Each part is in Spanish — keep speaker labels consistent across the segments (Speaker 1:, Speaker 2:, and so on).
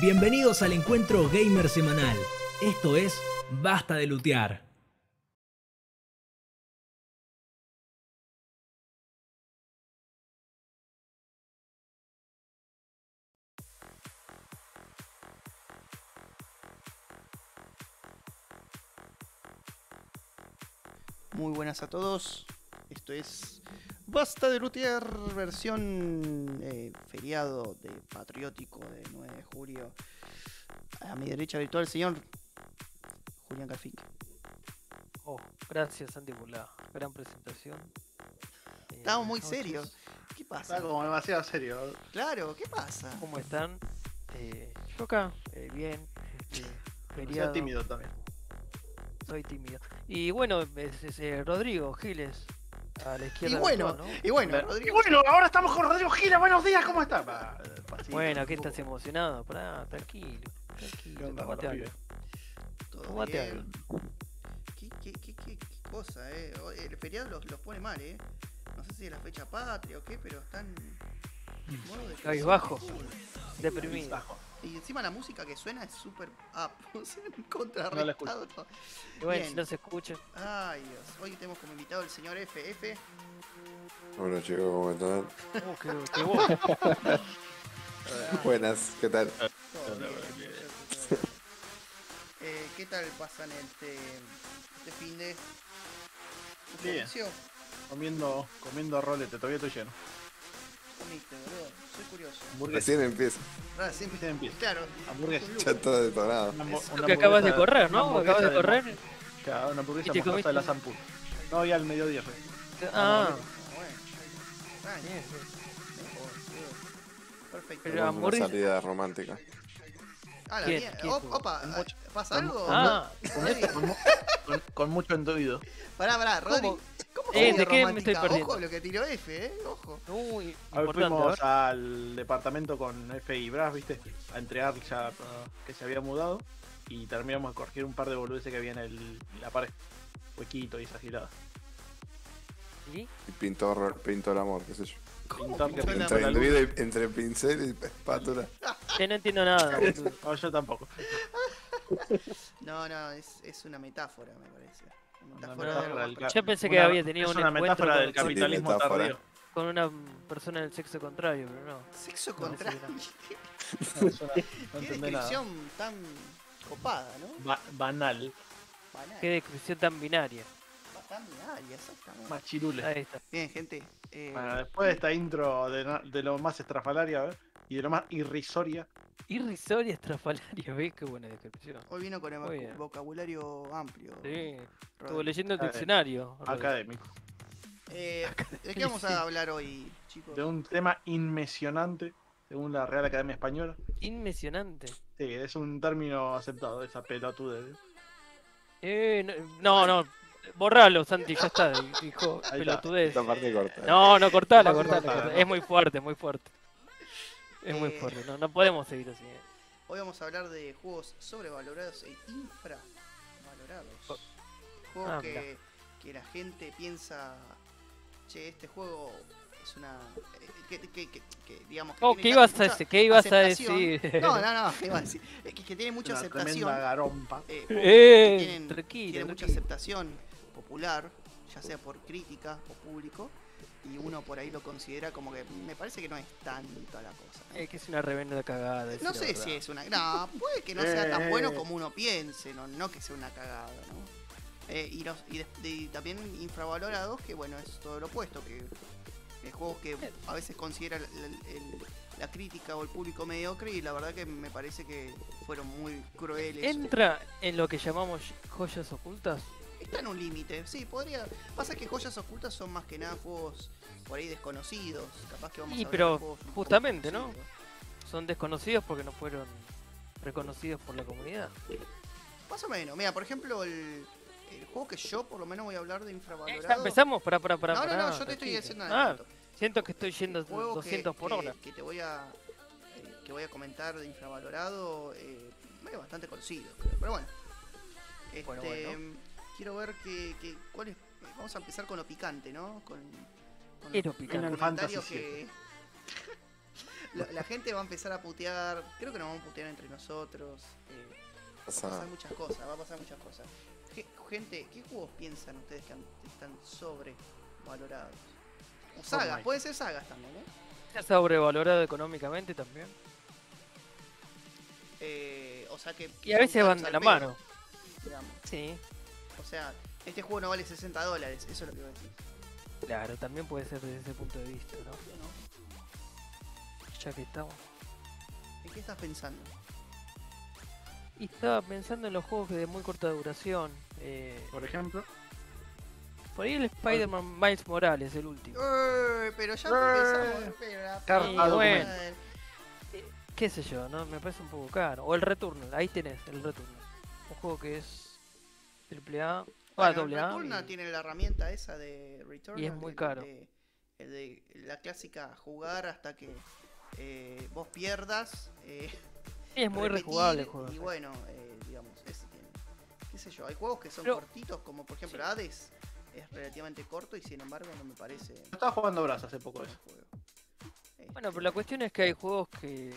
Speaker 1: Bienvenidos al encuentro gamer semanal. Esto es Basta de Lutear.
Speaker 2: Muy buenas a todos. Esto es Basta de Lutier, versión eh, feriado de patriótico de 9 de julio. A mi derecha virtual, señor Julián Calfink.
Speaker 3: Oh, gracias Santi por la gran presentación. Eh,
Speaker 2: Estamos muy
Speaker 3: buenas
Speaker 2: serios.
Speaker 3: noches.
Speaker 2: ¿Qué
Speaker 4: Está
Speaker 2: pasa?
Speaker 4: como demasiado serio.
Speaker 2: Claro, ¿qué pasa?
Speaker 3: ¿Cómo están? Eh, yo acá, eh, bien. este,
Speaker 4: Demasiado
Speaker 3: feriado,
Speaker 4: tímido también.
Speaker 3: Soy tímido. Y bueno, es, es, eh, Rodrigo Giles, a la izquierda.
Speaker 2: Y
Speaker 3: de
Speaker 2: bueno,
Speaker 3: todo, ¿no?
Speaker 2: y bueno,
Speaker 3: Claro.
Speaker 4: Y
Speaker 2: Rodrigo.
Speaker 4: bueno, ahora estamos con Rodrigo Gila. Buenos días, ¿cómo está? Pa- pasito,
Speaker 3: Bueno, ¿qué
Speaker 4: un poco.
Speaker 3: estás emocionado? Pará, tranquilo. Tranquilo,
Speaker 4: ¿Qué onda con
Speaker 3: tomate
Speaker 4: los
Speaker 3: algo.
Speaker 4: pibes?
Speaker 2: todo
Speaker 3: ¿cómo te
Speaker 2: bien. ¿Qué, qué, qué, qué- qué cosa, eh? Hoy El feriado los, los pone mal, eh. No sé si es la fecha patria o qué, pero están. modo de-
Speaker 3: Cabizbajo. Deprimido.
Speaker 4: Bajo.
Speaker 2: Y encima la música que suena es súper up. O sea,
Speaker 4: No la
Speaker 2: contrarrestado
Speaker 4: escucho.
Speaker 2: todo.
Speaker 3: Y bueno, si
Speaker 2: Bien.
Speaker 3: no se escucha,
Speaker 2: Ay, Dios. Hoy tenemos como invitado al señor FF.
Speaker 5: Hola chicos, ¿cómo están?
Speaker 3: oh, qué, qué vos.
Speaker 5: Buenas, ¿qué tal?
Speaker 2: Todo bien, todo bien. Eh, ¿Qué tal pasan este, este fin de...
Speaker 4: Bien. Comiendo, comiendo rolete, todavía estoy lleno.
Speaker 2: comiste, boludo? Soy curioso.
Speaker 4: Hamburguesa.
Speaker 5: Recién empieza,
Speaker 2: Ahora Ah, sí
Speaker 4: Recién empieza.
Speaker 2: Claro.
Speaker 4: Hamburguesa.
Speaker 2: un
Speaker 5: ya
Speaker 2: lujo.
Speaker 5: todo detonado.
Speaker 4: Una hambu-
Speaker 2: Es lo
Speaker 4: una
Speaker 3: que acabas de
Speaker 4: hamburguesa-
Speaker 3: correr,
Speaker 4: una
Speaker 3: ¿no?
Speaker 4: hamburguesa
Speaker 3: Acabas de
Speaker 4: de
Speaker 3: correr.
Speaker 4: Claro, una
Speaker 3: ¿Y
Speaker 4: hamburguesa
Speaker 3: te
Speaker 4: mostaza de
Speaker 3: comiste?
Speaker 4: la Zampur. No, hoy al mediodía fue.
Speaker 3: Ah,
Speaker 2: Ah, bueno. Ah,
Speaker 3: bien, bien.
Speaker 2: mejor, boludo. Perfecto.
Speaker 3: Pero
Speaker 5: Tenemos
Speaker 3: hamburguesa-
Speaker 5: Una salida romántica.
Speaker 2: Ah, la
Speaker 3: ¿Quién?
Speaker 2: mierda.
Speaker 3: ¿Quién
Speaker 2: Op-
Speaker 3: fue?
Speaker 2: opa, ah, ¿pasa algo?
Speaker 3: Ah,
Speaker 2: Rodri,
Speaker 4: Con, mu- con- con mucho entuido.
Speaker 2: pará, pará, Rodri.
Speaker 3: ¿Cómo?
Speaker 2: ¿Cómo
Speaker 3: Eh,
Speaker 2: comida
Speaker 3: ¿de qué me estoy
Speaker 2: romántica?
Speaker 3: perdiendo?
Speaker 2: Ojo lo que tiró F, eh. Ojo.
Speaker 3: ah, uy,
Speaker 4: A
Speaker 3: importante. a
Speaker 4: ver,
Speaker 3: ver.
Speaker 4: fuimos al departamento con FI Bras, ¿viste? A entregar ya ah, que se había mudado y terminamos de corregir un par de boludeces que había en, el, en la pared. Huequito y esas giradas.
Speaker 3: ¿Y?
Speaker 5: Y pintor, pintor amor, qué sé yo.
Speaker 2: ¿Cómo
Speaker 4: Pintar
Speaker 2: pintar
Speaker 4: la
Speaker 2: la
Speaker 5: Entre,
Speaker 4: luz.
Speaker 5: el vidrio y- entre pincel y espátula.
Speaker 3: Ya no entiendo nada, boludo.
Speaker 4: No, yo tampoco.
Speaker 2: No, no, es, es una metáfora, me parece. Una
Speaker 4: Una
Speaker 2: metáfora de algo
Speaker 4: metáfora del
Speaker 2: más-
Speaker 4: ca-
Speaker 3: Yo pensé que
Speaker 4: una-
Speaker 3: había tenido
Speaker 4: es
Speaker 3: un
Speaker 4: una
Speaker 3: encuentro
Speaker 4: metáfora
Speaker 3: con-
Speaker 4: del capitalismo
Speaker 5: Metáfora.
Speaker 4: tardío.
Speaker 3: con una mm, persona del sexo contrario, pero no.
Speaker 2: Sexo
Speaker 3: No,
Speaker 2: contrario.
Speaker 3: no
Speaker 4: No, es una- no
Speaker 2: Qué
Speaker 4: entendés nada.
Speaker 2: descripción tan copada, ¿no?
Speaker 4: Ba- banal.
Speaker 2: Banal.
Speaker 3: Qué descripción tan binaria.
Speaker 2: Bastante área, exactamente.
Speaker 4: Machirule.
Speaker 3: Ahí está.
Speaker 2: Bien, gente. eh,
Speaker 4: Bueno, después de esta intro de, na- de lo más estrafalaria ¿eh? y de lo más irrisoria,
Speaker 3: Irrisoria estrafalaria, ¿ves? Qué buena descripción.
Speaker 2: Hoy vino con el
Speaker 3: Muy
Speaker 2: voc-
Speaker 3: bien.
Speaker 2: vocabulario amplio.
Speaker 3: Sí.
Speaker 2: Rodri.
Speaker 3: Estuvo leyendo el
Speaker 4: Académico.
Speaker 3: diccionario.
Speaker 4: académico.
Speaker 2: Eh, ¿De qué vamos a hablar hoy, chicos?
Speaker 4: De un tema inmencionante, según la Real Academia Española.
Speaker 3: Inmencionante.
Speaker 4: Sí, es un término aceptado, esa pelotude.
Speaker 3: Eh, no, no, no. Borralo, Santi, ya está. di- Dijo
Speaker 4: está.
Speaker 3: pelotudez.
Speaker 5: Esta parte corta.
Speaker 3: No, no, cortala,
Speaker 4: Vamos a
Speaker 3: cortala.
Speaker 4: cortarla,
Speaker 3: cortala.
Speaker 4: ¿no?
Speaker 3: Es muy fuerte, muy fuerte. Es muy
Speaker 2: Eh.
Speaker 3: fuerte, no, no podemos seguir así. eh.
Speaker 2: Hoy vamos a hablar de juegos sobrevalorados e infravalorados. Juegos
Speaker 3: Oh. Ah, mirá.
Speaker 2: que, que la gente piensa, che, este juego es una... eh, que, que- que- que, digamos, que
Speaker 3: Oh,
Speaker 2: tiene
Speaker 3: ¿qué
Speaker 2: ta-
Speaker 3: ibas a
Speaker 2: mucha
Speaker 3: decir? ¿Qué ibas a
Speaker 2: aceptación.
Speaker 3: decir?
Speaker 2: No, no, no, ¿qué iba a decir? Es que, que tiene mucha
Speaker 4: Una
Speaker 2: aceptación.
Speaker 4: tremenda garompa.
Speaker 2: eh, juegos que
Speaker 3: Eh,
Speaker 2: tienen,
Speaker 3: tranquilo,
Speaker 2: tienen mucha
Speaker 3: tranquilo.
Speaker 2: aceptación popular, ya sea por crítica o público, y uno por ahí lo considera como que me parece que no es tanto la cosa. ¿no?
Speaker 3: Es Eh, que es una reverenda cagada. decir
Speaker 2: No
Speaker 3: la
Speaker 2: sé
Speaker 3: verdad.
Speaker 2: si es una. No, puede que no sea
Speaker 4: Eh,
Speaker 2: tan
Speaker 4: eh,
Speaker 2: bueno
Speaker 4: eh.
Speaker 2: como uno piense, no, no que sea una cagada, ¿no? Eh, y, los- y des- y también infravalorados, que bueno, es todo lo opuesto, que eh, juegos que a veces considera la, la- el- la crítica o el público mediocre, y la verdad que me parece que fueron muy crueles.
Speaker 3: Entra en lo que llamamos joyas ocultas.
Speaker 2: Está en un límite, sí, podría. Pasa que joyas ocultas son más que nada juegos por ahí desconocidos, capaz que vamos
Speaker 3: Y,
Speaker 2: a hablar de
Speaker 3: pero
Speaker 2: juegos un poco
Speaker 3: justamente, ¿no?
Speaker 2: conocidos.
Speaker 3: Son desconocidos porque no fueron reconocidos por la comunidad.
Speaker 2: Más o menos. Mira, por ejemplo, el, el juego que yo por lo menos voy a hablar de
Speaker 3: Eh,
Speaker 2: infravalorado.
Speaker 3: ya empezamos para para para
Speaker 2: no, no, no, yo te estoy diciendo
Speaker 3: Ah,
Speaker 2: nada.
Speaker 3: siento que estoy yendo 200 por hora.
Speaker 2: Que te voy a eh, que voy a comentar de infravalorado, eh, medio bastante conocido, creo. Pero bueno. Este,
Speaker 3: Bueno, bueno.
Speaker 2: quiero ver que, que cuál es- vamos a empezar con lo picante, ¿no? Con, con
Speaker 3: Quiero
Speaker 2: los
Speaker 3: picante.
Speaker 4: Final
Speaker 2: comentarios
Speaker 4: Fantasy
Speaker 2: que la, la gente va a empezar a putear. Creo que nos vamos a putear entre nosotros. eh, va a
Speaker 5: Pasa-
Speaker 2: pasar muchas cosas, va a pasar muchas cosas. Ge- Gente, ¿qué juegos piensan ustedes que han- están sobrevalorados? O sagas,
Speaker 4: Fortnite.
Speaker 2: puede ser sagas también, ¿eh?
Speaker 3: ¿Está sobrevalorado económicamente también?
Speaker 2: Eh, o sea que.
Speaker 3: Y a veces
Speaker 2: son
Speaker 3: van
Speaker 2: caros
Speaker 3: de
Speaker 2: al
Speaker 3: la
Speaker 2: pedo,
Speaker 3: mano.
Speaker 2: digamos.
Speaker 3: Sí,
Speaker 2: O sea, este juego no vale 60 dólares, eso es lo que voy a decir.
Speaker 3: claro, también puede ser desde ese punto de vista, ¿no? Ya que estamos.
Speaker 2: ¿En qué estás pensando?
Speaker 3: Y estaba pensando en los juegos de muy corta duración. eh,
Speaker 4: Por ejemplo,
Speaker 3: por ahí el Spider-Man Miles Morales, el último.
Speaker 2: Eh, pero ya empezamos. Pero la
Speaker 4: Carta
Speaker 2: puta
Speaker 3: documento.
Speaker 2: madre.
Speaker 3: qué sé yo, ¿no? Me parece un poco caro. O el Returnal, ahí tenés, el Returnal. Un juego que es triple A, ah,
Speaker 2: Bueno,
Speaker 3: doble A.
Speaker 2: Returnal
Speaker 3: y-
Speaker 2: tiene la herramienta esa de Return.
Speaker 3: Y es muy caro.
Speaker 2: De, el de la clásica jugar hasta que eh, vos pierdas. eh,
Speaker 3: sí, es muy
Speaker 2: repetir,
Speaker 3: rejugable el juego.
Speaker 2: Y
Speaker 3: sí.
Speaker 2: bueno, eh, digamos, es, eh, qué sé yo, hay juegos que son
Speaker 3: Pero-
Speaker 2: cortitos, como por ejemplo
Speaker 3: Sí.
Speaker 2: Hades. Es relativamente corto y sin embargo no me parece
Speaker 4: yo estaba jugando Brass hace
Speaker 2: un
Speaker 4: poco
Speaker 2: buen
Speaker 4: eso.
Speaker 2: juego.
Speaker 3: Bueno, pero
Speaker 2: Este,
Speaker 3: la cuestión es que hay juegos que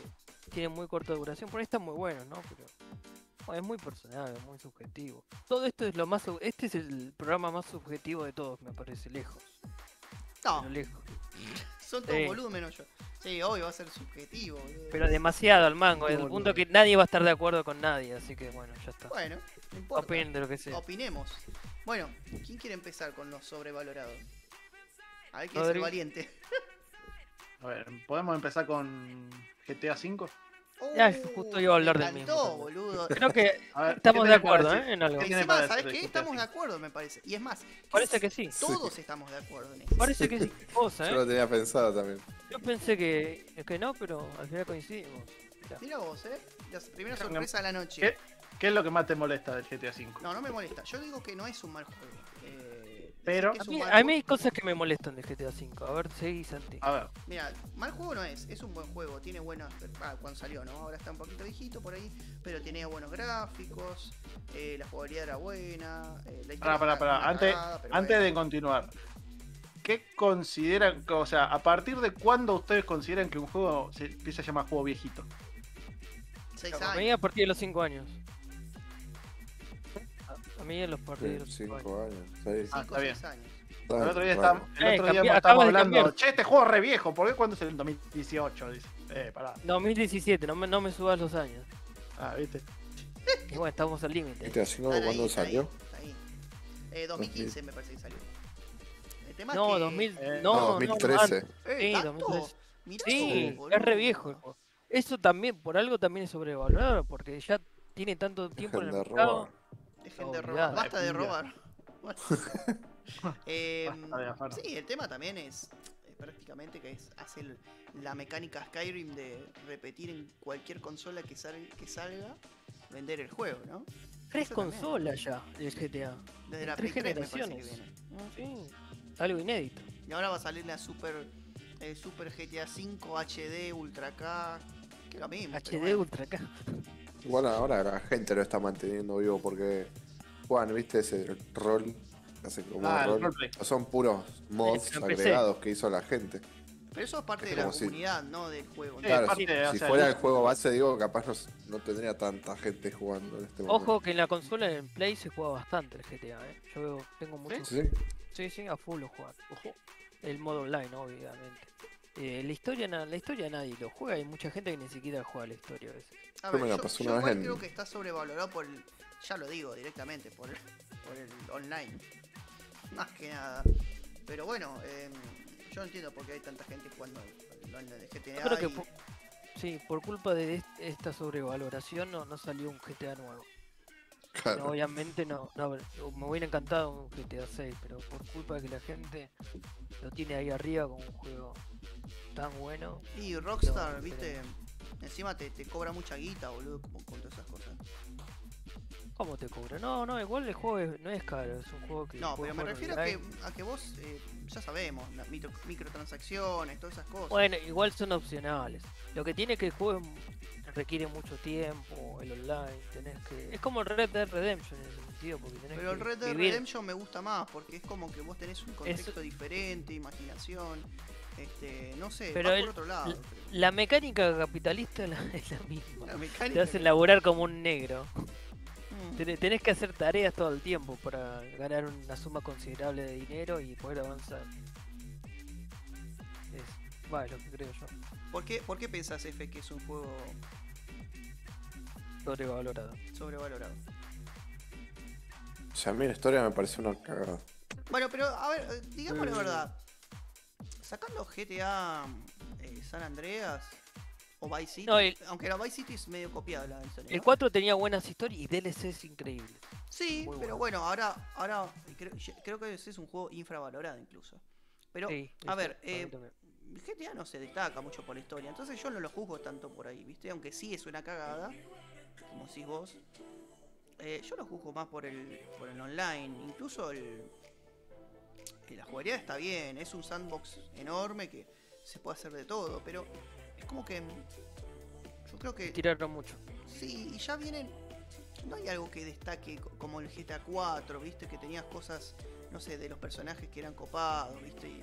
Speaker 3: tienen muy corta duración, por ahí están muy buenos, ¿no? Pero bueno, es muy personal, es muy subjetivo. Todo esto es lo más, sub- este es el programa más subjetivo de todos, me parece lejos, pero
Speaker 2: No,
Speaker 3: lejos.
Speaker 2: son todos
Speaker 3: Sí.
Speaker 2: boludos menos yo. Sí, hoy va a ser subjetivo. eh. boludo.
Speaker 3: Pero demasiado al mango, al
Speaker 4: Boludo.
Speaker 3: punto que nadie va a estar de acuerdo con nadie, así que bueno, ya está.
Speaker 2: Bueno, no importa.
Speaker 3: Opinen de lo que sea.
Speaker 2: Opinemos. Bueno, ¿quién quiere empezar con los sobrevalorados? A ver quién es el
Speaker 3: Rodrigo.
Speaker 2: valiente.
Speaker 4: A ver, ¿podemos empezar con GTA V?
Speaker 3: Ya, justo iba a hablar
Speaker 2: Oh, me
Speaker 3: del mismo
Speaker 2: encantó,
Speaker 3: también.
Speaker 2: boludo.
Speaker 3: Creo que
Speaker 4: A ver, ¿qué
Speaker 3: estamos de
Speaker 4: tenés para
Speaker 3: acuerdo,
Speaker 4: decir?
Speaker 3: ¿eh? En algo.
Speaker 4: ¿Qué tiene
Speaker 2: Encima,
Speaker 4: para
Speaker 2: ¿sabes
Speaker 4: decir
Speaker 2: qué?
Speaker 4: de
Speaker 2: Estamos de
Speaker 4: GTA V?
Speaker 2: acuerdo, me parece. Y es más,
Speaker 3: Parece que sí,
Speaker 2: todos estamos de acuerdo en eso.
Speaker 3: parece que sí. Cosa,
Speaker 5: Yo
Speaker 3: ¿eh?
Speaker 5: lo tenía pensado también.
Speaker 3: Yo pensé que, que no, pero al final coincidimos.
Speaker 2: Mira vos, ¿eh? La primera
Speaker 4: Creo que-
Speaker 2: sorpresa de la noche.
Speaker 4: ¿Qué? ¿Qué es lo que más te molesta del GTA V?
Speaker 2: No, no me molesta. Yo digo que no es un mal juego. Eh,
Speaker 4: Pero-
Speaker 2: decir que
Speaker 3: A
Speaker 2: es un
Speaker 3: mí,
Speaker 2: mal
Speaker 3: a
Speaker 2: ju-
Speaker 3: mí hay cosas que me molestan de GTA V. A ver, seguí, Santi.
Speaker 4: A ver,
Speaker 2: Mira, mal juego no es, es un buen juego, tiene buenos. Ah, cuando salió, ¿no? Ahora está un poquito viejito por ahí, pero tenía buenos gráficos, eh, la jugabilidad era buena. eh, la historia
Speaker 4: pará, pará,
Speaker 2: era
Speaker 4: pará.
Speaker 2: una
Speaker 4: Antes,
Speaker 2: cagada, pero
Speaker 4: antes
Speaker 2: bueno.
Speaker 4: de continuar, ¿qué consideran, o sea, a partir de cuándo ustedes consideran que un juego se empieza a llamar juego viejito?
Speaker 2: Seis
Speaker 3: A
Speaker 2: años.
Speaker 3: mí a partir de los 5 años. A- A mí en los partidos de los 5 años.
Speaker 5: Eh, Cinco años. Sí.
Speaker 2: cinco,
Speaker 4: Ah, está bien.
Speaker 2: seis años.
Speaker 5: Está
Speaker 4: El otro día,
Speaker 5: raro.
Speaker 4: estábamos- el
Speaker 3: Eh,
Speaker 4: otro día
Speaker 3: cambi-
Speaker 4: estábamos
Speaker 3: acabas de
Speaker 4: hablando,
Speaker 3: cambiar.
Speaker 4: che, este juego es re viejo, ¿por qué cuándo salió en 2018? Dice, eh, pará.
Speaker 3: 2017, no me, no me subas los años.
Speaker 4: Ah, viste.
Speaker 3: Y bueno, estamos al límite.
Speaker 5: GTA V,
Speaker 2: Están ahí,
Speaker 5: ¿cuándo
Speaker 2: está ahí,
Speaker 5: salió?
Speaker 2: está ahí. Eh, 2015 me parece que salió. El tema es
Speaker 3: No,
Speaker 2: que-
Speaker 3: 2000,
Speaker 4: eh,
Speaker 3: no, ah,
Speaker 5: No,
Speaker 3: no,
Speaker 5: 2013.
Speaker 3: antes.
Speaker 2: Eh,
Speaker 3: Sí,
Speaker 2: ¿tanto?
Speaker 3: 2013.
Speaker 2: Mirá
Speaker 3: Sí,
Speaker 2: vos,
Speaker 3: es re
Speaker 2: boludo.
Speaker 3: viejo el juego. Eso también, por algo también es sobrevalorado, porque ya tiene tanto tiempo en
Speaker 5: Dejen
Speaker 3: el
Speaker 5: de
Speaker 3: mercado.
Speaker 5: robar.
Speaker 2: Dejen de
Speaker 3: Olvidate.
Speaker 2: robar. Basta de
Speaker 4: Pila.
Speaker 2: robar. Bueno. Em,
Speaker 4: Basta de afán.
Speaker 2: sí, el tema también es eh, prácticamente que es hace el- la mecánica Skyrim de repetir en cualquier consola que, sal- que salga vender el juego, ¿no?
Speaker 3: Tres
Speaker 2: Eso también.
Speaker 3: consolas ya del GTA.
Speaker 2: Desde la
Speaker 3: Tres
Speaker 2: Play 3 me parece que
Speaker 3: generaciones.
Speaker 2: viene.
Speaker 3: Sí, algo inédito.
Speaker 2: Y ahora va a salir la Super eh, Super GTA 5 HD Ultra K, que es lo mismo. pero
Speaker 3: HD
Speaker 2: bueno.
Speaker 3: Ultra K.
Speaker 5: Igual ahora la gente lo está manteniendo vivo porque Juan, viste ese rol, hace como
Speaker 4: Ah, el
Speaker 5: rol.
Speaker 4: roleplay.
Speaker 5: Son puros
Speaker 3: Sí,
Speaker 5: mods
Speaker 3: lo empecé.
Speaker 5: agregados que hizo la gente.
Speaker 2: Pero eso es parte
Speaker 5: Es
Speaker 2: de la
Speaker 5: como si-
Speaker 2: comunidad, ¿no? Del juego.
Speaker 4: Sí,
Speaker 2: ¿no?
Speaker 5: Claro,
Speaker 4: parte, o
Speaker 5: si
Speaker 4: sea,
Speaker 5: fuera
Speaker 4: yo-
Speaker 5: el juego base, digo, capaz no, no tendría tanta gente jugando en este momento.
Speaker 3: Ojo que en la consola en Play se juega bastante el GTA, ¿eh? Yo veo, tengo muchos.
Speaker 5: Sí,
Speaker 3: Sí, sí, a full lo juegan. El modo online, obviamente. Eh, la historia na- la historia nadie lo juega, hay mucha gente que ni siquiera juega la historia a veces.
Speaker 2: A
Speaker 5: Yo
Speaker 2: ver,
Speaker 5: me la
Speaker 2: yo,
Speaker 5: pasé
Speaker 2: yo
Speaker 5: una vez
Speaker 2: igual
Speaker 5: en-
Speaker 2: creo que está sobrevalorado por el, ya lo digo directamente, por el, por el online. Más que nada. Pero bueno, em, yo no entiendo por qué hay tanta gente jugando al online de
Speaker 3: Yo
Speaker 2: GTA.
Speaker 3: creo que
Speaker 2: y-
Speaker 3: por, sí, por culpa de est- esta sobrevaloración no, no salió un GTA nuevo. No,
Speaker 5: claro.
Speaker 3: obviamente no, no, me hubiera encantado un GTA 6, pero por culpa de que la gente lo tiene ahí arriba con un juego tan bueno.
Speaker 2: Y Rockstar,
Speaker 3: No,
Speaker 2: viste, encima te, te cobra mucha guita, boludo, con, con todas esas cosas.
Speaker 3: ¿Cómo te cobra? No, no, igual el juego es- no es caro, es un juego que.
Speaker 2: No,
Speaker 3: puedes
Speaker 2: pero me
Speaker 3: jugar
Speaker 2: refiero a que,
Speaker 3: online.
Speaker 2: a que vos, eh, ya sabemos, la micro- microtransacciones, todas esas cosas.
Speaker 3: Bueno, igual son opcionales. Lo que tiene que el juego es- requiere mucho tiempo, el online, tenés que. Es como el Red Dead Redemption en ese sentido, porque tenés
Speaker 2: Pero el
Speaker 3: que
Speaker 2: Red Dead
Speaker 3: vivir-
Speaker 2: Redemption me gusta más porque es como que vos tenés un contexto diferente, imaginación. Este, no sé,
Speaker 3: Pero
Speaker 2: va
Speaker 3: él-
Speaker 2: por otro lado.
Speaker 3: l-
Speaker 2: creo.
Speaker 3: La mecánica capitalista es la- es la misma.
Speaker 2: La
Speaker 3: Te
Speaker 2: mecánica.
Speaker 3: hacen laburar como un negro.
Speaker 2: Mm.
Speaker 3: Ten- Tenés que hacer tareas todo el tiempo para ganar una suma considerable de dinero y poder avanzar. Es, va, es lo que creo yo.
Speaker 2: ¿Por qué, ¿Por qué pensás, F, que es un juego
Speaker 3: Sobrevalorado.
Speaker 2: sobrevalorado?
Speaker 5: O sea, a mí la historia me pareció una cagada.
Speaker 2: Bueno, pero a ver, eh, digamos la
Speaker 3: Mm.
Speaker 2: verdad. Sacando GTA eh, San Andreas o Vice City,
Speaker 3: No, el-
Speaker 2: aunque la Vice City es medio copiada la historia.
Speaker 3: El
Speaker 2: ¿no?
Speaker 3: 4 tenía buenas historias y DLCs increíbles.
Speaker 2: Sí,
Speaker 3: Muy
Speaker 2: pero
Speaker 3: bueno.
Speaker 2: bueno, ahora, ahora creo, ye- creo que ese es un juego infravalorado incluso. Pero
Speaker 3: Sí,
Speaker 2: a
Speaker 3: sí,
Speaker 2: ver,
Speaker 3: para mí
Speaker 2: eh,
Speaker 3: también.
Speaker 2: GTA no se destaca mucho por la historia, entonces yo no lo juzgo tanto por ahí, ¿viste? Aunque sí es una cagada, como decís vos. eh, yo lo juzgo más por el, por el online, incluso el, que la jugabilidad está bien, es un sandbox enorme que se puede hacer de todo, pero es como que mm, yo creo que
Speaker 3: tiraron mucho.
Speaker 2: Sí, y ya vienen. No hay algo que destaque co- como el GTA 4, ¿viste? Que tenías cosas, no sé, de los personajes que eran copados, ¿viste? Y,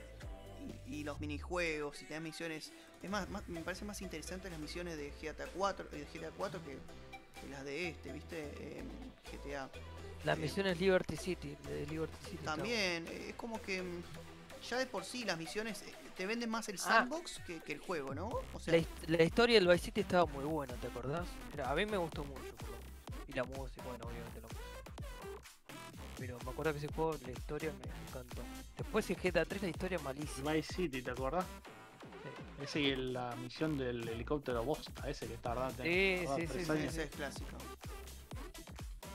Speaker 2: y- y los minijuegos, y tenías misiones. Es más, más- me parece más interesante las misiones de GTA 4, eh, de GTA 4 que, que las de este, ¿viste? Em, GTA.
Speaker 3: Las
Speaker 2: Eh,
Speaker 3: misiones Liberty City, de Liberty City. está
Speaker 2: También, eh, es como que. mm, Ya de por sí las misiones eh, te venden más el
Speaker 3: Ah.
Speaker 2: sandbox que, que el juego, ¿no? O sea,
Speaker 3: La, his- la historia del Vice City estaba muy buena, ¿te acordás? Era- a mí me gustó mucho. por lo menos. Y la música, bueno, obviamente la música. Pero me acuerdo que ese juego, la historia me encantó. Después en GTA 3 la historia es malísima.
Speaker 4: Vice City, ¿te acordás? Eh, Ese y el- la misión del helicóptero Bosta, ese que está verdad.
Speaker 3: Sí, sí, sí,
Speaker 4: tres
Speaker 3: sí,
Speaker 2: ese
Speaker 4: años.
Speaker 2: es clásico.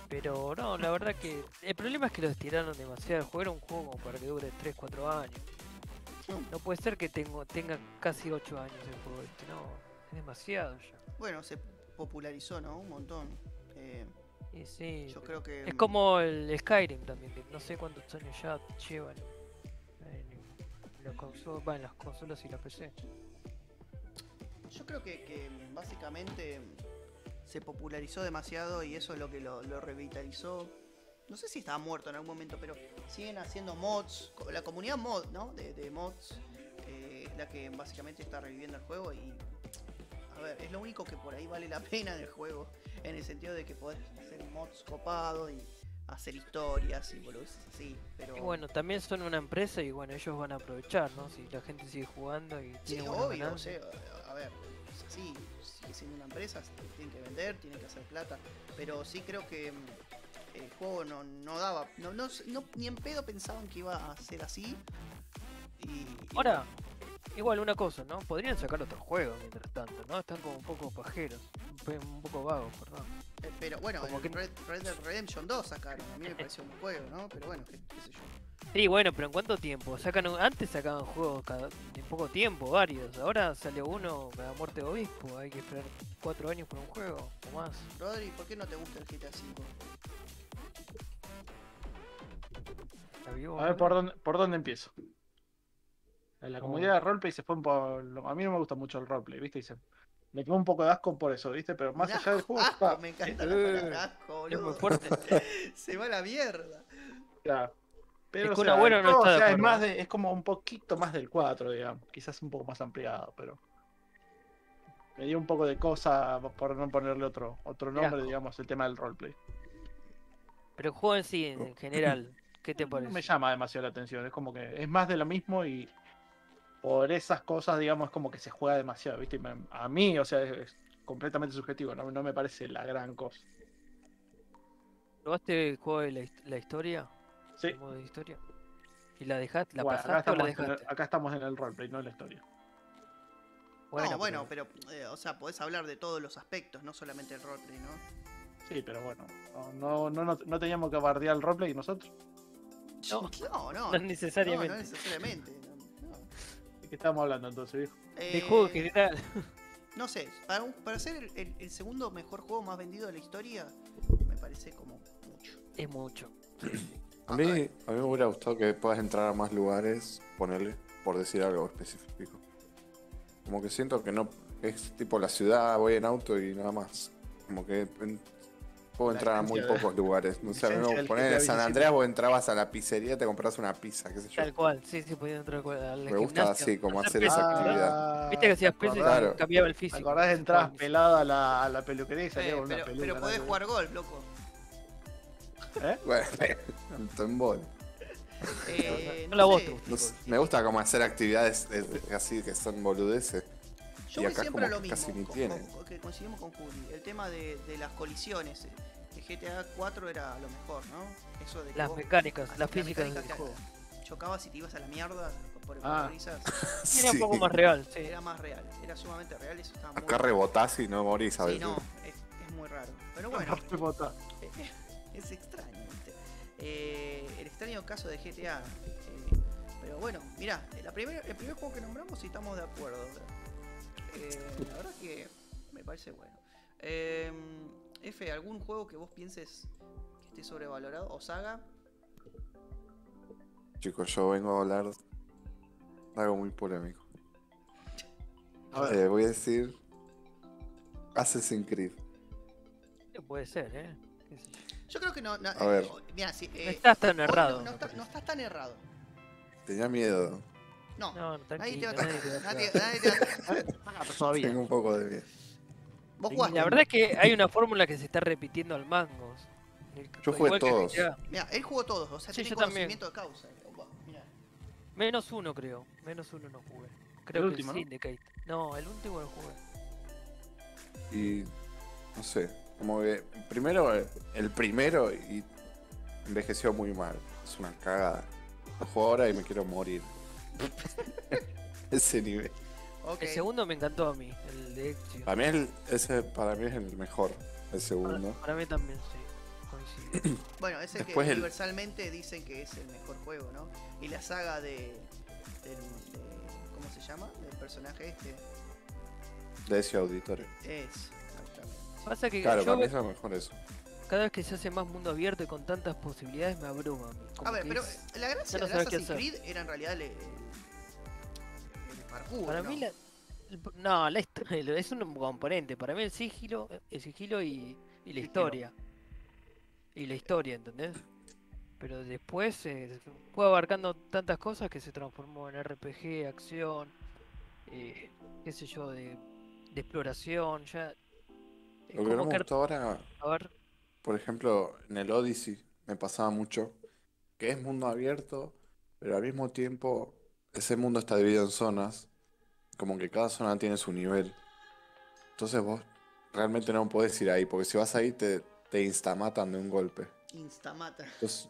Speaker 3: Pero no, la verdad que... El problema es que lo estiraron demasiado. El juego era un juego como para que dure 3, 4 años. No puede ser que tengo, tenga casi 8 años el juego este, no. Es demasiado ya.
Speaker 2: Bueno, se popularizó, ¿no? Un montón. Eh,
Speaker 3: Y sí,
Speaker 2: Yo creo
Speaker 3: pero-
Speaker 2: que.
Speaker 3: Es como el Skyrim también, que no sé cuántos años ya llevan en, los consol- va, en las consolas y la PC.
Speaker 2: Yo creo que, que básicamente se popularizó demasiado y eso es lo que lo, lo revitalizó. No sé si estaba muerto en algún momento, pero siguen haciendo mods. Co- La comunidad mod, ¿no? De, de mods eh, es la que básicamente está reviviendo el juego y. A ver, es lo único que por ahí vale la pena del juego. En el sentido de que podés hacer mods copados y hacer historias y boludeces así. Pero.
Speaker 3: Y bueno, también son una empresa y bueno, ellos van a aprovechar, ¿no? Si la gente sigue jugando y
Speaker 2: Sí,
Speaker 3: tiene buenas
Speaker 2: obvio, o
Speaker 3: ganancias.
Speaker 2: sea, a ver, es así, sigue siendo una empresa, se- tienen que vender, tienen que hacer plata, pero sí creo que mm, el juego no, no daba, no, no, no- ni en pedo pensaban que iba a ser así. Y, y
Speaker 3: Ahora, igual una cosa, ¿no? Podrían sacar otro juego mientras tanto, ¿no? Están como un poco pajeros, un pe- un poco vagos, perdón.
Speaker 2: eh, pero bueno,
Speaker 3: como
Speaker 2: el
Speaker 3: que-
Speaker 2: Red, Red Dead Redemption 2 sacaron, a mí me pareció un juego, ¿no? Pero bueno, qué, qué sé yo.
Speaker 3: Sí, bueno, pero ¿en cuánto tiempo? Sacan un- Antes sacaban juegos cada... en poco tiempo, varios. Ahora sale uno cada muerte de obispo. Hay que esperar cuatro años por un juego o más.
Speaker 2: Rodri, ¿por qué no te gusta el GTA V?
Speaker 3: La vivo,
Speaker 4: A ver,
Speaker 3: boludo.
Speaker 4: ¿por dónde, por dónde empiezo? En La
Speaker 3: Oh.
Speaker 4: comunidad de roleplay se fue por... A mí no me gusta mucho el roleplay, ¿viste? Y se- me quedó un poco de asco por eso, ¿viste? Pero más
Speaker 2: Un
Speaker 4: allá del
Speaker 2: asco,
Speaker 4: juego...
Speaker 2: asco,
Speaker 4: está-
Speaker 2: Ah, me encanta
Speaker 4: Eh,
Speaker 2: la palabra asco,
Speaker 3: Es muy
Speaker 2: boludo.
Speaker 3: fuerte.
Speaker 2: Se va a la mierda.
Speaker 4: Claro. Pero
Speaker 3: Es
Speaker 4: o
Speaker 3: que un
Speaker 4: sea,
Speaker 3: abuelo
Speaker 4: el
Speaker 3: no
Speaker 4: juego,
Speaker 3: está
Speaker 4: o
Speaker 3: de
Speaker 4: sea, es
Speaker 3: acuerdo.
Speaker 4: más de- es como un poquito más del 4, digamos, quizás un poco más ampliado, pero me dio un poco de cosa por no ponerle otro otro
Speaker 3: Qué
Speaker 4: nombre,
Speaker 3: asco.
Speaker 4: digamos, el tema del roleplay.
Speaker 3: Pero el juego en sí, en general, ¿qué te
Speaker 4: Oh. No me
Speaker 3: parece?
Speaker 4: llama demasiado la atención, es como que es más de lo mismo y por esas cosas, digamos, es como que se juega demasiado, ¿viste? Y me- A mí, o sea, es, es completamente subjetivo, no, no me parece la gran cosa.
Speaker 3: ¿Probaste el juego de la, his- la historia?
Speaker 4: Sí,
Speaker 3: ¿El modo de historia? ¿Y la dejaste? ¿La
Speaker 4: bueno, acá,
Speaker 3: pasaste o la
Speaker 4: estamos en el-
Speaker 3: dejaste?
Speaker 4: acá estamos en el roleplay, no en la historia.
Speaker 2: no, bueno, pero, eh, o sea, podés hablar de todos los aspectos, no solamente el roleplay, ¿no?
Speaker 4: Sí, pero bueno, no, no, no, no teníamos que bardear el roleplay nosotros.
Speaker 3: No.
Speaker 2: no, no,
Speaker 3: No
Speaker 2: no,
Speaker 3: necesariamente.
Speaker 2: No, necesariamente. no, no.
Speaker 4: ¿De qué estamos hablando entonces, viejo?
Speaker 3: De
Speaker 2: Eh,
Speaker 3: juego que tal.
Speaker 2: No sé, para, un- para ser el, el- el segundo mejor juego más vendido de la historia, me parece como mucho.
Speaker 3: Es mucho.
Speaker 5: A mí, a mí me hubiera gustado que puedas entrar a más lugares, ponerle, por decir algo específico. Como que siento que no. Es tipo la ciudad, voy en auto y nada más. Como que en- Puedo
Speaker 4: La
Speaker 5: entrar a muy
Speaker 4: esencia de-
Speaker 5: pocos lugares. No sé,
Speaker 4: esencia
Speaker 5: no,
Speaker 4: del
Speaker 5: poner
Speaker 4: GTA
Speaker 5: en San
Speaker 4: 17.
Speaker 5: Andreas vos entrabas a la pizzería, te comprabas una pizza, qué sé yo.
Speaker 3: Tal cual, sí, sí, podía entrar al al
Speaker 5: Me gusta
Speaker 3: gimnasio,
Speaker 5: así, como hacer
Speaker 3: peso.
Speaker 5: esa
Speaker 4: Ah.
Speaker 5: actividad.
Speaker 3: Viste que hacías
Speaker 4: ¿te
Speaker 3: peso y
Speaker 4: acordás?
Speaker 5: Claro.
Speaker 3: cambiaba el
Speaker 4: ¿Te
Speaker 3: físico.
Speaker 4: acordás de entradas pelada a la, a la peluquería y salía
Speaker 2: Eh,
Speaker 4: con una
Speaker 2: pero,
Speaker 4: peluca?
Speaker 2: pero podés
Speaker 4: nada
Speaker 2: jugar golf, loco.
Speaker 4: que ver. ¿Eh?
Speaker 5: Bueno, tanto en bola.
Speaker 2: Eh,
Speaker 3: No la
Speaker 2: sé,
Speaker 3: vos te
Speaker 5: No sé, me gusta como hacer actividades eh, así que son boludeces.
Speaker 2: Yo
Speaker 5: Y
Speaker 2: voy
Speaker 5: acá
Speaker 2: siempre a
Speaker 5: como
Speaker 2: lo
Speaker 5: que
Speaker 2: mismo
Speaker 5: casi ni
Speaker 2: con-
Speaker 5: tiene.
Speaker 2: con- que coincidimos con Juli. El tema de, de las colisiones. eh. El GTA 4 era lo mejor, ¿no? Eso de que
Speaker 3: Las
Speaker 2: vos-
Speaker 3: mecánicas,
Speaker 2: así
Speaker 3: las
Speaker 2: la
Speaker 3: físicas
Speaker 2: mecánica
Speaker 3: del
Speaker 2: que
Speaker 3: juego.
Speaker 2: Chocabas y te ibas a la mierda por el
Speaker 4: Ah.
Speaker 2: parabrisas.
Speaker 3: Era un
Speaker 5: Sí.
Speaker 3: poco más real, sí.
Speaker 2: Era más real, era sumamente real. Eso estaba muy
Speaker 5: Acá rebotás y no morís a
Speaker 2: Sí,
Speaker 5: veces.
Speaker 2: no, es, es muy raro. Pero bueno,
Speaker 4: Me botás.
Speaker 2: es extraño. ¿viste? Eh, el extraño caso de GTA. eh, pero bueno, mirá, eh, la primer- el primer juego que nombramos y estamos de acuerdo. Eh, la verdad que me parece bueno. Eh, F, ¿algún juego que vos pienses que esté sobrevalorado? ¿O saga?
Speaker 5: Chicos, yo vengo a hablar de algo muy polémico.
Speaker 4: A ver,
Speaker 5: Eh, voy a decir Assassin's Creed.
Speaker 3: Puede ser, ¿eh? Qué sé yo.
Speaker 2: Yo creo que no. no
Speaker 5: A ver.
Speaker 2: eh, mirá, sí, eh,
Speaker 3: No estás tan
Speaker 2: hoy no-
Speaker 3: errado.
Speaker 2: No,
Speaker 3: me
Speaker 2: está-
Speaker 3: parece.
Speaker 2: no estás tan errado.
Speaker 5: Tenía miedo.
Speaker 2: No,
Speaker 3: No, no,
Speaker 2: nadie te
Speaker 3: tranquilo.
Speaker 2: va a
Speaker 3: nadie te va a-
Speaker 2: nadie- nadie te va-
Speaker 4: ah, todavía.
Speaker 5: Tengo un poco de miedo.
Speaker 2: Vos
Speaker 4: La
Speaker 2: jugaste.
Speaker 3: La verdad es que hay una fórmula que se está repitiendo al mangos. El-
Speaker 5: Yo jugué
Speaker 3: igual que
Speaker 5: todos.
Speaker 3: GTA.
Speaker 2: Mira, él jugó todos, o sea,
Speaker 3: Sí,
Speaker 2: tiene
Speaker 3: yo también.
Speaker 2: conocimiento de causa. Guau, mirá.
Speaker 3: Menos uno, creo. Menos uno no jugué. Creo
Speaker 4: El
Speaker 3: que
Speaker 4: último,
Speaker 3: el
Speaker 4: ¿no?
Speaker 3: Syndicate. No, el último no jugué.
Speaker 5: Y no sé, como que primero, eh, el primero y envejeció muy mal. Es una cagada. Lo juego ahora y me quiero morir. Ese nivel.
Speaker 2: Ok.
Speaker 3: El segundo me encantó a mí, el de Ezio.
Speaker 5: Para mí, el- ese para mí es el mejor, el segundo.
Speaker 3: Para mí también, sí. Coincido.
Speaker 2: Bueno, ese que
Speaker 5: Después el-
Speaker 2: universalmente dicen que es el mejor juego, ¿no? Y la saga de. del- de- ¿Cómo se llama? Del personaje este.
Speaker 5: De ese auditorio.
Speaker 2: Es. exactamente.
Speaker 3: Pasa que
Speaker 5: Claro,
Speaker 3: yo
Speaker 5: para mí es lo mejor eso.
Speaker 3: cada vez que se hace más mundo abierto y con tantas posibilidades me abruma a mí. Como
Speaker 2: A ver,
Speaker 3: que
Speaker 2: pero
Speaker 3: es-
Speaker 2: la gracia
Speaker 3: ya no
Speaker 2: de
Speaker 3: sabes qué
Speaker 2: Assassin's
Speaker 3: hacer.
Speaker 2: Creed era en realidad el, el, el parkour.
Speaker 3: Para
Speaker 2: ¿no?
Speaker 3: mí la... el- No, la hist- el- es un componente. Para mí el sigilo, el sigilo y, y la historia. Y la historia, ¿entendés? Pero después eh, fue abarcando tantas cosas que se transformó en RPG, acción, eh, qué sé yo, de, de exploración, ya. Es
Speaker 5: Lo que no
Speaker 3: como
Speaker 5: me
Speaker 3: que-
Speaker 5: gustó ahora,
Speaker 3: A ver,
Speaker 5: por ejemplo, en el Odyssey me pasaba mucho que es mundo abierto, pero al mismo tiempo ese mundo está dividido en zonas, como que cada zona tiene su nivel. Entonces vos realmente no podés ir ahí, porque si vas ahí te, te instamatan de un golpe.
Speaker 2: Instamata.
Speaker 5: Entonces,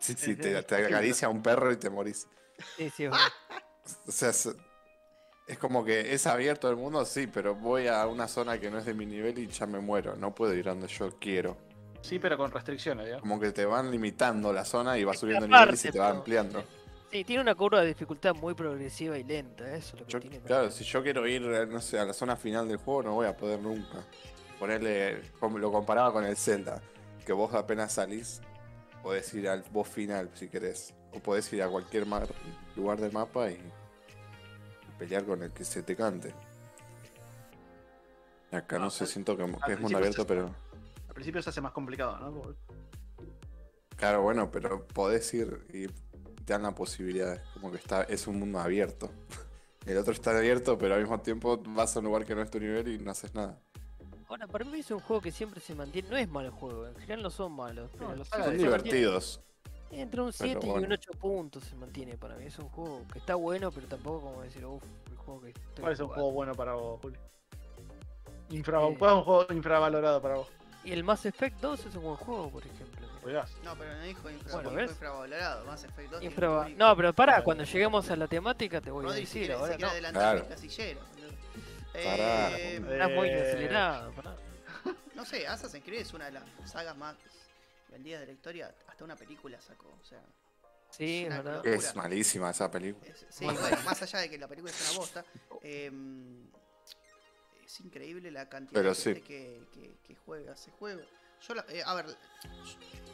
Speaker 5: sí, sí, te, te acaricia un perro y te morís.
Speaker 3: sí, sí, es
Speaker 5: ¡Ah!
Speaker 3: verdad.
Speaker 5: O sea, es, es como que es abierto el mundo, sí, pero voy a una zona que no es de mi nivel y ya me muero. No puedo ir donde yo quiero.
Speaker 4: Sí, pero con restricciones, digamos.
Speaker 5: Como que te van limitando la zona y vas subiendo
Speaker 3: Escaparte,
Speaker 5: niveles y te va
Speaker 3: pero-
Speaker 5: ampliando.
Speaker 3: Sí, tiene una curva de dificultad muy progresiva y lenta, eso es lo que
Speaker 5: Yo-
Speaker 3: tiene.
Speaker 5: claro, si yo quiero ir, eh, no sé, a la zona final del juego, no voy a poder nunca. Ponerle, como lo comparaba con el Zelda, que vos apenas salís, podés ir al boss final si querés. O podés ir a cualquier mar- lugar del mapa y, y pelear con el que se te cante. Y Acá no,
Speaker 4: No,
Speaker 5: sé,
Speaker 4: al-
Speaker 5: siento que, que es mundo
Speaker 4: principio se-
Speaker 5: abierto, pero...
Speaker 4: Al principio se hace más complicado, ¿no? Como-
Speaker 5: Claro, bueno, pero podés ir y te dan la posibilidad. Como que está, es un mundo abierto. El otro está abierto, pero al mismo tiempo vas a un lugar que no es tu nivel y no haces nada.
Speaker 3: Ahora, para mí es un juego que siempre se mantiene. No es mal juego, en general no son malos. Pero
Speaker 4: No,
Speaker 3: los
Speaker 4: son
Speaker 3: juegos
Speaker 5: Son
Speaker 3: que se mantienen
Speaker 5: divertidos.
Speaker 3: Entre un 7 y un
Speaker 5: bueno.
Speaker 3: 8 puntos se mantiene para mí. Es un juego que está bueno, pero tampoco como decir, uff, el juego que. estoy
Speaker 4: ¿Cuál es un
Speaker 3: jugando".
Speaker 4: juego bueno para vos, Juli? Infra...
Speaker 3: Eh.
Speaker 4: ¿Cuál es un juego infravalorado para vos?
Speaker 3: Y el Mass Effect 2 es un buen juego, por ejemplo. mirá.
Speaker 4: Juegás.
Speaker 2: No, pero no dijo infra,
Speaker 3: Bueno,
Speaker 2: dijo
Speaker 3: ¿ves?
Speaker 2: infravalorado, más Effect 2. tiene
Speaker 3: Infrava-
Speaker 2: un público.
Speaker 3: No, pero para, cuando lleguemos a la temática te voy a
Speaker 2: Rodri, si
Speaker 3: decir
Speaker 2: quieres,
Speaker 3: ahora.
Speaker 2: se quiere
Speaker 3: No,
Speaker 2: adelantar
Speaker 5: Claro.
Speaker 2: el casillero. boludo.
Speaker 5: Pará,
Speaker 2: Eh,
Speaker 5: la
Speaker 3: estás muy
Speaker 4: Eh.
Speaker 3: acelerado. pará.
Speaker 2: No sé, Assassin's Creed es una de las sagas más vendidas de la historia. Hasta una película sacó, o sea.
Speaker 3: Sí, es
Speaker 2: Una
Speaker 3: verdad.
Speaker 2: locura.
Speaker 5: Es malísima esa película.
Speaker 2: es- sí,
Speaker 3: Bueno.
Speaker 2: bueno, más allá de que la película es una bosta, em, es increíble la cantidad
Speaker 5: Pero
Speaker 2: de
Speaker 5: sí.
Speaker 2: gente que, que- que juega ese juego. Yo la- eh, a ver, yo-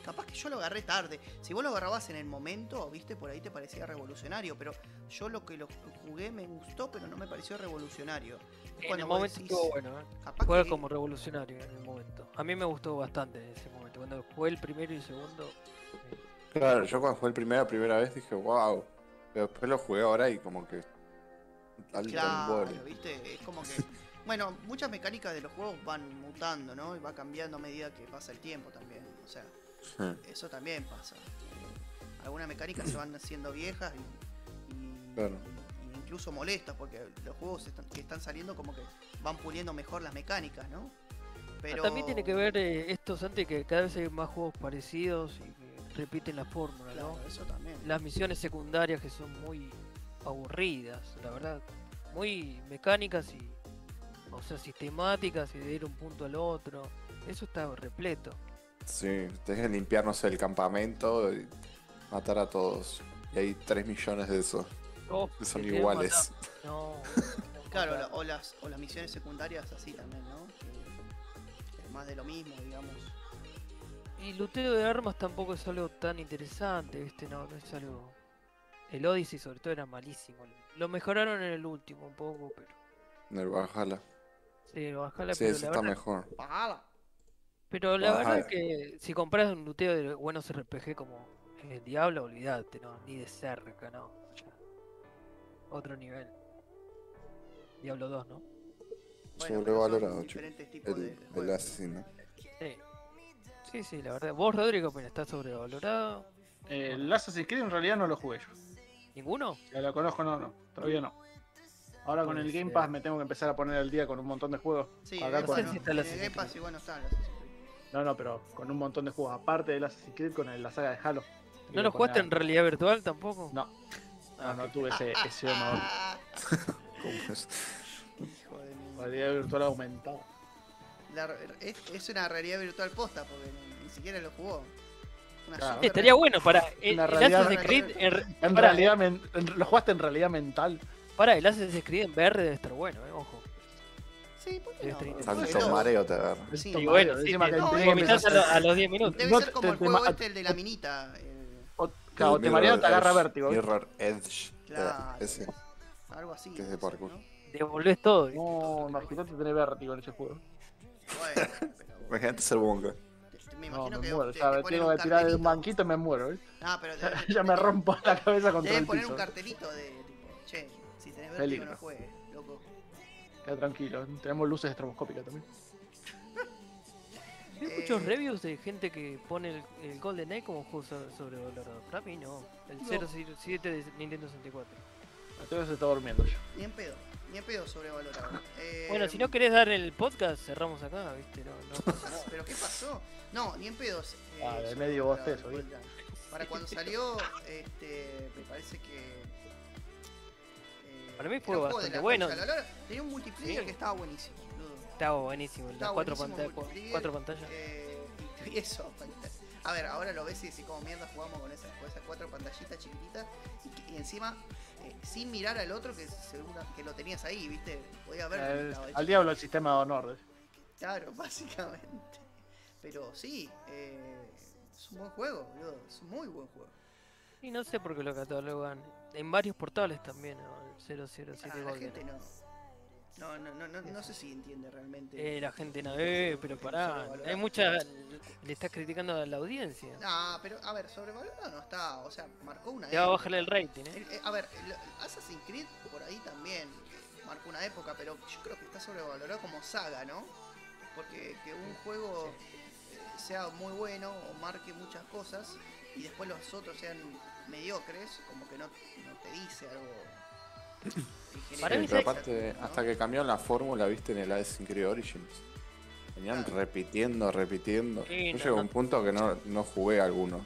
Speaker 2: capaz que yo lo agarré tarde. Si vos lo agarrabas en el momento, viste, por ahí te parecía revolucionario, pero yo lo que lo jugué me gustó, pero no me pareció revolucionario. Es
Speaker 3: En
Speaker 2: cuando
Speaker 3: el
Speaker 2: vos
Speaker 3: momento
Speaker 2: decís,
Speaker 3: estuvo bueno, ¿eh?
Speaker 2: capaz
Speaker 3: Juega
Speaker 2: que-
Speaker 3: como revolucionario en el momento. A mí me gustó bastante en ese momento. Cuando jugué el primero y el segundo.
Speaker 5: Claro, yo cuando jugué el primero, la primera vez dije, wow. Pero después lo jugué ahora y como que. Al
Speaker 2: Claro,
Speaker 5: embole.
Speaker 2: ¿viste? Es como que. Bueno, muchas mecánicas de los juegos van mutando, ¿no? Y va cambiando a medida que pasa el tiempo también. O sea,
Speaker 5: Sí.
Speaker 2: eso también pasa. Algunas mecánicas se van haciendo viejas y. y-
Speaker 5: Claro.
Speaker 2: y incluso molestas, porque los juegos están- que están saliendo como que van puliendo mejor las mecánicas, ¿no? Pero.
Speaker 3: Ah, También tiene que ver eh, esto, Santi, que cada vez hay más juegos parecidos y que repiten la fórmula,
Speaker 2: Claro,
Speaker 3: ¿no?
Speaker 2: eso también.
Speaker 3: Las misiones secundarias que son muy aburridas, la verdad. Muy mecánicas y. O sea, sistemáticas y de ir un punto al otro. Eso está repleto.
Speaker 5: Sí, tenés que limpiar, no sé, el campamento y matar a todos. Y hay 3 millones de esos,
Speaker 3: Oh,
Speaker 5: que son
Speaker 3: te quieren
Speaker 5: iguales.
Speaker 3: matar. No.
Speaker 2: Claro,
Speaker 3: matar.
Speaker 2: la- o las, o las misiones secundarias así también, ¿no? Que Es más de lo mismo, digamos.
Speaker 3: Y luteo de armas tampoco es algo tan interesante, ¿viste? No, no es algo. El Odyssey, sobre todo, era malísimo. Lo mejoraron en el último un poco, pero.
Speaker 5: En el Valhalla.
Speaker 3: Sí, Valhalla,
Speaker 5: Sí,
Speaker 3: pero,
Speaker 5: eso
Speaker 3: la
Speaker 5: está
Speaker 3: verdad,
Speaker 5: mejor.
Speaker 2: ¡Pala!
Speaker 3: pero la verdad
Speaker 5: Valhalla.
Speaker 3: es que si compras un luteo de buenos RPG como el Diablo, olvídate, no, ni de cerca, no. Ya. Otro nivel. Diablo 2, ¿no?
Speaker 5: Sobrevalorado, chicos.
Speaker 2: diferentes tipos de,
Speaker 5: El,
Speaker 2: de
Speaker 5: el
Speaker 2: juegos.
Speaker 5: asesino.
Speaker 3: Sí. Sí, sí, la verdad. Vos, Rodrigo, pero estás sobrevalorado.
Speaker 4: Eh, El Assassin's Creed en realidad no lo jugué yo.
Speaker 3: ¿Ninguno?
Speaker 4: Ya lo conozco, no, no. Todavía no. Ahora con
Speaker 3: Puede
Speaker 4: el Game
Speaker 3: ser.
Speaker 4: Pass me tengo que empezar a poner al día con un montón de juegos.
Speaker 2: Sí,
Speaker 4: Acá
Speaker 2: el
Speaker 4: con-
Speaker 2: Game
Speaker 3: No sé
Speaker 2: Pass,
Speaker 3: si
Speaker 2: no.
Speaker 3: está el
Speaker 2: En el
Speaker 3: Assassin's
Speaker 2: Game Pass
Speaker 3: Creed.
Speaker 2: igual no está el Assassin's Creed.
Speaker 4: No, no, pero con un montón de juegos. Aparte del Assassin's Creed con el- la saga de Halo.
Speaker 3: ¿No lo jugaste en realidad virtual tampoco?
Speaker 4: No. No, no tuve ese, ese honor.
Speaker 2: Ah,
Speaker 5: ¿Cómo es?
Speaker 2: hijo de mi-
Speaker 4: Realidad virtual aumentada.
Speaker 2: La re- es, es una realidad virtual posta porque ni, ni siquiera lo jugó. Una
Speaker 4: Claro.
Speaker 2: super-
Speaker 3: Estaría bueno para eh, el,
Speaker 4: Una
Speaker 3: el
Speaker 4: realidad
Speaker 3: Assassin's Creed en,
Speaker 4: En
Speaker 3: pará,
Speaker 4: realidad, men- en- lo jugaste en realidad mental.
Speaker 3: pará, el Assassin's Creed en VR debe estar bueno, eh, ojo.
Speaker 2: Sí, ¿por qué no?
Speaker 3: Debe estar interesante.
Speaker 5: Tanto
Speaker 2: Pero-
Speaker 5: mareo te agarra.
Speaker 2: Sí,
Speaker 4: Tanto
Speaker 3: Y bueno,
Speaker 4: mareo,
Speaker 3: sí,
Speaker 4: encima
Speaker 3: te-
Speaker 4: que
Speaker 2: no,
Speaker 4: tenés
Speaker 2: y
Speaker 4: que
Speaker 2: empezás
Speaker 3: vomitas a,
Speaker 4: empezar-
Speaker 3: lo- a los 10 minutos.
Speaker 2: Debe
Speaker 4: No,
Speaker 2: ser como
Speaker 4: te-
Speaker 2: el
Speaker 4: te
Speaker 2: juego
Speaker 4: ma-
Speaker 2: este el de la minita. el-
Speaker 5: Eh,
Speaker 4: o- Claro, te
Speaker 5: Mirror
Speaker 4: mareo, te agarra
Speaker 5: Edge,
Speaker 4: vértigo.
Speaker 5: Mirror Edge.
Speaker 2: Claro.
Speaker 5: eh, Ese.
Speaker 2: algo así.
Speaker 5: Que es de
Speaker 2: debe ser,
Speaker 5: parkour.
Speaker 2: ¿no?
Speaker 3: Devolvés todo. ¿viste?
Speaker 4: No, imagínate tener vértigo en ese juego.
Speaker 2: Bueno, pero-
Speaker 5: Imagínate ser bonga.
Speaker 2: Te- Me
Speaker 4: No,
Speaker 2: imagino
Speaker 4: me
Speaker 2: que
Speaker 4: muero.
Speaker 2: te-
Speaker 4: Ya
Speaker 2: te
Speaker 4: me
Speaker 2: ponen
Speaker 4: tengo
Speaker 2: un
Speaker 4: que tirar de un
Speaker 2: cartelito.
Speaker 4: banquito y me muero. ¿eh?
Speaker 2: Ah, pero te-
Speaker 4: ya me
Speaker 2: te-
Speaker 4: rompo la cabeza contra
Speaker 2: Deben
Speaker 4: el
Speaker 2: poner
Speaker 4: piso.
Speaker 2: un cartelito de tipo, che, si tenés vértigo
Speaker 4: Peligro.
Speaker 2: no juegues, loco.
Speaker 4: Queda tranquilo. Tenemos luces estroboscópicas también.
Speaker 3: Hay muchos
Speaker 2: eh,
Speaker 3: reviews de gente que pone el, el Golden Eye como juego sobre- sobrevalorado. Para mí no. El
Speaker 2: No.
Speaker 3: 007 de Nintendo 64.
Speaker 4: Entonces se está durmiendo yo.
Speaker 2: Ni en pedo, ni en pedo sobrevalorado. Eh,
Speaker 3: Bueno, si no querés dar el podcast, cerramos acá, ¿viste? No, no pasa nada.
Speaker 2: ¿Pero qué pasó? No, ni en pedo. eh,
Speaker 4: Ah, de
Speaker 2: sobrevalorado,
Speaker 4: medio bostezo,
Speaker 2: de vuelta. Para cuando salió, este, me parece que. eh,
Speaker 3: Para mí
Speaker 2: era
Speaker 3: fue
Speaker 2: un juego
Speaker 3: bastante
Speaker 2: de la
Speaker 3: bueno.
Speaker 2: concha, la verdad, tenía un multiplayer
Speaker 3: Sí.
Speaker 2: que estaba buenísimo, boludo.
Speaker 3: Estaba buenísimo. Las
Speaker 2: Estaba
Speaker 3: cuatro,
Speaker 2: buenísimo
Speaker 3: pantallas-
Speaker 2: multiplayer.
Speaker 3: cuatro pantallas.
Speaker 2: Eh, y eso, a ver, ahora lo ves y decís como mierda jugamos con esas, con esas cuatro pantallitas chiquititas y, que- y encima eh, sin mirar al otro que segura que lo tenías ahí, viste, podía ver dónde
Speaker 4: Eh,
Speaker 2: estaba el
Speaker 4: al
Speaker 2: chico.
Speaker 4: diablo el sistema de honor. eh.
Speaker 2: Claro, básicamente. Pero sí, eh, es un buen juego, boludo, es un muy buen juego.
Speaker 3: Y no sé por qué lo catalogan. En varios portales también, ¿no? el 007
Speaker 2: Ah, la
Speaker 3: Golden
Speaker 2: gente no. No, no, no, no, no sé si entiende realmente.
Speaker 3: Eh, la gente no ve, pero pará.
Speaker 2: sobrevalorado.
Speaker 3: Hay mucha. Le estás criticando a la audiencia.
Speaker 2: Ah, pero a ver, sobrevalorado no está, o sea, marcó una
Speaker 3: Te va a
Speaker 2: época.
Speaker 3: bajarle el rating, ¿eh?
Speaker 2: El- eh, a ver, el Assassin's Creed por ahí también eh, marcó una época, pero yo creo que está sobrevalorado como saga, ¿no? Porque que un juego eh, sea muy bueno o marque muchas cosas y después los otros sean mediocres, como que no, no te dice algo. en general.
Speaker 3: Para
Speaker 5: Sí,
Speaker 3: mí
Speaker 5: pero
Speaker 3: sí.
Speaker 5: aparte,
Speaker 2: ¿No?
Speaker 5: hasta que cambiaron la fórmula, viste, en el Assassin's Creed Origins. Venían
Speaker 2: Claro.
Speaker 5: repitiendo, repitiendo.
Speaker 3: Sí,
Speaker 5: yo
Speaker 3: no,
Speaker 5: llegué a
Speaker 3: no.
Speaker 5: un punto que no, no jugué algunos.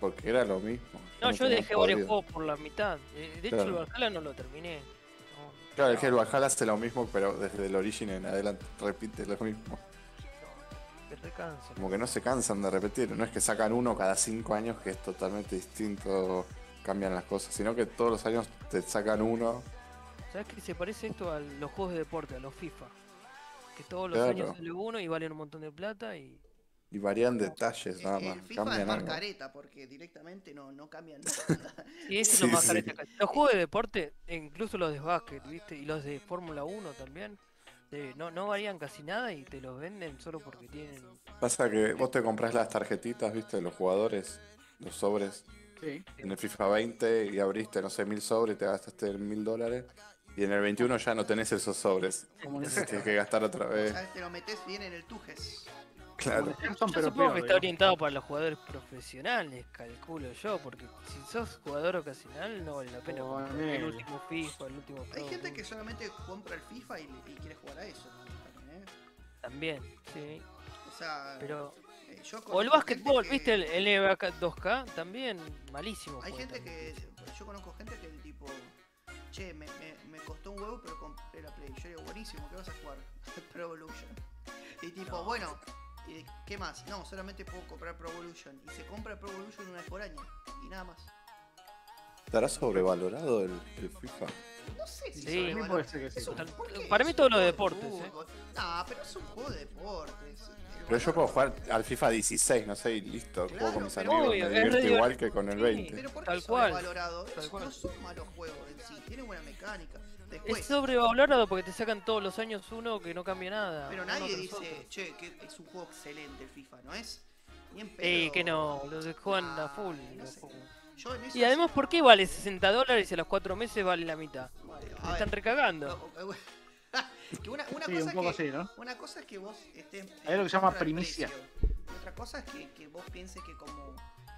Speaker 5: Porque era lo mismo.
Speaker 3: No,
Speaker 5: me
Speaker 3: yo
Speaker 5: tenía
Speaker 3: dejé varios
Speaker 5: podrido.
Speaker 3: juegos por la mitad. Eh, De hecho, el
Speaker 5: Claro.
Speaker 3: Valhalla no lo terminé. No,
Speaker 5: Claro, el Hell Valhalla hace lo mismo, pero desde el origen en adelante repite lo mismo.
Speaker 3: no, me recanso.
Speaker 5: Como que no se cansan de repetir. No es que sacan uno cada cinco años que es totalmente distinto, cambian las cosas, sino que todos los años te sacan uno.
Speaker 3: ¿Sabes que se parece esto a los juegos de deporte, a los FIFA? Que todos los
Speaker 5: Claro.
Speaker 3: años sale uno y valen un montón de plata y.
Speaker 5: Y varían detalles nada
Speaker 2: El-
Speaker 5: más.
Speaker 2: el FIFA es
Speaker 5: Cambian
Speaker 2: más
Speaker 5: algo.
Speaker 2: careta porque directamente no, no cambian nada.
Speaker 3: Y eso
Speaker 5: Sí,
Speaker 3: es lo más
Speaker 5: sí.
Speaker 3: careta que hay. Los juegos de deporte, e incluso los de básquet, ¿viste? Y los de Fórmula 1 también. Sí, no, no varían casi nada y te los venden solo porque tienen.
Speaker 5: Pasa que vos te compras las tarjetitas, viste, de los jugadores, los sobres.
Speaker 2: Sí.
Speaker 5: En el FIFA 20 y abriste, no sé, mil sobres y te gastaste mil dólares. Y en el 21 ya no tenés esos sobres.
Speaker 4: Como en el,
Speaker 5: Entonces tienes que gastar otra vez.
Speaker 2: Ya te lo metes bien en el tujes.
Speaker 4: como en
Speaker 5: Claro.
Speaker 4: el Simpson,
Speaker 3: Yo
Speaker 4: pero
Speaker 3: supongo
Speaker 4: peor,
Speaker 3: que está
Speaker 4: digamos.
Speaker 3: orientado para los jugadores profesionales, calculo yo, porque si sos jugador ocasional no vale la pena. comprar El
Speaker 4: Ponele.
Speaker 3: último FIFA, el último.
Speaker 2: Hay
Speaker 3: Pro,
Speaker 2: gente
Speaker 3: ¿no?
Speaker 2: que solamente compra el FIFA y, le- y quiere jugar a eso. ¿no? También, ¿eh?
Speaker 3: También, sí.
Speaker 2: O sea,
Speaker 3: Pero.
Speaker 2: eh, yo
Speaker 3: O el
Speaker 2: conozco
Speaker 3: básquetbol,
Speaker 2: gente que-
Speaker 3: ¿viste? El NBA 2K también, malísimo.
Speaker 2: Hay
Speaker 3: juego
Speaker 2: gente
Speaker 3: también.
Speaker 2: que. Yo conozco gente que tipo. Che, me, me, me costó un huevo, pero compré la Play. Yo digo, buenísimo, ¿qué vas a jugar? Pro Evolution. Y tipo,
Speaker 3: No.
Speaker 2: bueno, ¿y ¿qué más? No, solamente puedo comprar Pro Evolution. Y se compra Pro Evolution una vez por año. Y nada más.
Speaker 5: ¿Estará sobrevalorado el, el FIFA?
Speaker 2: No sé si
Speaker 3: Sí,
Speaker 2: sobrevalor-
Speaker 4: A mí puede ser que sí.
Speaker 2: Es un- ¿por qué?
Speaker 3: Para mí
Speaker 2: Es un
Speaker 3: todos los
Speaker 2: juego de
Speaker 3: deportes, eh.
Speaker 2: fútbol. No, pero es un juego de deportes. El
Speaker 5: Pero yo
Speaker 2: valor-
Speaker 5: puedo jugar al FIFA 16, no sé, y listo. Juego
Speaker 2: Claro,
Speaker 5: con mis
Speaker 2: pero
Speaker 5: amigos,
Speaker 3: obvio,
Speaker 5: me
Speaker 3: es
Speaker 5: divierto
Speaker 3: re
Speaker 5: igual que con el
Speaker 3: divertido.
Speaker 5: 20.
Speaker 2: Pero ¿por qué
Speaker 3: Tal
Speaker 2: es
Speaker 3: cual.
Speaker 2: sobrevalorado?
Speaker 3: Tal
Speaker 2: Es-
Speaker 3: cual.
Speaker 2: No son malos juegos en sí, tienen buena mecánica. Después,
Speaker 3: Es sobrevalorado porque te sacan todos los años uno que no cambia nada.
Speaker 2: Pero
Speaker 3: uno
Speaker 2: nadie
Speaker 3: tras
Speaker 2: dice,
Speaker 3: otro.
Speaker 2: che, que es un juego excelente el FIFA, ¿no es? Ni en pedo.
Speaker 3: Eh, que no, los juegan a
Speaker 2: Ah,
Speaker 3: full.
Speaker 2: no
Speaker 3: los
Speaker 2: sé.
Speaker 3: juegos.
Speaker 2: Yo en eso
Speaker 3: Y además, ¿por qué vale 60 dólares y a los 4 meses vale la mitad?
Speaker 2: A
Speaker 3: Te
Speaker 2: ver,
Speaker 3: están recagando.
Speaker 2: no, eh, que una, una
Speaker 4: Sí,
Speaker 2: cosa
Speaker 4: un poco
Speaker 2: es que,
Speaker 4: así, ¿no?
Speaker 2: Una cosa es que vos estés.
Speaker 4: Hay algo que se llama
Speaker 2: contra el
Speaker 4: primicia.
Speaker 2: precio. Y otra cosa es que, que vos pienses que como.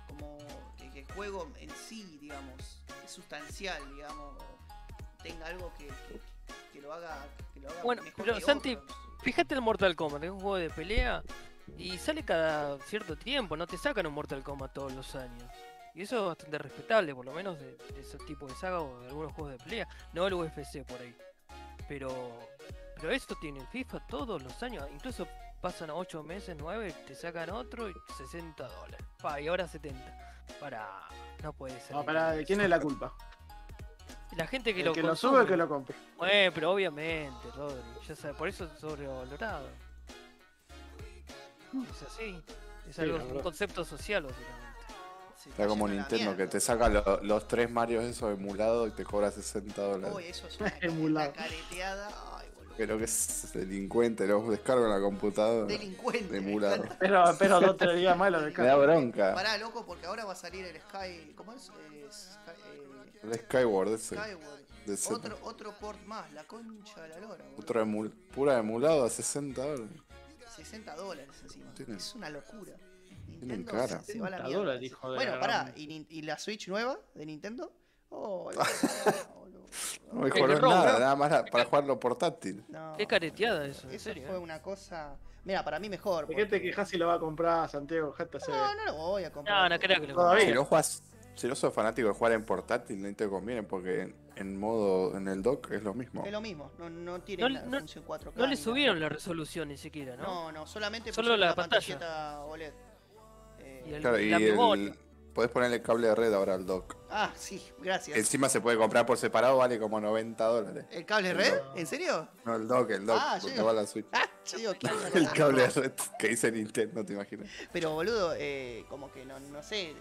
Speaker 2: como que, que el juego en sí, digamos, es sustancial, digamos, o tenga algo que, que, que lo haga, que lo haga
Speaker 3: Bueno,
Speaker 2: mejor
Speaker 3: pero,
Speaker 2: que
Speaker 3: Santi,
Speaker 2: otros.
Speaker 3: Fíjate el Mortal Kombat, que es un juego de pelea y sale cada cierto tiempo, no te sacan un Mortal Kombat todos los años. Y eso es bastante respetable, por lo menos de, de ese tipo de saga o de algunos juegos de pelea, no el UFC por ahí. Pero pero esto tiene el FIFA todos los años, incluso pasan 8 meses, 9, te sacan otro y 60 dólares. Pa, y ahora 70. Para, no puede ser.
Speaker 4: No, pará, ¿de quién es la culpa?
Speaker 3: La gente que
Speaker 4: El
Speaker 3: lo
Speaker 4: que lo
Speaker 3: consume.
Speaker 4: sube o el que lo compre.
Speaker 3: Eh, pero obviamente, Rodri. Ya sabes, por eso es sobrevalorado. Es así. Es
Speaker 4: Mm. Sí,
Speaker 3: algo,
Speaker 4: la
Speaker 3: un
Speaker 4: verdad.
Speaker 3: concepto social, básicamente.
Speaker 2: Se
Speaker 5: Está como
Speaker 2: yendo a la
Speaker 5: Nintendo que
Speaker 2: mierda.
Speaker 5: te saca lo- los tres Marios esos emulados y te cobra 60
Speaker 2: Uy,
Speaker 5: dólares.
Speaker 2: eso es una, ca-
Speaker 4: Emulado.
Speaker 2: una careteada. Ay, boludo.
Speaker 5: Pero que es delincuente, los descargo en la computadora.
Speaker 2: Delincuente.
Speaker 5: Emulado.
Speaker 2: me encanta.
Speaker 4: Pero, pero dos, tres días más lo
Speaker 5: Me da
Speaker 4: descarga.
Speaker 5: bronca.
Speaker 2: Pará, loco, porque ahora va a salir el Sky. ¿Cómo es? Eh, Sky- eh,
Speaker 5: El Skyward ese.
Speaker 2: Skyward.
Speaker 5: de Zelda.
Speaker 2: Otro, otro port más, la concha de la lora. boludo.
Speaker 5: Otro emul pura emulado a 60 dólares.
Speaker 2: 60 dólares encima.
Speaker 5: Tienen-
Speaker 2: Es una locura.
Speaker 5: tienen
Speaker 2: Nintendo
Speaker 5: cara.
Speaker 2: se, se va a la
Speaker 4: 70
Speaker 2: mierda.
Speaker 4: dólares, hijo de
Speaker 2: bueno,
Speaker 4: la
Speaker 2: pará,
Speaker 4: gran-
Speaker 2: ¿Y, nin- y la Switch nueva de Nintendo? Oh, la- boludo.
Speaker 5: No mejoró en
Speaker 3: robo,
Speaker 5: nada,
Speaker 3: ¿no?
Speaker 5: nada más la- para jugarlo portátil.
Speaker 2: No.
Speaker 3: Es careteada eso, en
Speaker 2: Eso
Speaker 3: serio.
Speaker 2: fue
Speaker 3: eh.
Speaker 2: una cosa. Mira, para mí mejor.
Speaker 4: ¿De qué te
Speaker 2: porque-
Speaker 4: quejas si lo va a comprar Santiago? Jata se
Speaker 2: No, no lo voy a comprar.
Speaker 3: No, no creo que lo
Speaker 4: Todavía.
Speaker 5: Si no juegas, si no sos fanático de jugar en portátil, no te conviene porque en, en modo, en el dock es lo mismo.
Speaker 2: Es lo mismo, no, no tiene
Speaker 3: No-
Speaker 2: la
Speaker 3: no-
Speaker 2: función 4K.
Speaker 3: No
Speaker 2: ni
Speaker 3: le
Speaker 2: nada.
Speaker 3: subieron la resolución ni siquiera, ¿no?
Speaker 2: No, no, solamente
Speaker 3: Solo
Speaker 2: pusieron
Speaker 3: la
Speaker 2: una
Speaker 3: pantalla.
Speaker 2: pantallita OLED. Eh,
Speaker 3: Y el-
Speaker 5: Claro, y
Speaker 3: la memoria.
Speaker 5: el, podés ponerle cable de red ahora al dock.
Speaker 2: Ah, sí, gracias.
Speaker 5: Encima se puede comprar por separado, vale como 90 dólares.
Speaker 2: ¿El cable
Speaker 5: el-
Speaker 2: red? ¿En serio?
Speaker 5: No, el dock, el dock,
Speaker 2: Ah,
Speaker 5: donde
Speaker 2: sí.
Speaker 5: va la Switch.
Speaker 2: Ah, yo digo, ¿qué mierda?
Speaker 5: El cable de red que dice Nintendo, te imaginas.
Speaker 2: Pero boludo, eh, como que no, no sé.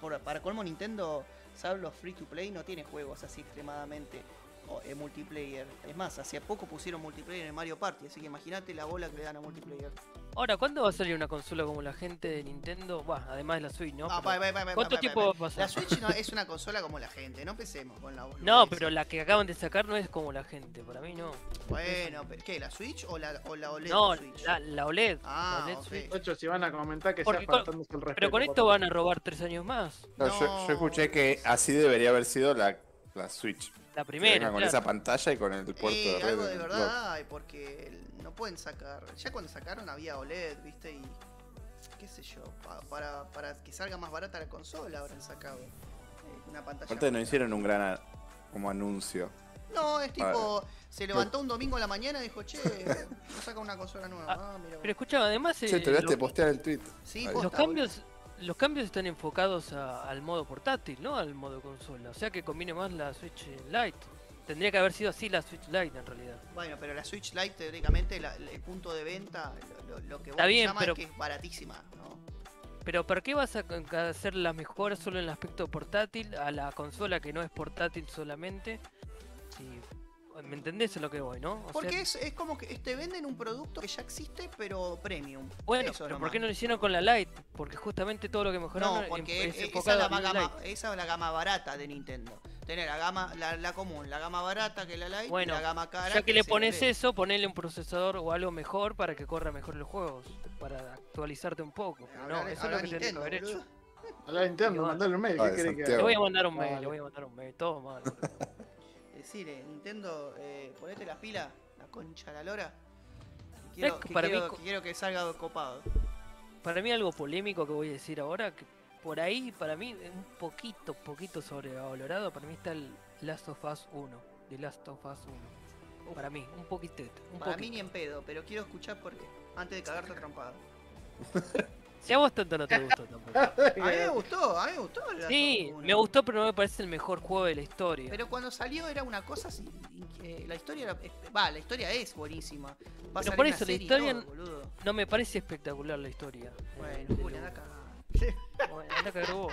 Speaker 2: por- para colmo, Nintendo, ¿sabes? Los free to play no tiene juegos así extremadamente o, eh, multiplayer. Es más, hace poco pusieron multiplayer en Mario Party, así que imagínate la bola que le dan a multiplayer.
Speaker 3: Ahora, ¿cuándo va a salir una consola como la gente de Nintendo? Bah, además de la Switch, ¿no?
Speaker 2: Ah, pa-
Speaker 3: Pero-
Speaker 2: pa- pa- pa-
Speaker 3: ¿Cuánto
Speaker 2: pa-
Speaker 3: tiempo
Speaker 2: pa-
Speaker 3: va a
Speaker 2: pa-
Speaker 3: pasar?
Speaker 2: La Switch no es una consola como la gente, no empecemos con la
Speaker 3: No,
Speaker 2: boludez.
Speaker 3: pero la que acaban de sacar no es como la gente, para mí no.
Speaker 2: Bueno, pero ¿qué? ¿La Switch o la, o E la OLED?
Speaker 3: No,
Speaker 2: Switch?
Speaker 3: la, la OLED.
Speaker 2: Ah,
Speaker 3: la OLED
Speaker 2: ok.
Speaker 3: Switch.
Speaker 4: Ocho, si van a comentar que
Speaker 3: Porque
Speaker 4: sea
Speaker 3: con-
Speaker 4: faltándose el respeto.
Speaker 3: Pero con esto van a robar tres años más.
Speaker 5: No, Yo, yo escuché que así debería haber sido la, la Switch.
Speaker 3: La
Speaker 5: Que
Speaker 3: primera.
Speaker 5: venga con
Speaker 3: claro.
Speaker 5: esa pantalla y con el puerto
Speaker 2: Eh,
Speaker 5: de red.
Speaker 2: algo
Speaker 5: en
Speaker 2: de
Speaker 5: el dock.
Speaker 2: verdad hay, porque el- no pueden sacar. Ya cuando sacaron había OLED, viste, y. qué sé yo, pa- para, para que salga más barata la consola habrán sacado. eh, Una pantalla.
Speaker 5: Aparte no
Speaker 2: más
Speaker 5: hicieron un gran a- como anuncio.
Speaker 2: grande. No, es tipo. Se levantó un domingo a la mañana y dijo, che, nos saca una consola nueva. Ah, mira.
Speaker 3: Pero escuchá, además.
Speaker 5: Che,
Speaker 3: eh,
Speaker 5: te olvidaste
Speaker 3: los-
Speaker 5: de postear el tweet.
Speaker 2: Sí,
Speaker 5: Ahí.
Speaker 2: posta,
Speaker 3: Los cambios, los cambios están enfocados a- al modo portátil, no al modo consola. O sea que combine más la Switch Lite. Tendría que haber sido así la Switch Lite en realidad.
Speaker 2: boludo. Bueno, pero la Switch Lite, teóricamente, la- el punto de venta, lo, lo- lo que vos
Speaker 3: Está bien,
Speaker 2: llama
Speaker 3: pero-
Speaker 2: es que es baratísima, ¿no?
Speaker 3: Pero ¿para qué vas a c- a hacer las mejoras solo en el aspecto portátil a la consola que no es portátil solamente? Si ¿Me entendés a lo que voy, no? O
Speaker 2: Porque
Speaker 3: sea,
Speaker 2: es, es como que te venden un producto que ya existe, pero premium.
Speaker 3: Bueno,
Speaker 2: Eso
Speaker 3: pero
Speaker 2: nomás.
Speaker 3: ¿por qué no lo hicieron con la Lite? Porque justamente todo lo que mejoraron
Speaker 2: No, porque
Speaker 3: en-
Speaker 2: e- e- esa es,
Speaker 3: enfocado
Speaker 2: la
Speaker 3: en
Speaker 2: gama,
Speaker 3: Lite.
Speaker 2: esa es la gama barata de Nintendo. Tener la gama, la, la común, la gama barata que es la Lite,
Speaker 3: Bueno,
Speaker 2: y la gama cara.
Speaker 3: Ya que le
Speaker 2: es el
Speaker 3: pones
Speaker 2: pre.
Speaker 3: eso, ponele un procesador o algo mejor para que corra mejor los juegos. Para actualizarte un poco. pero
Speaker 2: Hablá-
Speaker 3: no, eso es
Speaker 2: hablá
Speaker 3: lo que tendría que
Speaker 2: Nintendo,
Speaker 3: haber hecho.
Speaker 2: boludo.
Speaker 4: Habla interno,
Speaker 3: Igual.
Speaker 4: mandale un mail.
Speaker 5: Ah,
Speaker 4: ¿Qué
Speaker 5: de
Speaker 4: querés que
Speaker 5: Santiago.
Speaker 3: Le
Speaker 5: Pero
Speaker 4: haga?
Speaker 3: voy a mandar un mail,
Speaker 4: Dale.
Speaker 3: le voy a mandar un mail, todo mal. boludo.
Speaker 2: Decirle, Nintendo, eh, ponete las pilas, la concha de la lora. que
Speaker 3: ¿Sabés
Speaker 2: Quiero,
Speaker 3: que
Speaker 2: que
Speaker 3: para mí
Speaker 2: quiero,
Speaker 3: co-
Speaker 2: que quiero que salga copado.
Speaker 3: Para mí algo polémico que voy a decir ahora, que por ahí para mí es un poquito, poquito sobrevalorado, para mí está el Last of Us 1, de Last of Us 1. Para mí, un poquito, un
Speaker 2: Para mí
Speaker 3: poquito.
Speaker 2: ni en pedo, pero quiero escuchar por qué. Antes de cagarte trompado.
Speaker 3: Si a vos tanto no te gustó tampoco.
Speaker 2: A mí me gustó, a mí me gustó. el
Speaker 3: Sí,
Speaker 2: Last of Us
Speaker 3: me
Speaker 2: 1.
Speaker 3: gustó, pero no me parece el mejor juego de la historia.
Speaker 2: Pero cuando salió era una cosa así. eh, la historia era. eh, Va, la historia es buenísima. Va a
Speaker 3: Pero
Speaker 2: salir
Speaker 3: por
Speaker 2: una
Speaker 3: eso, la
Speaker 2: serie y
Speaker 3: historia
Speaker 2: todo,
Speaker 3: n-
Speaker 2: boludo.
Speaker 3: No me parece espectacular la historia.
Speaker 2: Bueno,
Speaker 3: del
Speaker 2: Julián,
Speaker 3: uno.
Speaker 2: anda acá.
Speaker 3: Bueno, andá a cagar vos.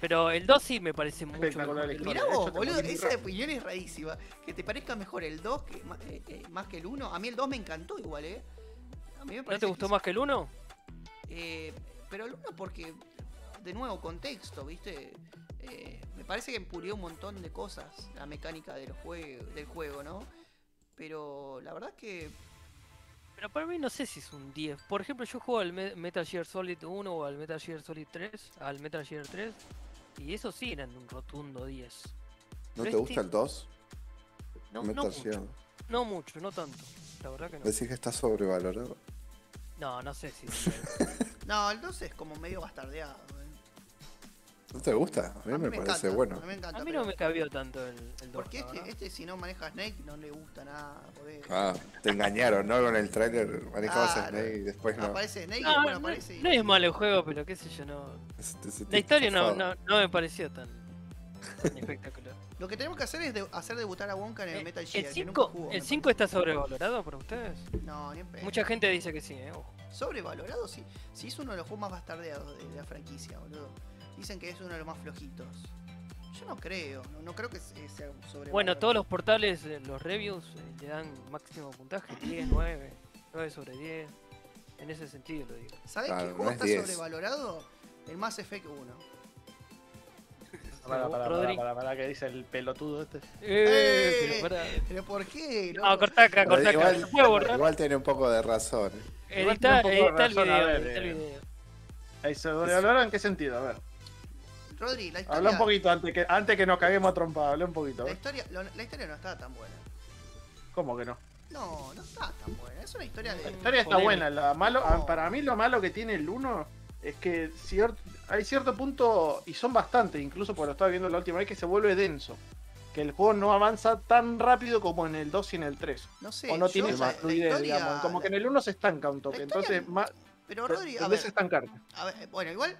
Speaker 3: Pero el 2 sí me parece mucho
Speaker 4: Espectacular
Speaker 3: mejor
Speaker 4: la
Speaker 3: que el
Speaker 4: historia.
Speaker 2: Mirá
Speaker 4: de
Speaker 2: vos,
Speaker 4: hecho, te
Speaker 2: boludo,
Speaker 4: morís muy
Speaker 2: esa
Speaker 4: rápido.
Speaker 2: opinión es rarísima. Que te parezca mejor el 2 que, ma- eh, eh, más que el 1. A mí el 2 me encantó igual, ¿eh? A mí me
Speaker 3: uno. ¿No
Speaker 2: parece
Speaker 3: te
Speaker 2: que
Speaker 3: gustó
Speaker 2: es-
Speaker 3: más que el 1?
Speaker 2: Eh, pero el 1 porque, de nuevo, contexto, ¿viste? Eh, me parece que empurió un montón de cosas la mecánica del juego, del juego, ¿no? Pero la verdad es que
Speaker 3: Pero para mí no sé si es un 10. Por ejemplo, yo juego al Me- Metal Gear Solid 1 o al Metal Gear Solid 3, al Metal Gear 3, y eso sí eran un rotundo 10.
Speaker 5: ¿No
Speaker 3: Pero
Speaker 5: te gusta
Speaker 3: este-
Speaker 5: el 2?
Speaker 3: No, no
Speaker 5: Metal Gear.
Speaker 3: mucho, no mucho, no tanto. La verdad que no.
Speaker 5: Decís que está sobrevalorado.
Speaker 3: No, no sé si. es un 10.
Speaker 2: No, el 2 es como medio bastardeado. eh.
Speaker 5: ¿No te gusta? A mí, me, parece
Speaker 2: encanta,
Speaker 5: bueno.
Speaker 2: A mí me encanta.
Speaker 3: A mí no
Speaker 2: pero-
Speaker 3: me cabió tanto el, el 2.
Speaker 2: Porque
Speaker 3: la
Speaker 2: este,
Speaker 3: verdad.
Speaker 2: este, si no maneja Snake, no le gusta nada. porque-
Speaker 5: Ah, te engañaron, ¿no? Con el tráiler manejabas a
Speaker 2: Claro.
Speaker 5: Snake y después no.
Speaker 2: Aparece Snake
Speaker 3: No,
Speaker 2: y bueno,
Speaker 3: no-
Speaker 2: aparece. y-
Speaker 3: no es malo el juego, pero qué sé yo, no.
Speaker 5: Ese- ese
Speaker 3: La
Speaker 5: tipo
Speaker 3: historia no,
Speaker 5: zafado.
Speaker 3: no, no me pareció tan, tan espectacular.
Speaker 2: Lo que tenemos que hacer es de- hacer debutar a Wonka en el
Speaker 3: Eh,
Speaker 2: Metal Gear.
Speaker 3: ¿El
Speaker 2: que nunca
Speaker 3: 5
Speaker 2: jugó, me
Speaker 3: el
Speaker 2: parece.
Speaker 3: 5 está sobrevalorado para ustedes?
Speaker 2: No, ni en pedo.
Speaker 3: Mucha gente dice que sí, eh. ojo.
Speaker 2: Sobrevalorado, sí. Sí, es uno de los juegos más bastardeados de la franquicia, boludo. Dicen que es uno de los más flojitos. Yo no creo, no, no creo que se- sea sobrevalorado.
Speaker 3: Bueno, todos los portales, eh, los reviews, eh, le dan máximo puntaje, 10, 9, 9 sobre 10. En ese sentido lo
Speaker 4: Ah,
Speaker 3: digo.
Speaker 2: ¿Sabes
Speaker 5: Claro,
Speaker 2: qué
Speaker 5: no
Speaker 2: juego
Speaker 5: es
Speaker 2: está
Speaker 5: 10.
Speaker 2: sobrevalorado? El Mass Effect 1.
Speaker 4: Pará, pará,
Speaker 3: Rodri.
Speaker 4: pará, pará, pará, que dice el pelotudo este.
Speaker 3: ¡Eh!
Speaker 2: ¡Eh!
Speaker 3: Pero pará.
Speaker 2: ¿Pero por qué?
Speaker 3: No,
Speaker 2: loco?
Speaker 3: cortá acá, cortá acá.
Speaker 5: Igual-
Speaker 3: ¿Se puede borrar?
Speaker 5: Igual tiene un poco de razón. ¿eh?
Speaker 3: Editá,
Speaker 4: tiene un poco
Speaker 3: editá
Speaker 4: de
Speaker 3: el
Speaker 4: razón, a
Speaker 3: video,
Speaker 4: ver,
Speaker 3: editá el
Speaker 4: eh.
Speaker 3: video.
Speaker 4: Ahí ¿Sobrevaloran en qué sentido? A ver,
Speaker 2: Rodri, la historia.
Speaker 4: habla un poquito antes que, antes que nos caguemos a trompada, habla un poquito. a
Speaker 2: La
Speaker 4: ver.
Speaker 2: historia, lo- la historia no está tan buena. Eh.
Speaker 4: ¿Cómo que no?
Speaker 2: No, no está tan buena. Es una historia
Speaker 3: La
Speaker 2: de.
Speaker 4: La historia está
Speaker 3: Polémica.
Speaker 4: buena. La malo, ah,
Speaker 2: No.
Speaker 4: Para mí lo malo que tiene el 1 es que cier- hay cierto punto, y son bastantes, incluso porque lo estaba viendo la última vez, que se vuelve denso. Que el juego no avanza tan rápido como en el 2 y en el 3.
Speaker 2: No sé.
Speaker 4: o no
Speaker 2: yo
Speaker 4: tiene
Speaker 2: la-
Speaker 4: más
Speaker 2: la
Speaker 4: fluidez,
Speaker 2: historia-
Speaker 4: digamos. Como que en el 1 se estanca un toque.
Speaker 2: la historia-
Speaker 4: Entonces, más,
Speaker 2: Pero Rodri, a
Speaker 4: tendés a
Speaker 2: ver,
Speaker 4: estancarte.
Speaker 2: a ver, bueno, igual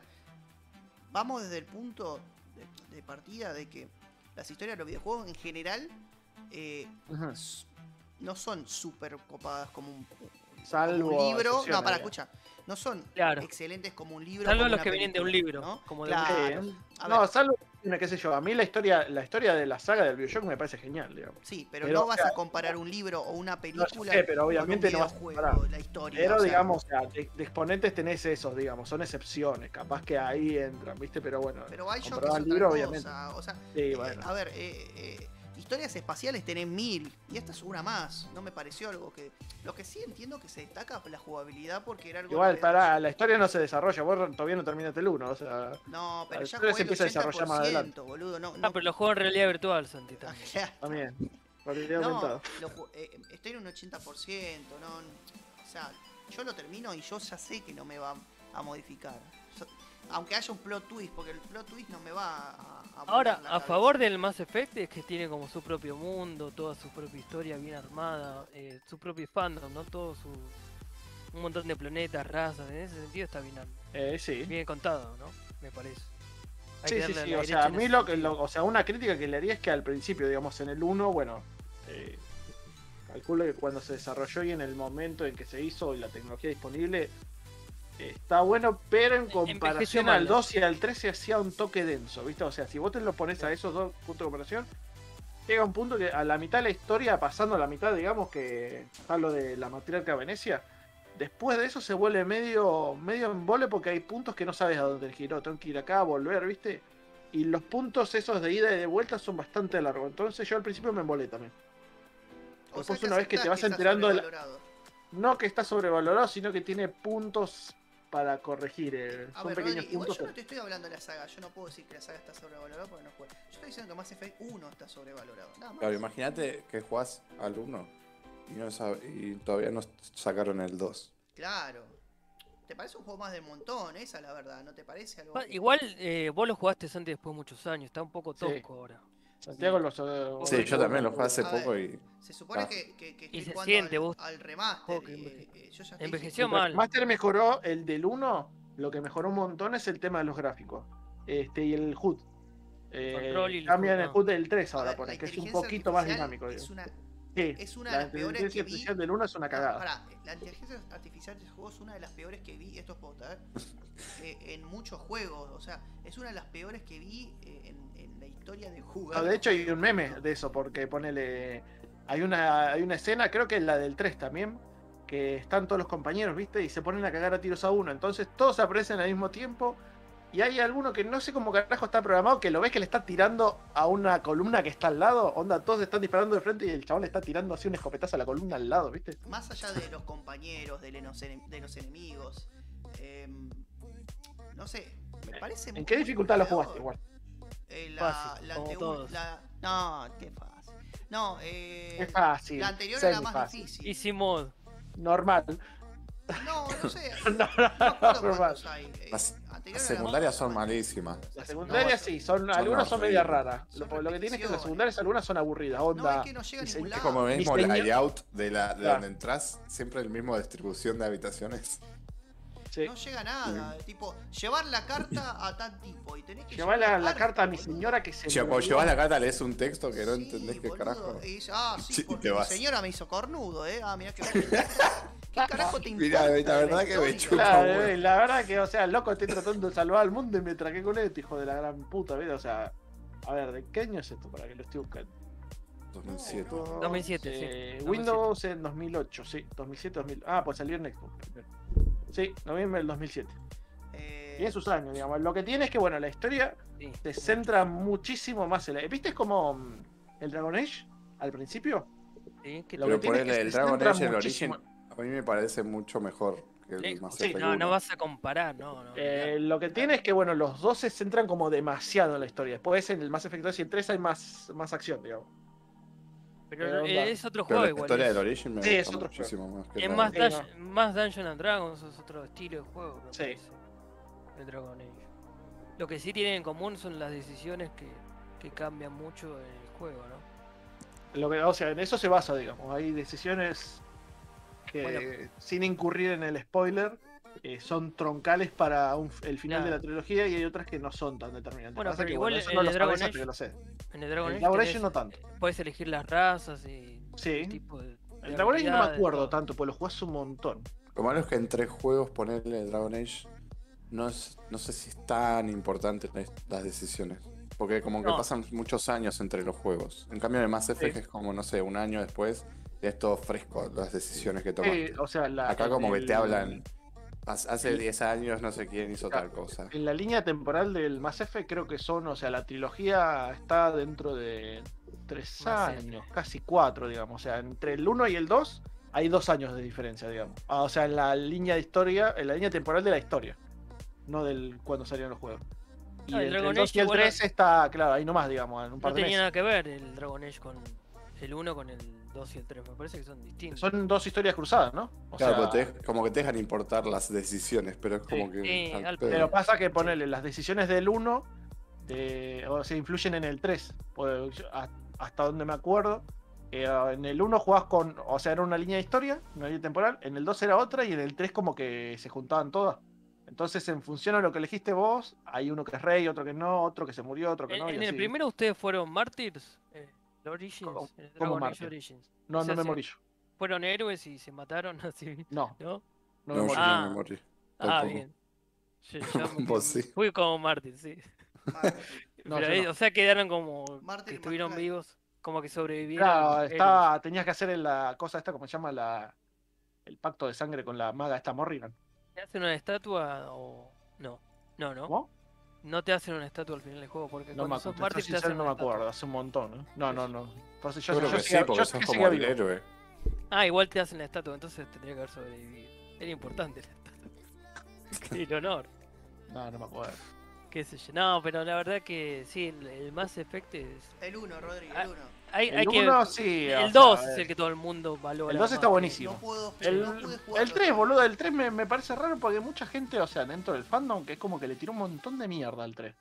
Speaker 2: vamos desde el punto de, de partida de que las historias de los videojuegos en general eh,
Speaker 4: Ujú.
Speaker 2: s- no son súper copadas como un, como un
Speaker 4: Salvo
Speaker 2: libro.
Speaker 4: excepciones,
Speaker 2: No, para,
Speaker 4: digamos.
Speaker 2: escucha. No son
Speaker 3: Claro.
Speaker 2: excelentes como un libro.
Speaker 3: Salvo
Speaker 2: como
Speaker 3: los
Speaker 2: una
Speaker 3: que vienen de un
Speaker 2: película,
Speaker 3: libro,
Speaker 2: ¿no?
Speaker 3: como de un-
Speaker 2: claro.
Speaker 4: Sí.
Speaker 2: A
Speaker 4: No,
Speaker 2: ver,
Speaker 4: salvo, una, qué sé yo, a mí la historia, la historia de la saga del Bioshock me parece genial, digamos.
Speaker 2: sí, pero,
Speaker 4: pero,
Speaker 2: no vas
Speaker 4: o sea,
Speaker 2: a comparar un libro o una
Speaker 4: No
Speaker 2: película.
Speaker 4: sé, pero obviamente no
Speaker 2: con un
Speaker 4: vas a
Speaker 2: videojuego,
Speaker 4: comparar.
Speaker 2: la historia.
Speaker 4: Pero
Speaker 2: o sea,
Speaker 4: digamos, o sea, de, de exponentes tenés esos, digamos, son excepciones, capaz que ahí entran, ¿viste? Pero bueno,
Speaker 2: Pero Bioshock es
Speaker 4: comparado
Speaker 2: otra
Speaker 4: al libro,
Speaker 2: cosa.
Speaker 4: obviamente.
Speaker 2: O sea,
Speaker 4: sí,
Speaker 2: Eh,
Speaker 4: bueno.
Speaker 2: A ver, eh, eh, historias espaciales tenés mil y esta es una más. No me pareció algo que. Lo que sí entiendo que se destaca la jugabilidad porque era algo.
Speaker 4: Igual,
Speaker 2: que-
Speaker 4: para la historia no se desarrolla, vos todavía no terminaste el 1, o sea,
Speaker 2: No, pero
Speaker 4: la
Speaker 2: ya
Speaker 4: historia
Speaker 2: jugué
Speaker 4: se
Speaker 2: el
Speaker 4: empieza a desarrollar más
Speaker 2: 80%, boludo. No,
Speaker 3: Ah,
Speaker 2: no-
Speaker 3: pero lo juego en realidad virtual, Santi. también.
Speaker 4: también. Realidad
Speaker 2: no,
Speaker 4: aumentada.
Speaker 2: lo ju- eh, estoy en un 80%, no. O sea, yo lo termino y yo ya sé que no me va a modificar. So- aunque haya un plot twist, porque el plot twist no me va a. a
Speaker 3: Ahora,
Speaker 2: volar la
Speaker 3: a
Speaker 2: cabeza.
Speaker 3: favor del Mass Effect es que tiene como su propio mundo, toda su propia historia bien armada, eh, su propio fandom, ¿no? Todo su... Un montón de planetas, razas, en ese sentido está bien, ar-
Speaker 4: Eh, sí.
Speaker 3: bien contado, ¿no? Me parece. Hay que
Speaker 4: Sí, sí,
Speaker 3: darle
Speaker 4: sí.
Speaker 3: la
Speaker 4: O
Speaker 3: derecha
Speaker 4: sea, a
Speaker 3: en
Speaker 4: mí
Speaker 3: ese
Speaker 4: lo que,
Speaker 3: sentido.
Speaker 4: lo- o sea, una crítica que le haría es que al principio, digamos, en el 1, bueno, eh, calculo que cuando se desarrolló y en el momento en que se hizo y la tecnología disponible, eh, está bueno, pero en comparación
Speaker 3: mal,
Speaker 4: al
Speaker 3: ¿no?
Speaker 4: 2 y al 3 se hacía un toque denso, ¿viste? O sea, si vos te lo pones a esos dos puntos de comparación, llega un punto que a la mitad de la historia, pasando a la mitad, digamos que está lo de la matriarca Venecia, después de eso se vuelve medio, medio embole porque hay puntos que no sabes a dónde elegir. No, tengo que ir acá, volver, ¿viste? Y los puntos esos de ida y de vuelta son bastante largos. Entonces yo al principio me embolé también.
Speaker 2: O
Speaker 4: Después una vez que te vas enterando de la- No que está sobrevalorado, sino que tiene puntos para corregir. eh,
Speaker 2: A
Speaker 4: son
Speaker 2: ver,
Speaker 4: pequeños
Speaker 2: Rodri, Ah, igual
Speaker 4: puntos.
Speaker 2: yo no
Speaker 4: pero-
Speaker 2: te estoy hablando de la saga, yo no puedo decir que la saga está sobrevalorada porque no juego. Yo estoy diciendo que Mass Effect 1 está sobrevalorado. Nada más.
Speaker 5: Claro, imagínate que jugás al 1 y, no sab- y todavía no sacaron el 2.
Speaker 2: Claro. ¿Te parece un juego más del montón? Esa es la verdad, ¿no te parece algo?
Speaker 3: Pa-
Speaker 2: que-
Speaker 3: Igual eh, vos lo jugaste antes después de muchos años, está un poco
Speaker 4: Sí.
Speaker 3: tosco ahora.
Speaker 4: Santiago los, eh,
Speaker 5: Sí, yo también lo jugué hace
Speaker 2: A
Speaker 5: poco
Speaker 2: ver.
Speaker 5: y
Speaker 2: Se supone
Speaker 5: Ah.
Speaker 2: que, que, que
Speaker 3: Y
Speaker 2: estoy
Speaker 3: se
Speaker 2: jugando
Speaker 3: siente,
Speaker 2: al,
Speaker 3: vos-
Speaker 2: al remaster.
Speaker 3: Juego
Speaker 2: y-
Speaker 3: que enveje-
Speaker 2: eh, yo ya estoy-
Speaker 3: Envejeció
Speaker 4: Mientras
Speaker 3: mal.
Speaker 4: Master mejoró el del 1, lo que mejoró un montón es el tema de los gráficos. Este, y el HUD. Eh,
Speaker 3: Control y el
Speaker 4: cambian
Speaker 3: HUD,
Speaker 4: el
Speaker 3: ah.
Speaker 4: HUD del 3
Speaker 2: A
Speaker 4: ahora,
Speaker 2: ver, la
Speaker 4: porque es un
Speaker 2: inteligencia
Speaker 4: poquito más
Speaker 2: artificial
Speaker 4: dinámico.
Speaker 2: Es
Speaker 4: digo.
Speaker 2: una,
Speaker 4: Sí,
Speaker 2: es una de
Speaker 4: la
Speaker 2: las peores que
Speaker 4: inteligencia
Speaker 2: vi. Ah,
Speaker 4: artificial del 1 es una cagada.
Speaker 2: Pará, la inteligencia artificial del juego es una de las peores que vi, esto es posta, eh, en muchos juegos. O sea, es una de las peores que vi eh, en, en la historia de jugar.
Speaker 4: No, de hecho, hay un meme de eso, porque ponele. Hay una, hay una escena, creo que es la del 3 también, que están todos los compañeros, ¿viste? Y se ponen a cagar a tiros a uno. Entonces todos aparecen al mismo tiempo. Y hay alguno que no sé cómo carajo está programado, que lo ves que le está tirando a una columna que está al lado. Onda, todos están disparando de frente y el chabón le está tirando así un escopetazo a la columna al lado, ¿viste?
Speaker 2: Más allá de los compañeros, de los, ene- de los enemigos. em, no sé, me parece
Speaker 4: Eh, ¿En qué
Speaker 2: muy
Speaker 4: dificultad lo
Speaker 2: golpeador.
Speaker 4: jugaste igual?
Speaker 2: Eh, la,
Speaker 3: Fácil,
Speaker 2: la
Speaker 3: como
Speaker 2: anteú-
Speaker 3: todos.
Speaker 2: la- No, qué fácil. No, eh,
Speaker 4: Es fácil.
Speaker 2: la anterior era más
Speaker 4: semifácil,
Speaker 2: difícil.
Speaker 3: Easy mod.
Speaker 4: Normal.
Speaker 2: No, no sé.
Speaker 4: No,
Speaker 2: No,
Speaker 4: no,
Speaker 2: acuerdo
Speaker 4: normal.
Speaker 2: cuántos hay. Eh,
Speaker 5: Las-
Speaker 2: anterior
Speaker 5: las
Speaker 2: era más
Speaker 5: secundarias son
Speaker 2: fácil.
Speaker 5: malísimas.
Speaker 4: Las secundarias sí, son, algunas son medio
Speaker 5: horribles.
Speaker 4: raras. Lo,
Speaker 2: Son
Speaker 4: lo que tiene es que las
Speaker 2: repeticiones.
Speaker 4: secundarias algunas son aburridas.
Speaker 2: No,
Speaker 4: Onda.
Speaker 2: es que no llega a ningún
Speaker 4: y se-
Speaker 5: Es
Speaker 2: lado.
Speaker 5: como el mismo
Speaker 4: Diseño-
Speaker 5: layout de, la, de
Speaker 4: Claro.
Speaker 5: donde entras, siempre el mismo distribución de habitaciones.
Speaker 4: sí.
Speaker 2: No llega a nada. Tipo, llevar la carta a tal tipo. Y tenés que
Speaker 4: Llevar la,
Speaker 2: llevar
Speaker 4: la carta a mi
Speaker 2: boludo.
Speaker 4: señora que se.
Speaker 5: Che,
Speaker 4: me
Speaker 5: cuando
Speaker 4: olvidó.
Speaker 5: llevas la carta, lees un texto que no
Speaker 2: Sí,
Speaker 5: entendés qué
Speaker 2: boludo.
Speaker 5: carajo.
Speaker 2: Y dice, ah, sí,
Speaker 5: Sí, y
Speaker 2: porque
Speaker 5: te
Speaker 2: mi
Speaker 5: vas.
Speaker 2: señora me hizo cornudo, eh. Ah, mirá que. ¿Qué carajo te
Speaker 5: Mirá,
Speaker 2: importa?
Speaker 5: la verdad que me
Speaker 2: histórico?
Speaker 5: chupa
Speaker 4: Claro,
Speaker 5: bueno.
Speaker 4: eh, la verdad que, o sea, loco, estoy tratando de salvar al mundo y me traqué con esto, hijo de la gran puta, ¿ves? O sea, a ver, ¿de qué año es esto para que lo esté buscando?
Speaker 5: 2007.
Speaker 2: No, no.
Speaker 3: 2007, sí,
Speaker 4: Eh,
Speaker 3: 2007.
Speaker 4: Windows en 2008, sí, 2007, 2000. Ah, pues salió en Xbox primero. Sí, noviembre del 2007.
Speaker 2: Eh,
Speaker 4: Tiene sus años, digamos. Lo que tiene es que, bueno, la historia
Speaker 3: Sí.
Speaker 4: se centra muchísimo más en la. ¿Viste? Es como mm, el Dragon Age al principio.
Speaker 3: Sí, que
Speaker 4: Lo
Speaker 5: Pero
Speaker 4: que tiene es
Speaker 5: ponerle
Speaker 4: que
Speaker 5: el
Speaker 4: se
Speaker 5: Dragon
Speaker 4: centra
Speaker 5: Age, el
Speaker 4: muchísimo-
Speaker 5: origen, a mí me parece mucho mejor que el
Speaker 3: lejos.
Speaker 5: Mass
Speaker 4: Sí,
Speaker 5: Effect
Speaker 3: No, no
Speaker 5: 1.
Speaker 3: vas a comparar, no, no.
Speaker 4: Eh, lo que tiene es que, bueno, los dos se centran como demasiado en la historia. Después en el Mass Effect 2 y el 3 hay más, más acción, digamos.
Speaker 3: pero
Speaker 4: eh, onda.
Speaker 3: eh, es otro
Speaker 5: Pero
Speaker 3: juego
Speaker 5: la
Speaker 3: igual.
Speaker 5: historia
Speaker 3: es-
Speaker 5: del origen me
Speaker 4: Sí, es
Speaker 5: gusta
Speaker 4: otro
Speaker 5: muchísimo más que
Speaker 3: Es
Speaker 5: la-
Speaker 3: más,
Speaker 4: Sí,
Speaker 3: Dungeon- más Dungeon and Dragons, es otro estilo de juego. me
Speaker 4: Sí.
Speaker 3: parece, El Dragon Age. Lo que sí tienen en común son las decisiones que, que cambian mucho en el juego, ¿no?
Speaker 4: Lo que, o sea, en eso se basa, digamos. Hay decisiones que,
Speaker 3: Bueno.
Speaker 4: sin incurrir en el spoiler, eh, son troncales para un- el final
Speaker 3: Claro.
Speaker 4: de la trilogía y hay otras que no son tan determinantes.
Speaker 3: Bueno,
Speaker 4: Pasa
Speaker 3: pero
Speaker 4: que,
Speaker 3: igual
Speaker 4: eso
Speaker 3: en
Speaker 4: no
Speaker 3: el
Speaker 4: lo
Speaker 3: Dragon
Speaker 4: sabes hasta
Speaker 3: Age-
Speaker 4: que lo sé.
Speaker 3: En el Dragon
Speaker 4: El
Speaker 3: Age.
Speaker 4: Dragon
Speaker 3: tenés-
Speaker 4: Age no tanto.
Speaker 3: Puedes elegir las razas y
Speaker 4: Sí.
Speaker 3: el tipo de. de
Speaker 4: El Dragon Age no me
Speaker 3: habilidades,
Speaker 4: acuerdo
Speaker 3: todo.
Speaker 4: tanto, pues lo jugaste un montón.
Speaker 5: Lo malo es que en tres juegos ponerle Dragon Age no, es, no sé si es tan importante la- las decisiones. Porque como que
Speaker 3: No.
Speaker 5: pasan muchos años entre los juegos. En cambio en Mass Effect es como, no sé, un año después y es todo fresco las decisiones que toman.
Speaker 4: Eh, o sea, la-
Speaker 5: Acá como que
Speaker 4: el-
Speaker 5: te hablan, "Has- hace
Speaker 4: el-
Speaker 5: 10 años no sé quién hizo
Speaker 4: Claro.
Speaker 5: tal cosa.
Speaker 4: En la línea temporal del Mass Effect creo que son, o sea, la trilogía está dentro de tres
Speaker 3: Mass Effect.
Speaker 4: años, casi cuatro, digamos. O sea, entre el 1 y el 2 hay dos años de diferencia, digamos. Ah, o sea, en la línea de historia, en la línea temporal de la historia, no del cuando salieron los juegos. Y
Speaker 3: Ah, el
Speaker 4: entre el
Speaker 3: Dragon
Speaker 4: 2
Speaker 3: Age
Speaker 4: y el
Speaker 3: igual
Speaker 4: 3 está, claro, ahí nomás, digamos, en un par
Speaker 3: No
Speaker 4: de
Speaker 3: tenía
Speaker 4: meses.
Speaker 3: nada que ver el Dragon Age con el 1 con el 2 y el 3. Me parece que son distintos.
Speaker 4: Son dos historias cruzadas, ¿no? O
Speaker 5: Claro,
Speaker 4: sea,
Speaker 5: pero te dej- como que te dejan importar las decisiones, pero es
Speaker 4: Sí.
Speaker 5: como que...
Speaker 3: Sí,
Speaker 5: al
Speaker 3: al-
Speaker 5: pedo.
Speaker 4: Pero pasa que ponerle las decisiones del 1 eh, o sea, influyen en el 3. Pues, yo- a- hasta donde me acuerdo, eh, en el 1 jugabas con. O sea, era una línea de historia, una línea temporal. En el 2 era otra y en el 3 como que se juntaban todas. Entonces, en función a lo que elegiste vos, hay uno que es rey, otro que no, otro que se murió, otro que
Speaker 3: En,
Speaker 4: no. y
Speaker 3: en el
Speaker 4: así.
Speaker 3: primero ustedes fueron mártires. Eh, el Origins.
Speaker 4: ¿Cómo-
Speaker 3: el
Speaker 4: cómo
Speaker 3: Dragon Age
Speaker 4: mártir?
Speaker 3: Origins.
Speaker 4: No,
Speaker 3: o sea,
Speaker 4: no me
Speaker 3: se-
Speaker 4: morí yo.
Speaker 3: Fueron héroes y se mataron así,
Speaker 4: No,
Speaker 3: ¿no?
Speaker 4: no me
Speaker 5: No, yo
Speaker 4: morí.
Speaker 5: no
Speaker 3: Ah.
Speaker 5: me morí.
Speaker 3: Ah,
Speaker 5: Tampoco.
Speaker 3: bien. Yo- yo me-
Speaker 5: Vos sí.
Speaker 3: Fui como mártir, sí.
Speaker 2: Marvel.
Speaker 4: No,
Speaker 3: Pero
Speaker 4: yo
Speaker 3: ahí-
Speaker 4: no.
Speaker 3: O sea, quedaron como
Speaker 2: Mártir
Speaker 3: que
Speaker 2: más
Speaker 3: estuvieron
Speaker 2: claro.
Speaker 3: vivos como que sobrevivieron.
Speaker 4: Claro,
Speaker 3: héroes.
Speaker 4: estaba, tenías que hacer la cosa esta, como se llama la, el pacto de sangre con la maga esta Morrigan.
Speaker 3: ¿Te hacen una estatua o.? No. No, no.
Speaker 4: ¿Cómo?
Speaker 3: No te hacen una estatua al final del juego porque
Speaker 4: No me
Speaker 3: cuando sos
Speaker 4: acuerdo.
Speaker 3: mártir
Speaker 4: Te
Speaker 3: te
Speaker 4: soy sincero,
Speaker 3: hacen
Speaker 4: no
Speaker 3: una
Speaker 4: me
Speaker 3: estatua.
Speaker 4: acuerdo, hace un montón, ¿no? No, no, no. Por eso yo,
Speaker 5: Yo creo
Speaker 4: yo
Speaker 5: que
Speaker 4: sé
Speaker 5: sí,
Speaker 4: que-
Speaker 5: porque
Speaker 4: yo
Speaker 5: son
Speaker 4: sé que
Speaker 5: como
Speaker 4: sigue
Speaker 5: el
Speaker 4: vivo.
Speaker 5: héroe.
Speaker 3: Ah, igual te hacen la estatua, entonces tendría que haber sobrevivido. Era importante la estatua. El honor.
Speaker 4: No, no me acuerdo.
Speaker 3: Qué sé yo. No, pero la verdad que sí, el, el Mass Effect es.
Speaker 2: El 1, Rodri,
Speaker 3: Ah,
Speaker 2: el 1.
Speaker 3: Hay, hay
Speaker 4: El
Speaker 3: que.
Speaker 4: 1 sí. o
Speaker 3: el
Speaker 4: sea,
Speaker 3: 2
Speaker 4: a
Speaker 3: es
Speaker 4: ver.
Speaker 3: el que todo el mundo valora.
Speaker 4: El 2 está
Speaker 3: más.
Speaker 4: buenísimo.
Speaker 2: No puedo,
Speaker 4: El,
Speaker 2: no pude jugar.
Speaker 4: el 3, boludo, el 3 me, me parece raro porque mucha gente, o sea, dentro del fandom, que es como que le tiró un montón de mierda al 3.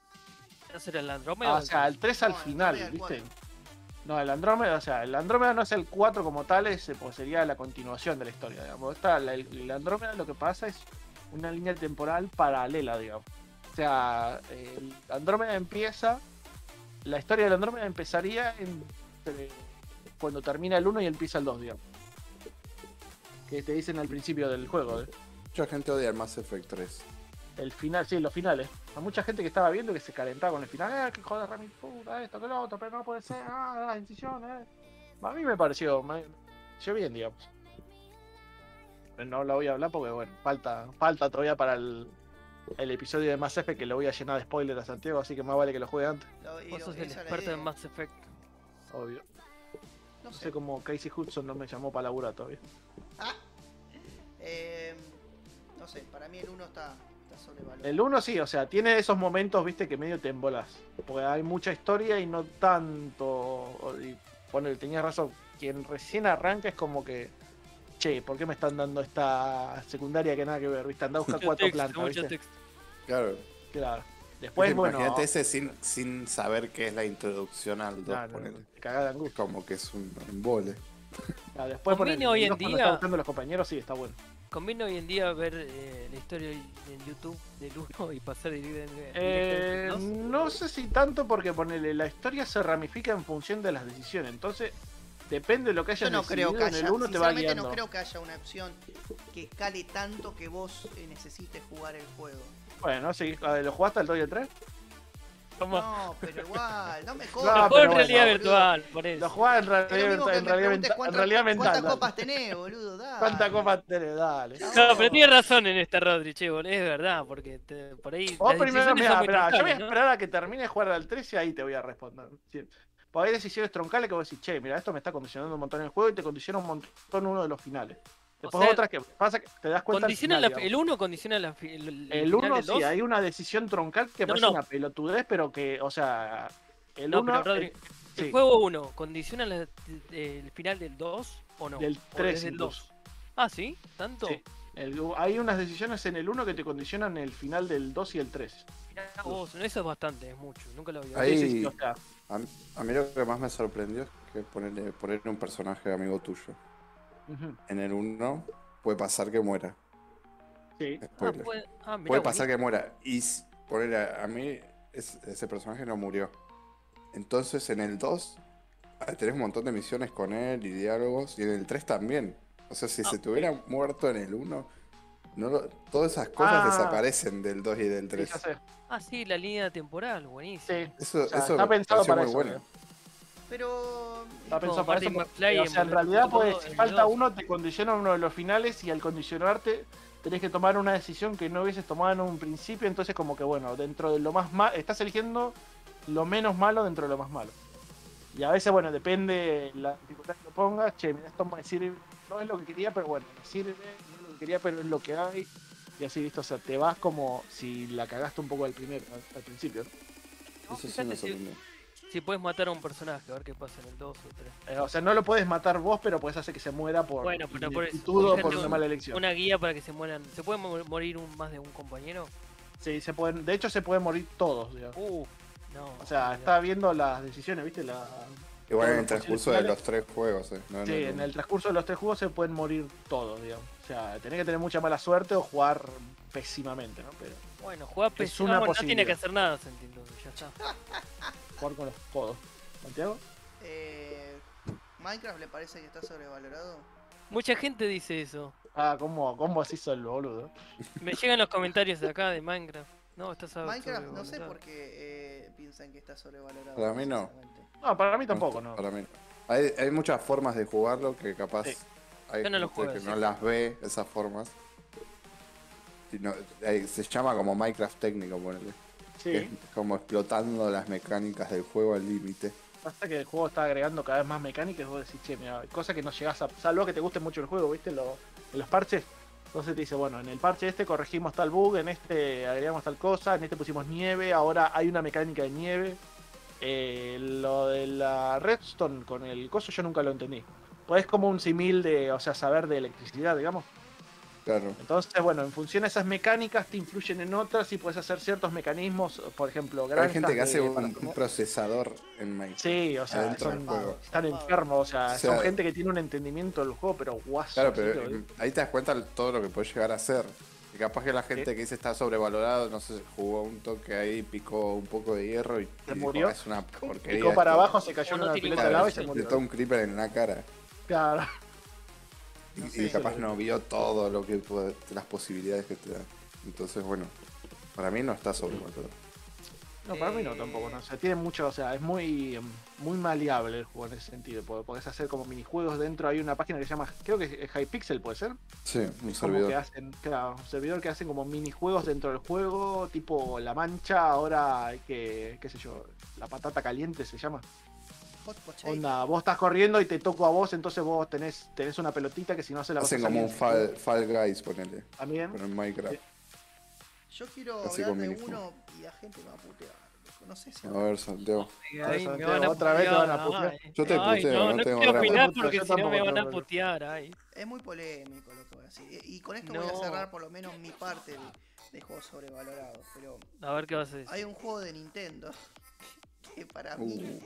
Speaker 3: ¿Ese era el Andrómeda?
Speaker 4: Ah, o sea, el 3 al
Speaker 2: No, el
Speaker 4: final,
Speaker 2: 3 al
Speaker 4: ¿viste?
Speaker 2: cuatro.
Speaker 4: No, el Andrómeda, o sea, el Andrómeda no es el 4 como tal, ese, pues sería la continuación de la historia, digamos. Esta, la- el, el Andrómeda lo que pasa es una línea temporal paralela, digamos. O sea, el Andrómeda empieza, la historia del Andrómeda empezaría entre- cuando termina el 1 y empieza el 2, digamos. Que te dicen al principio del juego, ¿eh?
Speaker 5: Mucha gente odia el Mass Effect 3.
Speaker 4: El final, sí, los finales. A mucha gente que estaba viendo que se calentaba con el final. Eh, que joder, Rami, puta, esto, que lo otro, pero no puede ser. Ah, la decisión, eh. A mí me pareció, me pareció bien, digamos. Pero no la voy a hablar porque, bueno, falta, falta todavía para el, el episodio de Mass Effect que lo voy a llenar de spoilers a Santiago, así que más vale que lo juegue antes,
Speaker 2: Lo- y
Speaker 3: Vos
Speaker 2: lo-
Speaker 3: sos el
Speaker 2: esa la
Speaker 3: experto en
Speaker 2: idea.
Speaker 3: Mass Effect.
Speaker 4: obvio.
Speaker 2: No
Speaker 4: No
Speaker 2: sé.
Speaker 4: sé cómo Casey Hudson no me llamó para laburar todavía.
Speaker 2: Eh, no sé, para mí el 1 está, está sobrevalorado.
Speaker 4: El 1 sí, o sea, tiene esos momentos, viste, que medio te embolas. Porque hay mucha historia y no tanto. o- Y, bueno, tenías razón. Quien recién arranca es como que. Che, ¿por qué me están dando esta secundaria que nada que ver? ¿Viste? Andá a buscar
Speaker 3: Mucho
Speaker 4: cuatro
Speaker 3: texto,
Speaker 4: plantas,
Speaker 3: mucho
Speaker 4: ¿viste?
Speaker 3: texto.
Speaker 5: Claro.
Speaker 4: Claro. Después, Pues bueno.
Speaker 5: Imagínate ese sin, sin saber qué es la introducción al 2.
Speaker 4: claro, cagada de angustia.
Speaker 5: Como que es un embole.
Speaker 4: Claro, después
Speaker 3: Conviene
Speaker 4: ponele,
Speaker 3: hoy en
Speaker 4: cuando
Speaker 3: día-
Speaker 4: están buscando los compañeros, sí, está bueno.
Speaker 3: Conviene hoy en día ver eh, la historia en YouTube del 1 y pasar directamente
Speaker 4: Eh,
Speaker 3: directamente al 2.
Speaker 4: no sé si tanto porque ponele, la historia se ramifica en función de las decisiones. Entonces, depende de lo que
Speaker 2: Yo
Speaker 4: hayas
Speaker 2: no creo que
Speaker 4: decidido, en
Speaker 2: haya,
Speaker 4: el uno te va
Speaker 2: sinceramente
Speaker 4: guiando.
Speaker 2: no creo que haya una opción que escale tanto que vos eh, necesites jugar el juego.
Speaker 4: Bueno, sí, a ver, ¿lo jugaste al 2 y el 3?
Speaker 3: Toma.
Speaker 2: No, pero igual, no me
Speaker 4: No,
Speaker 3: Lo
Speaker 2: jodas.
Speaker 3: juego en
Speaker 4: Ah, pero
Speaker 3: realidad
Speaker 2: boludo.
Speaker 3: virtual, por eso.
Speaker 4: Lo jugaba en
Speaker 2: Es lo
Speaker 4: realidad,
Speaker 2: mismo que
Speaker 4: en
Speaker 2: me
Speaker 4: realidad,
Speaker 2: preguntes
Speaker 4: menta- en
Speaker 2: cuántas-
Speaker 4: realidad mental.
Speaker 2: ¿Cuántas
Speaker 4: dale.
Speaker 2: copas tenés, boludo? Dale.
Speaker 4: ¿Cuántas copas tenés? Dale.
Speaker 3: No, pero tiene razón en esta Rodri, che, boludo, es verdad, porque te- por ahí.
Speaker 4: O
Speaker 3: las
Speaker 4: primero,
Speaker 3: decisiones
Speaker 4: mirá,
Speaker 3: son muy
Speaker 4: mirá, yo voy a
Speaker 3: troncales, ¿no?
Speaker 4: esperar a que termine de jugar al 3 y ahí te voy a responder. Sí. Porque hay decisiones troncales que vos decís, che, mira, esto me está condicionando un montón el juego y te condiciona un montón uno de los finales. Después
Speaker 3: sea,
Speaker 4: otras que pasa que te das cuenta. al
Speaker 3: Condiciona
Speaker 4: final,
Speaker 3: la-
Speaker 4: digamos.
Speaker 3: el 1 condiciona la, fi- el,
Speaker 4: el 1 sí,
Speaker 3: dos.
Speaker 4: hay una decisión troncal que
Speaker 3: No,
Speaker 4: parece
Speaker 3: no.
Speaker 4: una pelotudez, pero que, o sea, el
Speaker 3: No,
Speaker 4: 1
Speaker 3: pero Rodri,
Speaker 4: sí,
Speaker 3: ¿El juego 1 condiciona la- el final del 2 o no?
Speaker 4: del
Speaker 3: ¿O
Speaker 4: 3
Speaker 3: desde el
Speaker 4: incluso.
Speaker 3: 2. Ah, ¿sí? ¿Tanto?
Speaker 4: Sí. El- hay unas decisiones en el 1 que te condicionan el final del 2 y el 3.
Speaker 3: Mirá vos, no, eso es bastante, es mucho. Nunca lo había
Speaker 5: Ahí-
Speaker 3: visto.
Speaker 4: Sí, sí, sí, o sea,
Speaker 5: A, a mí lo que más me sorprendió es que ponerle, ponerle un personaje amigo tuyo.
Speaker 4: ujú,
Speaker 5: En el 1 puede pasar que muera.
Speaker 4: sí.
Speaker 3: Ah,
Speaker 5: Spoiler.
Speaker 3: puede, ah, mirá,
Speaker 5: Puede
Speaker 3: buenísimo.
Speaker 5: pasar que muera. Y s- ponele, a, a mí es- ese personaje no murió. Entonces en el 2 ah, tenés un montón de misiones con él y diálogos. Y en el 3 también. O sea, si
Speaker 3: Ah,
Speaker 5: se
Speaker 3: ok.
Speaker 5: te hubiera muerto en el 1, no lo- todas esas cosas
Speaker 4: Ah.
Speaker 5: desaparecen del 2 y del
Speaker 4: Sí,
Speaker 5: 3.
Speaker 4: ya sé.
Speaker 3: Ah, sí, la línea temporal, buenísimo.
Speaker 4: Sí.
Speaker 5: Eso,
Speaker 4: O sea,
Speaker 5: eso
Speaker 4: está
Speaker 5: me
Speaker 4: pensado
Speaker 5: pareció
Speaker 4: para
Speaker 5: muy
Speaker 4: eso, ¿eh?
Speaker 5: bueno.
Speaker 4: ¿no?
Speaker 2: Pero.
Speaker 3: Como
Speaker 4: Está pensado para
Speaker 3: Martin
Speaker 4: eso. porque,
Speaker 3: McFly
Speaker 4: o
Speaker 3: en
Speaker 4: sea, en
Speaker 3: Volver al
Speaker 4: realidad,
Speaker 3: Futuro,
Speaker 4: pues, si
Speaker 3: el
Speaker 4: falta
Speaker 3: dos.
Speaker 4: uno, te condiciona uno de los finales y al condicionarte tenés que tomar una decisión que no hubieses tomado en un principio. Entonces, como que bueno, dentro de lo más malo, estás eligiendo lo menos malo dentro de lo más malo. Y a veces, bueno, depende la dificultad que lo pongas. Che, mira, esto me sirve, no es lo que quería, pero bueno, me sirve, no es lo que quería, pero es lo que hay. Y así, listo, o sea, te vas como si la cagaste un poco al, primer, al, al principio. ¿no?
Speaker 3: Vos
Speaker 5: Eso sí
Speaker 3: fijate
Speaker 5: me
Speaker 3: si,
Speaker 5: sorprendió.
Speaker 3: si puedes matar a un personaje, a ver qué pasa en el 2 o 3.
Speaker 4: Eh, o sea, no lo puedes matar vos, pero puedes hacer que se muera por
Speaker 3: Bueno, pero por eso,
Speaker 4: ineptitud o por
Speaker 5: fíjate,
Speaker 4: una
Speaker 5: un-
Speaker 4: mala elección.
Speaker 3: Una guía para que se mueran. ¿Se puede mo- morir un, más de un compañero?
Speaker 4: Sí, se pueden, de hecho se pueden morir todos, digamos.
Speaker 3: Uh, no.
Speaker 4: O sea, está viendo las decisiones, ¿viste? La...
Speaker 5: Igual
Speaker 4: Todos
Speaker 5: en el
Speaker 4: los
Speaker 5: transcurso de
Speaker 4: finales.
Speaker 5: los tres juegos, eh, no en
Speaker 4: Sí,
Speaker 5: el
Speaker 4: en
Speaker 5: uno.
Speaker 4: el transcurso de los tres juegos se pueden morir todos, digamos. O sea, tenés que tener mucha mala suerte o jugar pésimamente, ¿no? Pero
Speaker 3: Bueno, juega pes-
Speaker 4: una
Speaker 3: ah, bueno, No tiene que
Speaker 4: posibilidad.
Speaker 3: hacer nada, Santi, entonces, ya está.
Speaker 4: jugar con los codos. ¿Santiago?
Speaker 2: eh, ¿Minecraft le parece que está sobrevalorado?
Speaker 3: Mucha gente dice eso.
Speaker 4: Ah, ¿cómo, cómo así hizo el boludo?
Speaker 3: Me llegan los comentarios de acá de Minecraft. No, estás
Speaker 2: Minecraft, no sé, porque eh, piensan que está sobrevalorado.
Speaker 5: Para mí no.
Speaker 2: sinceramente.
Speaker 4: No, para mí tampoco, no.
Speaker 5: Este, Para mí. Hay, hay muchas formas de jugarlo que capaz
Speaker 4: Sí.
Speaker 5: hay
Speaker 3: Yo no lo
Speaker 5: gente
Speaker 3: juego,
Speaker 5: que
Speaker 3: sí.
Speaker 5: no las ve, esas formas. Y no- eh, se llama como Minecraft técnico, ponele. Que
Speaker 4: Sí.
Speaker 5: Es como explotando las mecánicas del juego al límite.
Speaker 4: Pasa que el juego está agregando cada vez más mecánicas y vos decís, che, mira, cosas que no llegás a. Salvo que te guste mucho el juego, ¿viste? Lo- en los parches. Entonces te dice, bueno, en el parche este corregimos tal bug, en este agregamos tal cosa, en este pusimos nieve, ahora hay una mecánica de nieve. Eh, lo de la redstone con el coso yo nunca lo entendí. Pues es como un simil de, o sea, saber de electricidad, digamos.
Speaker 5: Claro.
Speaker 4: Entonces, bueno, en función a esas mecánicas te influyen en otras y puedes hacer ciertos mecanismos, por ejemplo,
Speaker 5: Pero hay
Speaker 4: granjas
Speaker 5: gente que
Speaker 4: de-
Speaker 5: hace un,
Speaker 4: para
Speaker 5: un
Speaker 4: comer.
Speaker 5: procesador en Minecraft.
Speaker 4: Sí, o sea,
Speaker 5: adentro del
Speaker 4: son
Speaker 5: juego.
Speaker 4: están enfermos, o sea,
Speaker 5: O sea,
Speaker 4: son gente que tiene un entendimiento del juego, pero guaso.
Speaker 5: Claro,
Speaker 4: así
Speaker 5: pero
Speaker 4: que,
Speaker 5: eh, ahí te das cuenta todo lo que puedes llegar a hacer. Y capaz que la gente
Speaker 4: Sí.
Speaker 5: que dice está sobrevalorado, no sé, jugó un toque ahí, picó un poco de hierro y, y dijo,
Speaker 4: murió?
Speaker 5: es una porquería.
Speaker 4: picó para
Speaker 5: esto".
Speaker 4: abajo, se cayó
Speaker 3: O
Speaker 4: en
Speaker 3: no
Speaker 4: una
Speaker 3: tiene
Speaker 4: pileta de
Speaker 3: un
Speaker 4: lava y
Speaker 5: Claro,
Speaker 4: se
Speaker 5: le
Speaker 3: concepto.
Speaker 4: murió.
Speaker 5: explotó un creeper en la cara.
Speaker 4: Claro.
Speaker 5: Y,
Speaker 2: No
Speaker 5: y
Speaker 2: sé.
Speaker 5: capaz no vio todo lo que puede- las posibilidades que te dan. Entonces, bueno, para mí no está sobrevalorado.
Speaker 4: No, para mí no tampoco, no. O sea, tiene mucho, o sea, es muy, em, muy maleable el juego en ese sentido. porque Podés hacer como minijuegos dentro, hay una página que se llama, creo que es Hypixel, ¿puede ser?
Speaker 5: Sí, un
Speaker 4: Como que
Speaker 5: servidor.
Speaker 4: hacen, claro, un servidor que hacen como minijuegos dentro del juego, tipo La Mancha, ahora hay que, qué sé yo, la patata caliente se llama.
Speaker 2: Hot potato.
Speaker 4: Onda, vos estás corriendo y te toco a vos, entonces vos tenés, tenés una pelotita que si no hace la vas a
Speaker 5: Hacen como un
Speaker 4: salir.
Speaker 5: Fall, Fall Guys, ponele,
Speaker 4: También.
Speaker 5: pero en Minecraft.
Speaker 2: Yo quiero
Speaker 5: Así
Speaker 2: hablar
Speaker 5: con
Speaker 2: de
Speaker 5: minijuego.
Speaker 2: uno y la gente me va a putear. loco. No sé si.
Speaker 5: A ver, Santiago.
Speaker 4: Ay,
Speaker 3: me
Speaker 4: Santiago,
Speaker 3: van a
Speaker 4: otra vez te
Speaker 3: putear,
Speaker 4: van a putear.
Speaker 3: ay.
Speaker 5: Yo te
Speaker 3: Ay,
Speaker 5: puteo,
Speaker 3: no,
Speaker 5: no
Speaker 3: no
Speaker 5: tengo
Speaker 3: quiero
Speaker 5: drama.
Speaker 3: opinar porque
Speaker 4: Yo
Speaker 3: si no me
Speaker 4: tampoco
Speaker 3: van a
Speaker 4: tengo drama.
Speaker 3: putear. Ay.
Speaker 2: Es muy polémico lo que voy a decir. Y y con esto voy
Speaker 3: No.
Speaker 2: a cerrar por lo menos mi parte de, de juegos sobrevalorados. Pero
Speaker 3: A ver qué vas a decir.
Speaker 2: hay un juego de Nintendo que para mí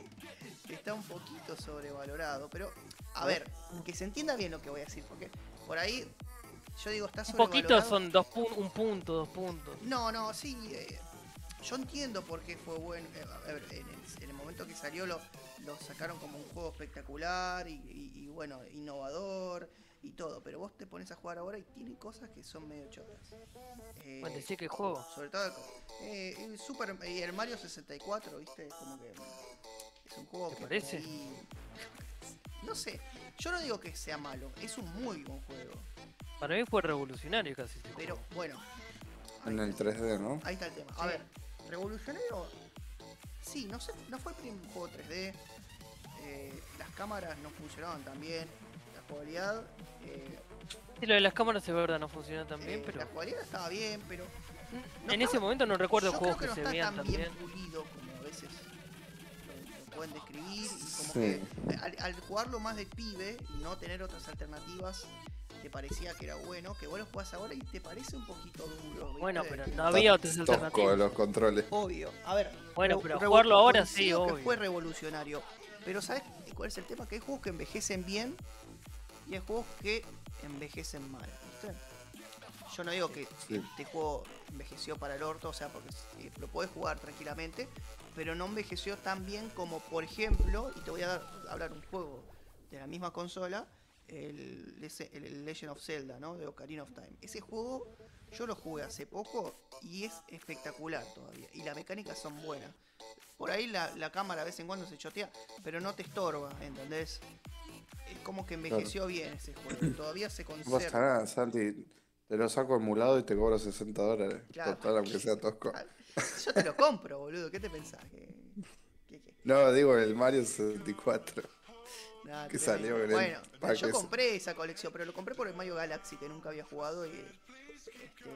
Speaker 5: Uh.
Speaker 2: está un poquito sobrevalorado. Pero, a ver, que se entienda bien lo que voy a decir. Porque por ahí yo digo, está
Speaker 3: Un
Speaker 2: sobrevalorado.
Speaker 3: poquito son dos pun- un punto, dos puntos.
Speaker 2: No, no, sí. eh, yo entiendo por qué fue bueno. eh, a ver, en el, en el momento que salió lo, lo sacaron como un juego espectacular y, y- y, bueno, innovador y todo. Pero vos te pones a jugar ahora y tiene cosas que son medio chotas. Eh,
Speaker 3: Bueno, sí, ¿qué juego?
Speaker 2: Sobre todo eh, el, Super, y el Mario 64, ¿viste? Como que es un juego
Speaker 3: ¿Te
Speaker 2: que.
Speaker 3: parece?
Speaker 2: por ahí- No sé, yo no digo que sea malo, es un muy buen juego.
Speaker 3: Para mí fue revolucionario casi. este
Speaker 2: Pero
Speaker 3: juego.
Speaker 2: bueno.
Speaker 5: En
Speaker 2: ahí
Speaker 5: el
Speaker 2: está.
Speaker 5: 3D, ¿no?
Speaker 2: Ahí está el tema. A
Speaker 3: Sí.
Speaker 2: ver, revolucionario. Sí, no sé, no fue el primer juego 3D. eh, las cámaras no funcionaban tan bien. La jugabilidad. eh,
Speaker 3: Sí, lo de las cámaras es verdad, no funciona tan bien,
Speaker 2: eh,
Speaker 3: pero. mm,
Speaker 2: La jugabilidad estaba bien, pero. no
Speaker 3: en
Speaker 2: estaba-
Speaker 3: ese momento no recuerdo
Speaker 2: yo
Speaker 3: juegos que,
Speaker 2: creo que,
Speaker 3: se
Speaker 2: no está
Speaker 3: vean
Speaker 2: tan
Speaker 3: tan
Speaker 2: bien
Speaker 3: bien.
Speaker 2: pulido como a veces lo, lo pueden describir. Y como
Speaker 5: Sí.
Speaker 2: que eh, al, al jugarlo más de pibe y no tener otras alternativas, te parecía que era bueno. Que vos lo jugás ahora y te parece un poquito duro. ¿viste?
Speaker 3: Bueno, pero
Speaker 2: Que-
Speaker 3: no había otras
Speaker 5: Tosco
Speaker 3: alternativas.
Speaker 5: los controles.
Speaker 2: Obvio. A ver.
Speaker 3: Bueno,
Speaker 2: revo-
Speaker 3: pero
Speaker 2: revo-
Speaker 3: jugarlo ahora sí,
Speaker 2: coincido que
Speaker 3: obvio.
Speaker 2: fue revolucionario. Pero ¿sabes cuál es el tema? Que hay juegos que envejecen bien y hay juegos que envejecen mal. ¿viste? Yo no digo que
Speaker 5: Sí.
Speaker 2: este juego envejeció para el orto, o sea, porque sí, lo puedes jugar tranquilamente, pero no envejeció tan bien como, por ejemplo, y te voy a dar, hablar un juego de la misma consola, el, ese- el- el Legend of Zelda, ¿no? De Ocarina of Time. Ese juego yo lo jugué hace poco y es espectacular todavía. Y las mecánicas son buenas. Por ahí la, la cámara de vez en cuando se chotea, pero no te estorba, ¿entendés? Es como que envejeció bien ese juego. Todavía se
Speaker 5: No pasa
Speaker 2: conserva.
Speaker 5: nada, ah, Santi. Te lo saco emulado y te cobro 60 dólares.
Speaker 2: Claro.
Speaker 5: Total, aunque sea tosco.
Speaker 2: Ah, Yo te lo compro, boludo. ¿Qué te pensás? ¿Qué, qué- qué?
Speaker 5: No, digo el Mario 64.
Speaker 2: Nada,
Speaker 5: Que
Speaker 2: tremendo.
Speaker 5: salió en el
Speaker 2: Bueno,
Speaker 5: pack
Speaker 2: yo
Speaker 5: ese.
Speaker 2: compré esa colección, pero lo compré por el Mario Galaxy que nunca había jugado y este,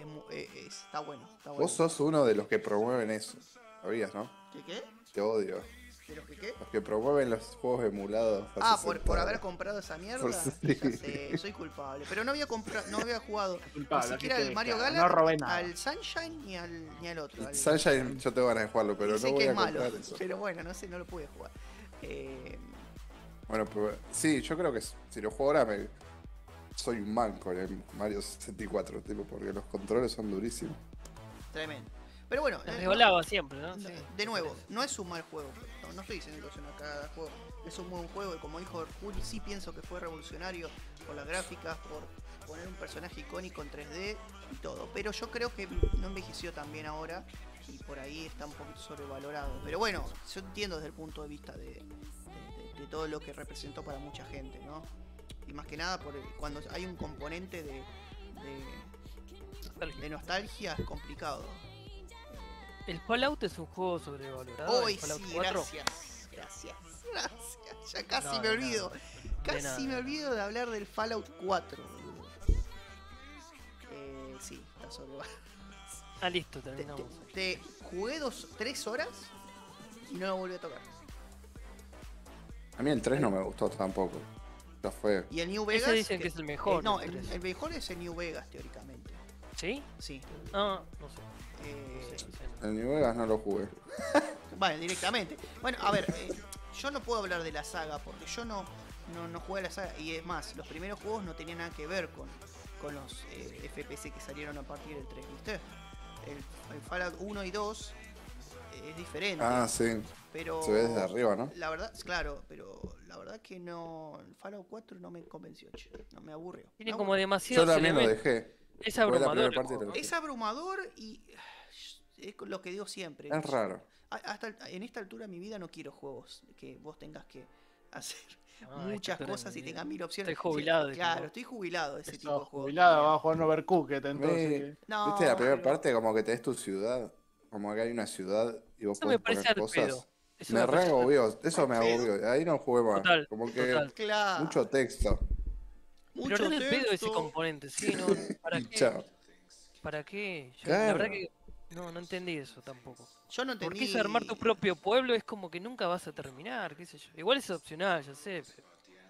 Speaker 2: es mu- eh, eh, está bueno, está bueno.
Speaker 5: Vos sos uno de los que promueven eso. ¿Sabías, no?
Speaker 2: ¿Qué qué?
Speaker 5: Te odio.
Speaker 2: ¿De los que qué?
Speaker 5: Los que promueven los juegos emulados. a
Speaker 2: Ah,
Speaker 5: 60
Speaker 2: por, por haber
Speaker 5: dólares.
Speaker 2: comprado esa mierda.
Speaker 5: Por sí.
Speaker 2: Ya sé, soy culpable. Pero no había comprado, no había jugado ni
Speaker 4: Culpable,
Speaker 2: siquiera
Speaker 4: así que,
Speaker 2: al Mario
Speaker 4: claro,
Speaker 2: Galaxy,
Speaker 4: no robé nada.
Speaker 2: al Sunshine ni al, ni al otro. al-
Speaker 5: Sunshine, yo tengo ganas de jugarlo, pero
Speaker 2: sé
Speaker 5: no voy
Speaker 2: que
Speaker 5: a
Speaker 2: es malo,
Speaker 5: comprar eso.
Speaker 2: pero bueno, no sé, no lo pude jugar. Eh,
Speaker 5: Bueno, pero sí, yo creo que si lo juego ahora me... soy un manco en el Mario 64, tipo, porque los controles son durísimos.
Speaker 2: tremendo. Pero bueno,
Speaker 3: Las
Speaker 2: eh,
Speaker 3: revolaba siempre, ¿no?
Speaker 2: No,
Speaker 3: Sí.
Speaker 2: De nuevo, no es un mal juego. No, no estoy diciendo que es una cagada de juego. Es un buen juego y como dijo Juli, sí pienso que fue revolucionario por las gráficas, por poner un personaje icónico en 3D y todo. Pero yo creo que no envejeció tan bien ahora y por ahí está un poquito sobrevalorado. Pero bueno, yo entiendo desde el punto de vista de, de- de- de todo lo que representó para mucha gente, ¿no? Y más que nada por el- cuando hay un componente de, de- de,
Speaker 3: Nostalgia.
Speaker 2: nostalgia es complicado.
Speaker 3: El Fallout es un juego sobrevalorado. el
Speaker 2: Hoy
Speaker 3: Fallout
Speaker 2: sí,
Speaker 3: 4,
Speaker 2: gracias. Gracias, gracias. Ya casi
Speaker 3: No,
Speaker 2: me
Speaker 3: de
Speaker 2: olvido.
Speaker 3: nada, de nada.
Speaker 2: Casi me olvido de hablar del Fallout 4. boludo. Eh, sí, está sobrevalorado.
Speaker 3: Ah, listo,
Speaker 2: Te,
Speaker 3: terminamos.
Speaker 2: te- te jugué dos, tres horas y no lo volví a tocar.
Speaker 5: A mí el 3 no me gustó tampoco. Ya fue.
Speaker 2: Y el New Vegas.
Speaker 3: Ese dicen que es el mejor.
Speaker 2: eh, no,
Speaker 3: el
Speaker 2: el,
Speaker 3: tres.
Speaker 2: el mejor es el New Vegas, teóricamente.
Speaker 3: ¿Sí?
Speaker 2: Sí.
Speaker 3: Ah, no sé. no
Speaker 2: eh,
Speaker 3: sé, no sé, no sé.
Speaker 5: El New Vegas no lo jugué.
Speaker 2: Vale, directamente. Bueno, a ver, eh, yo no puedo hablar de la saga porque yo no, no, no jugué a la saga. Y es más, los primeros juegos no tenían nada que ver con, con los eh, FPS que salieron a partir del 3, ¿viste? El, el Fallout 1 y 2 eh, es diferente.
Speaker 5: Ah, sí.
Speaker 2: pero
Speaker 5: Se ve desde arriba, ¿no?
Speaker 2: La verdad, claro, pero la verdad que no. El Fallout 4 no me convenció, che. No me aburrió.
Speaker 3: Tiene
Speaker 2: Me
Speaker 3: como
Speaker 2: aburrió.
Speaker 5: Yo
Speaker 3: demasiados
Speaker 5: también lo
Speaker 3: elementos.
Speaker 5: dejé.
Speaker 3: Es
Speaker 5: Fue la primera
Speaker 3: abrumador. el
Speaker 5: parte
Speaker 3: juego.
Speaker 5: de
Speaker 2: Es abrumador y. Es lo que digo siempre.
Speaker 5: Es raro.
Speaker 2: A- Hasta en esta altura de mi vida no quiero juegos que vos tengas que hacer
Speaker 3: Ah,
Speaker 2: muchas
Speaker 3: esta
Speaker 2: cosas y
Speaker 3: altura de mi
Speaker 2: tengas
Speaker 3: vida.
Speaker 2: mil opciones.
Speaker 3: Estoy jubilado, decís
Speaker 2: Claro,
Speaker 3: vos.
Speaker 2: estoy jubilado de ese tipo de
Speaker 4: Estaba
Speaker 2: juegos.
Speaker 4: jubilado, va a jugar un Overcooked, entonces.
Speaker 5: Me-
Speaker 4: que-
Speaker 2: No,
Speaker 5: Viste la primera
Speaker 2: pero-
Speaker 5: parte como que te des tu ciudad. Como que hay una ciudad y vos
Speaker 3: Eso me
Speaker 5: podés
Speaker 3: parece
Speaker 5: poner
Speaker 3: al pedo.
Speaker 5: cosas.
Speaker 3: Es
Speaker 5: Me
Speaker 3: una
Speaker 5: re
Speaker 3: persona-
Speaker 5: agobió. Eso me
Speaker 2: ¿Al pedo?
Speaker 5: agobió. Ahí no jugué más.
Speaker 3: Total,
Speaker 5: como que
Speaker 3: total.
Speaker 2: Claro,
Speaker 5: mucho texto.
Speaker 2: mucho
Speaker 3: Pero no le pedo ese
Speaker 2: texto.
Speaker 3: componente, sí, no, no, ¿para
Speaker 5: Y
Speaker 3: qué?
Speaker 5: chao.
Speaker 3: ¿Para qué? Yo, La
Speaker 5: Claro.
Speaker 3: verdad que no, no entendí eso tampoco.
Speaker 2: Yo no entendí.
Speaker 3: Porque eso de armar tu propio pueblo es como que nunca vas a terminar, qué sé yo. Igual es opcional, ya sé, pero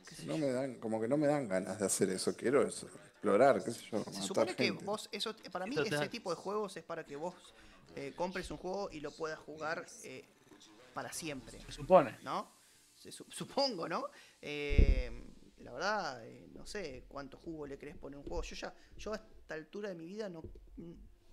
Speaker 3: qué sé
Speaker 5: No
Speaker 3: yo.
Speaker 5: me dan, como que no me dan ganas de hacer eso. Quiero eso, explorar, qué sé yo.
Speaker 2: Se
Speaker 5: matar
Speaker 2: supone que
Speaker 5: gente.
Speaker 2: vos, eso, para mí
Speaker 3: Total.
Speaker 2: ese tipo de juegos es para que vos eh, compres un juego y lo puedas jugar eh, para siempre,
Speaker 4: Se supone.
Speaker 2: ¿no? Se su- supongo, ¿no? Eh, la verdad, eh, no sé cuánto jugo le querés poner a un juego. Yo ya, yo a esta altura de mi vida no,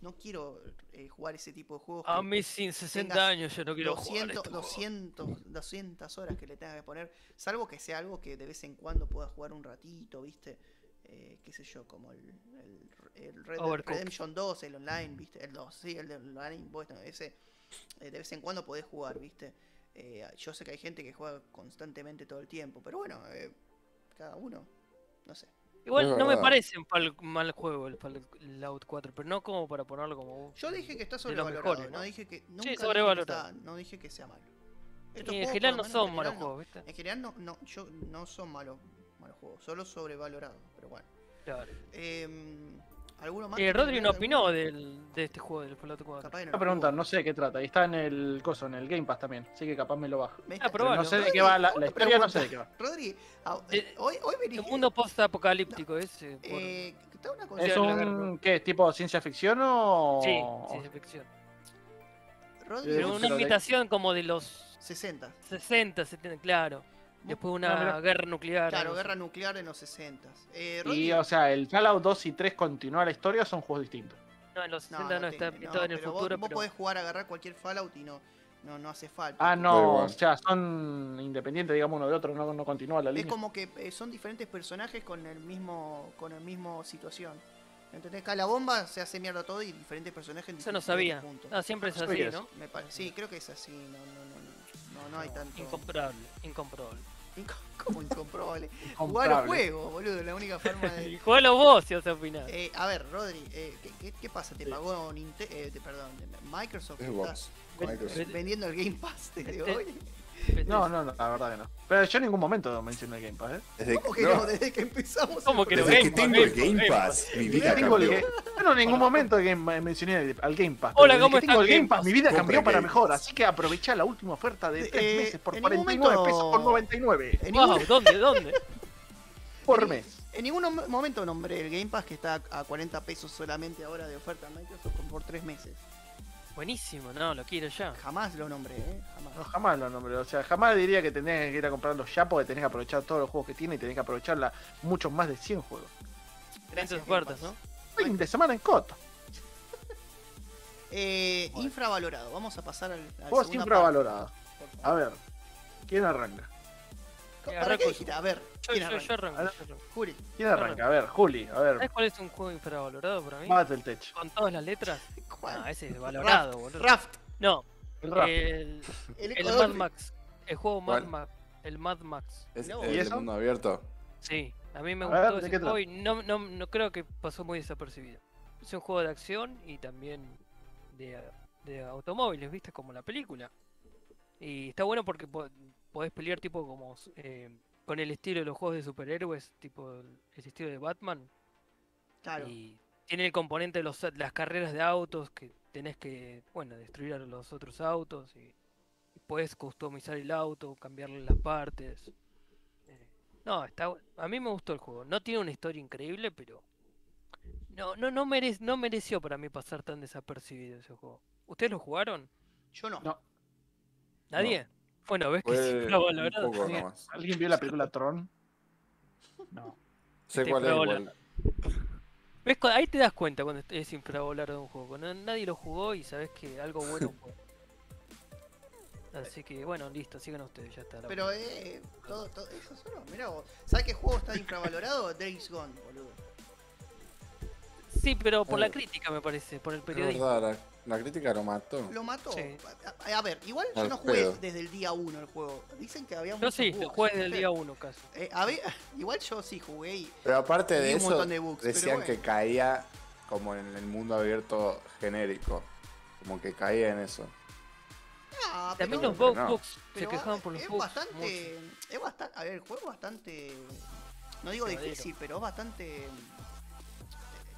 Speaker 2: no quiero eh, jugar ese tipo de juegos. que
Speaker 3: A mí sin 60
Speaker 2: tengas
Speaker 3: años yo no quiero jugar este
Speaker 2: 200,
Speaker 3: esto.
Speaker 2: 200, 200 horas que le tengas que poner, salvo que sea algo que de vez en cuando puedas jugar un ratito, ¿viste? Eh, qué sé yo, como el, el, el Red Dead
Speaker 3: Overcooked.
Speaker 2: Redemption 2, el online, ¿viste? El 2, sí, el de online, bueno, ese eh, de vez en cuando podés jugar, ¿viste? Eh, yo sé que hay gente que juega constantemente todo el tiempo, pero bueno, eh, cada uno, no sé.
Speaker 3: Igual
Speaker 5: Es
Speaker 3: no me
Speaker 5: verdad.
Speaker 3: parece un pal- mal juego el Fallout 4, pero no como para ponerlo como un-
Speaker 2: Yo dije que está
Speaker 3: de los
Speaker 2: sobrevalorado,
Speaker 3: mejores,
Speaker 2: ¿no?
Speaker 3: ¿no?
Speaker 2: dije que nunca dije que
Speaker 3: sobrevalorado.
Speaker 2: está- no dije que sea malo.
Speaker 3: Y
Speaker 2: Estos
Speaker 3: en
Speaker 2: juegos,
Speaker 3: general
Speaker 2: por
Speaker 3: no
Speaker 2: lo menos en
Speaker 3: son malos
Speaker 2: general, no.
Speaker 3: juegos, ¿viste?
Speaker 2: En general no, no, yo, no son malos, malos juegos, solo sobrevalorados, pero bueno.
Speaker 3: Claro.
Speaker 2: Em, ¿Alguno Eh, más?
Speaker 3: Eh,
Speaker 2: que
Speaker 3: Rodri
Speaker 2: tenga
Speaker 3: no
Speaker 2: alguna-
Speaker 3: opinó del, de este juego del Fallout 4.
Speaker 2: Capaz que no
Speaker 4: Una
Speaker 2: lo
Speaker 4: pregunta,
Speaker 2: jugó.
Speaker 4: no sé de qué trata. Y está en el coso, en el Game Pass también. Así que capaz me lo bajo.
Speaker 2: Me
Speaker 3: Ah,
Speaker 2: está-
Speaker 4: Pero
Speaker 3: Probalo.
Speaker 4: no sé de qué va la, la
Speaker 2: Rodri,
Speaker 4: historia, no sé de qué
Speaker 2: pregunta.
Speaker 4: va.
Speaker 2: Rodri, ah,
Speaker 3: Eh,
Speaker 2: hoy, hoy
Speaker 3: El
Speaker 2: venís.
Speaker 3: mundo post-apocalíptico ese. por-
Speaker 2: eh, te hago una
Speaker 4: ¿Es
Speaker 2: consulta.
Speaker 3: Eso-
Speaker 4: un qué? ¿Tipo ciencia ficción o.?
Speaker 3: Sí, ciencia ficción.
Speaker 2: Rodri,
Speaker 4: Pero
Speaker 3: Pero
Speaker 4: un
Speaker 3: una
Speaker 4: solo de-
Speaker 3: ambientación como de los
Speaker 2: 60.
Speaker 3: 60, 70, claro. Después
Speaker 4: Ah,
Speaker 3: una
Speaker 4: mirá.
Speaker 3: guerra nuclear.
Speaker 2: Claro,
Speaker 3: algo
Speaker 2: guerra
Speaker 3: así.
Speaker 2: nuclear en los 60. Eh, Rodri,
Speaker 4: Y, o sea, el Fallout 2 y 3 continúa la historia o son juegos distintos.
Speaker 3: No, en los
Speaker 2: No,
Speaker 3: 60 no,
Speaker 2: no
Speaker 3: está
Speaker 2: tiene,
Speaker 3: ambientado
Speaker 2: no,
Speaker 3: en el
Speaker 2: pero vos-
Speaker 3: futuro,
Speaker 2: Vos,
Speaker 3: pero
Speaker 2: podés jugar a agarrar cualquier Fallout y no, no, no hace falta.
Speaker 4: Ah,
Speaker 5: Da
Speaker 4: no,
Speaker 5: igual.
Speaker 4: o sea, son independientes, digamos, uno de otro, no, no continúa la
Speaker 2: es
Speaker 4: línea.
Speaker 2: como que eh, son diferentes personajes con el mismo con el mismo situación. ¿Entendés? Cada bomba se hace mierda todo y diferentes personajes en este
Speaker 3: eso no
Speaker 2: diferentes
Speaker 3: sabía. Ah,
Speaker 2: puntos.
Speaker 3: No, siempre es
Speaker 4: No
Speaker 3: así,
Speaker 4: sabía
Speaker 3: ¿no?
Speaker 2: Me parece, sí, creo que es así. No, no, no, no, no, no hay
Speaker 3: No,
Speaker 2: tanto.
Speaker 3: Incomparable, incomparable.
Speaker 2: Inco- como incomprobable. Jugar
Speaker 4: Comprable.
Speaker 2: los juegos, boludo, la única forma de.
Speaker 3: Y jugalo vos si vas a opinar.
Speaker 2: Eh, a ver, Rodri, eh, ¿qué, qué, qué pasa? ¿Te
Speaker 4: Sí.
Speaker 2: pagó Ninte- eh, te- perdón, Microsoft?
Speaker 5: Es
Speaker 2: ¿Estás
Speaker 5: Xbox, Microsoft.
Speaker 2: vendiendo el Game Pass desde
Speaker 3: Este-
Speaker 2: hoy?
Speaker 4: No, no, no, la verdad que no. Pero yo en ningún momento mencioné el Game Pass, ¿eh?
Speaker 5: Desde
Speaker 2: ¿Cómo
Speaker 5: que,
Speaker 2: que no?
Speaker 5: no,
Speaker 2: Desde que empezamos.
Speaker 3: ¿Cómo
Speaker 2: el
Speaker 3: que no?
Speaker 5: desde que
Speaker 3: Game Pass,
Speaker 5: tengo el
Speaker 3: Game
Speaker 5: Game
Speaker 3: Pass.
Speaker 5: Pass, mi vida
Speaker 4: Yo tengo el
Speaker 5: cambió.
Speaker 4: Ga- yo no en ningún momento que me- mencioné el- al Game Pass.
Speaker 3: Hola,
Speaker 4: pero desde
Speaker 3: ¿cómo
Speaker 4: que tengo
Speaker 3: estás,
Speaker 4: el Game
Speaker 3: Game
Speaker 4: Pass? Mi vida
Speaker 5: Pass?
Speaker 4: cambió para
Speaker 5: Compre Game
Speaker 4: mejor, así que aprovecha la última oferta de
Speaker 2: Eh,
Speaker 4: 3 meses por
Speaker 2: en ningún
Speaker 4: 49 pesos
Speaker 2: momento-
Speaker 4: por 99
Speaker 2: En
Speaker 3: Wow,
Speaker 2: ningún,
Speaker 3: ¿dónde? ¿Dónde?
Speaker 4: por mes.
Speaker 2: en ningún nom- momento nombré el Game Pass que está a 40 pesos solamente ahora de oferta en Microsoft por 3 meses.
Speaker 3: Buenísimo, no, lo quiero ya.
Speaker 2: Jamás lo nombré, ¿eh? Jamás.
Speaker 4: No, jamás lo nombré. O sea, jamás diría que tenés que ir a comprarlos ya porque tenés que aprovechar todos los juegos que tiene y tenés que aprovechar la- muchos más de 100 juegos.
Speaker 3: Grandes
Speaker 2: Gracias,
Speaker 3: ofertas,
Speaker 2: Game
Speaker 3: ¿no?
Speaker 2: Pass.
Speaker 4: Fin de semana en Coto.
Speaker 2: Eh, Infravalorado. Vamos a pasar al. al
Speaker 4: Juegos infravalorados. A ver, ¿quién arranca?
Speaker 2: ¿Para
Speaker 3: arranco
Speaker 2: qué
Speaker 3: yo.
Speaker 2: dijiste? A ver,
Speaker 3: Yo,
Speaker 2: ¿quién
Speaker 3: yo, yo
Speaker 2: arranca?
Speaker 3: arranco, yo arranco.
Speaker 2: Juli,
Speaker 4: ¿Quién arranca? A ver, Juli, a ver,
Speaker 3: ¿Sabes cuál es un juego infravalorado para mí?
Speaker 4: bájate el techo.
Speaker 3: Con todas las letras. No,
Speaker 2: ¿cuál?
Speaker 3: ese es valorado, boludo.
Speaker 2: Raft.
Speaker 3: No,
Speaker 4: El rap.
Speaker 3: el,
Speaker 2: El,
Speaker 3: el
Speaker 2: Eco
Speaker 3: Mad
Speaker 2: Dolphin.
Speaker 3: Max. El juego Mad
Speaker 5: ¿Cuál?
Speaker 3: Max. El Mad Max.
Speaker 5: Es
Speaker 2: No.
Speaker 5: el
Speaker 4: ¿Y
Speaker 5: de
Speaker 4: eso?
Speaker 5: mundo abierto.
Speaker 3: Sí, a mí me
Speaker 4: A
Speaker 3: gustó
Speaker 4: ver, ¿de
Speaker 3: ese
Speaker 4: qué
Speaker 3: juego y no, no, no creo que pasó muy desapercibido. Es un juego de acción y también de, de automóviles, ¿viste? Como la película. Y está bueno porque po- podés pelear tipo como s- eh, con el estilo de los juegos de superhéroes, tipo el el estilo de Batman.
Speaker 2: Claro.
Speaker 3: Y tiene el componente de los, las carreras de autos que tenés que, bueno, destruir a los otros autos y, y puedes customizar el auto, cambiarle las partes. Eh, no, está bu- a mí me gustó el juego. No tiene una historia increíble, pero no no no merec- no mereció para mí pasar tan desapercibido ese juego. ¿Ustedes lo jugaron?
Speaker 2: Yo no.
Speaker 4: No.
Speaker 3: ¿Nadie? Bueno, ves que sí,
Speaker 5: Fue
Speaker 3: lo
Speaker 5: un
Speaker 3: valoraron
Speaker 5: poco
Speaker 3: también.
Speaker 5: nomás.
Speaker 4: ¿Alguien vio la película Tron? No.
Speaker 5: Sé
Speaker 3: Te
Speaker 5: cuál es
Speaker 3: probó la-
Speaker 5: igual.
Speaker 3: ¿Ves? cu- Ahí te das cuenta cuando es infravalorado un juego. No- nadie lo jugó y sabes que algo bueno fue. Así que bueno, listo, sigan ustedes, ya está. la
Speaker 2: Pero,
Speaker 3: puta.
Speaker 2: eh, todo, todo eso solo. Mirá vos. ¿Sabes qué juego está infravalorado? Days Gone, boludo.
Speaker 3: Sí, pero por la
Speaker 5: eh,
Speaker 3: crítica me parece, por el
Speaker 5: Es
Speaker 3: periodismo.
Speaker 5: verdad, la, la crítica lo mató.
Speaker 2: Lo mató.
Speaker 3: Sí.
Speaker 2: A, a ver, igual yo
Speaker 5: Al
Speaker 2: no jugué
Speaker 5: pedo.
Speaker 2: desde el día 1 el juego. Dicen que había
Speaker 3: Yo
Speaker 2: muchos
Speaker 3: sí, lo
Speaker 2: bugs.
Speaker 3: jugué desde el día uno casi.
Speaker 2: Eh, a ver, igual yo sí jugué y
Speaker 5: Pero aparte
Speaker 2: Vi
Speaker 5: de
Speaker 2: un
Speaker 5: eso,
Speaker 2: montón de bugs, pero
Speaker 5: decían
Speaker 2: bueno.
Speaker 5: que caía como en el mundo abierto genérico. Como que caía en eso.
Speaker 2: Ah,
Speaker 3: También
Speaker 2: pero-
Speaker 3: los
Speaker 5: pero
Speaker 3: bugs
Speaker 5: no.
Speaker 3: bugs, se
Speaker 2: pero
Speaker 3: quejaban por los
Speaker 2: es
Speaker 3: bugs. mucho.
Speaker 2: Bastante, es bastante. A ver, el juego es bastante. No digo
Speaker 3: Llevadero.
Speaker 2: difícil, pero es bastante.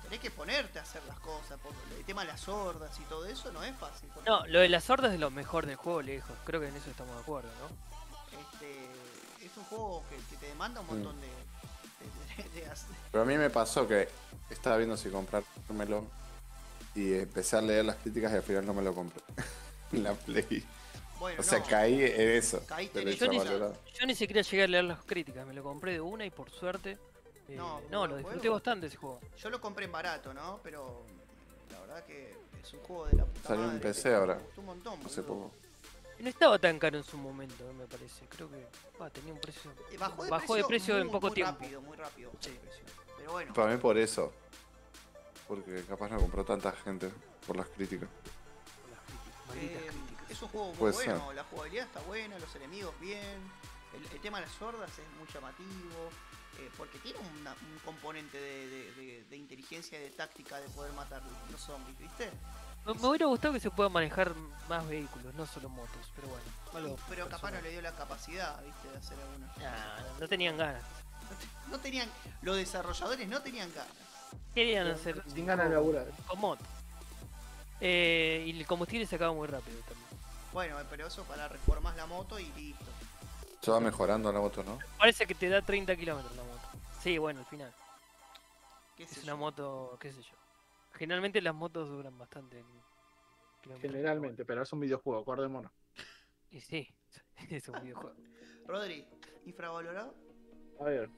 Speaker 2: Tenés que ponerte a hacer las cosas. Porque el tema de las hordas y todo eso no es fácil. porque,
Speaker 3: No, lo de las hordas es lo mejor del juego, lejos. Creo que en eso estamos de acuerdo, ¿no?
Speaker 2: Este, es un juego que, que te demanda un
Speaker 5: Mm.
Speaker 2: montón de. de- de- de hacer-
Speaker 5: Pero a mí me pasó que estaba viendo si comprármelo y empecé a leer las críticas y al final no me lo compré. En la Play.
Speaker 2: bueno,
Speaker 5: O sea,
Speaker 2: no,
Speaker 5: caí en eso.
Speaker 2: Caíste
Speaker 5: del
Speaker 2: en eso.
Speaker 5: infravalorado.
Speaker 3: Yo ni siquiera llegué a leer las críticas, me lo compré de una y por suerte. eh,
Speaker 2: No,
Speaker 3: no,
Speaker 2: buen
Speaker 3: lo disfruté
Speaker 2: juego.
Speaker 3: bastante ese juego.
Speaker 2: Yo lo compré en barato, ¿no? Pero la verdad que es un juego de la puta
Speaker 5: Salió en
Speaker 2: madre,
Speaker 5: PC
Speaker 2: que me
Speaker 5: ahora.
Speaker 2: gustó un montón.
Speaker 5: Hace
Speaker 2: boludo.
Speaker 5: poco.
Speaker 3: No estaba tan caro en su momento, me parece. Creo que bah, tenía un precio.
Speaker 2: Eh, Bajó de
Speaker 3: Bajó de
Speaker 2: precio,
Speaker 3: precio en
Speaker 2: muy-
Speaker 3: poco
Speaker 2: muy
Speaker 3: tiempo.
Speaker 2: rápido, muy rápido. bajó de precio. Pero bueno. eh,
Speaker 5: Para mí por eso. Porque capaz no compró tanta gente por las críticas.
Speaker 3: por las críticas, malditas
Speaker 2: Eh,
Speaker 3: críticas.
Speaker 2: es un juego muy
Speaker 5: Puede
Speaker 2: bueno, la jugabilidad está buena, los enemigos bien, el, el tema de las hordas es muy llamativo, eh, porque tiene una- un componente de, de- de- de inteligencia y de táctica de poder matar los zombies, ¿viste?
Speaker 3: Me, me hubiera gustado que se puedan manejar más vehículos, no solo motos, pero bueno. algo
Speaker 2: Pero capaz no
Speaker 3: personal.
Speaker 2: le dio la capacidad, ¿viste? De hacer alguna.
Speaker 3: Nah, no tenían ganas.
Speaker 2: No tenían, los desarrolladores no tenían ganas.
Speaker 3: Querían hacer.
Speaker 4: Sin ganas de laburar.
Speaker 3: Con moto. Eh, y el combustible se acaba muy rápido también.
Speaker 2: Bueno, eh, pero eso para reformar la moto y listo.
Speaker 5: Se va mejorando la moto, ¿no?
Speaker 3: Parece que te da 30 kilómetros la moto. Sí, bueno, al final.
Speaker 2: ¿Qué sé
Speaker 3: Es
Speaker 2: yo.
Speaker 3: una moto, qué sé yo. Generalmente las motos duran bastante. kilómetros.
Speaker 4: Generalmente, pero es un videojuego, acordémonos.
Speaker 3: Y sí, es un videojuego.
Speaker 2: Rodri, infravalorado.
Speaker 4: A ver.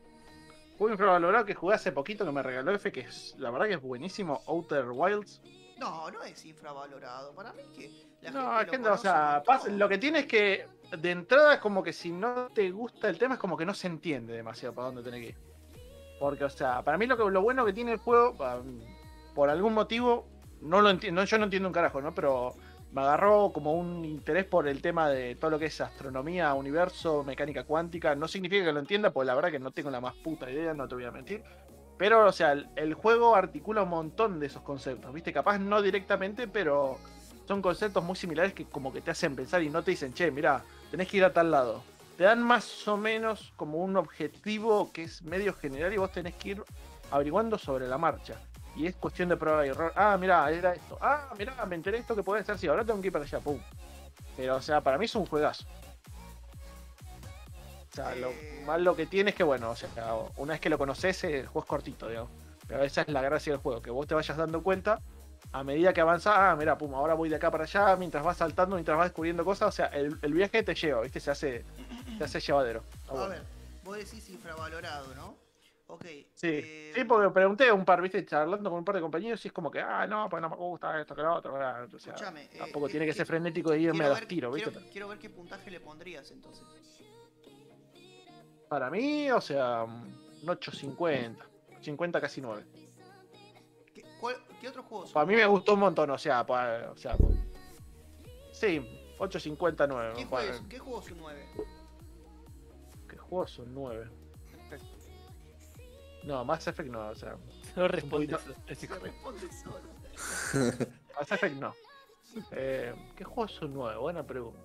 Speaker 4: Juego infravalorado que jugué hace poquito que me regaló F, que es, la verdad que es buenísimo, Outer Wilds.
Speaker 2: No, no es infravalorado. Para mí que la
Speaker 4: No, es
Speaker 2: lo
Speaker 4: que no, o
Speaker 2: conoce un
Speaker 4: sea,
Speaker 2: montón.
Speaker 4: pasa- lo que tiene es que de entrada es como que si no te gusta el tema es como que no se entiende demasiado para dónde tiene que ir. Porque, o sea, para mí lo, que, lo bueno que tiene el juego, pa- por algún motivo, no lo entiendo, yo no entiendo un carajo, ¿no? Pero me agarró como un interés por el tema de todo lo que es astronomía, universo, mecánica cuántica. No significa que lo entienda, porque la verdad que no tengo la más puta idea, no te voy a mentir. Pero, o sea, el, el juego articula un montón de esos conceptos, ¿viste? Capaz no directamente, pero son conceptos muy similares que como que te hacen pensar y no te dicen, che, mirá, tenés que ir a tal lado. Te dan más o menos como un objetivo que es medio general y vos tenés que ir averiguando sobre la marcha. Y es cuestión de prueba y error. Ah, mirá, era esto. Ah, mirá, me enteré esto que puede ser así. Ahora tengo que ir para allá, pum. Pero, o sea, para mí es un juegazo. O sea, lo
Speaker 2: Eh.
Speaker 4: mal lo que tiene es que, bueno, o sea, una vez que lo conoces, el juego es cortito, digamos. Pero esa es la gracia del juego, que vos te vayas dando cuenta a medida que avanza, ah, mira, pum, ahora voy de acá para allá, mientras vas saltando, mientras vas descubriendo cosas, o sea, el, el viaje te lleva, ¿viste? Se hace, se hace llevadero. Está
Speaker 2: A
Speaker 4: bueno.
Speaker 2: ver, vos decís infravalorado, ¿no? Ok.
Speaker 4: Sí,
Speaker 2: eh,
Speaker 4: sí, porque pregunté a un par, viste, charlando con un par de compañeros y es como que, ah, no, pues no me gusta esto que lo otro, ah, o sea,
Speaker 2: Escuchame, eh,
Speaker 4: tampoco
Speaker 2: ¿qué-
Speaker 4: tiene que
Speaker 2: qué-
Speaker 4: ser frenético de irme a
Speaker 2: quiero
Speaker 4: los
Speaker 2: ver-
Speaker 4: tiros, viste.
Speaker 2: Quiero, quiero ver qué puntaje le pondrías entonces.
Speaker 4: Para mí, o sea, un 850. 50 casi 9.
Speaker 2: ¿Qué, cuál- qué otro juego?
Speaker 4: Para mí me gustó un montón, o sea, pa- o sea sí, 850 9.
Speaker 2: ¿Qué,
Speaker 4: pa-
Speaker 2: juego, ¿Qué juego es un 9?
Speaker 4: ¿Qué juegos son 9? No, Mass Effect no, o sea,
Speaker 3: No responde
Speaker 4: poquito-
Speaker 3: eso, ese hijo de-
Speaker 2: responde solo.
Speaker 4: Mass Effect no. Eh, ¿Qué juegos son 9? Buena pregunta.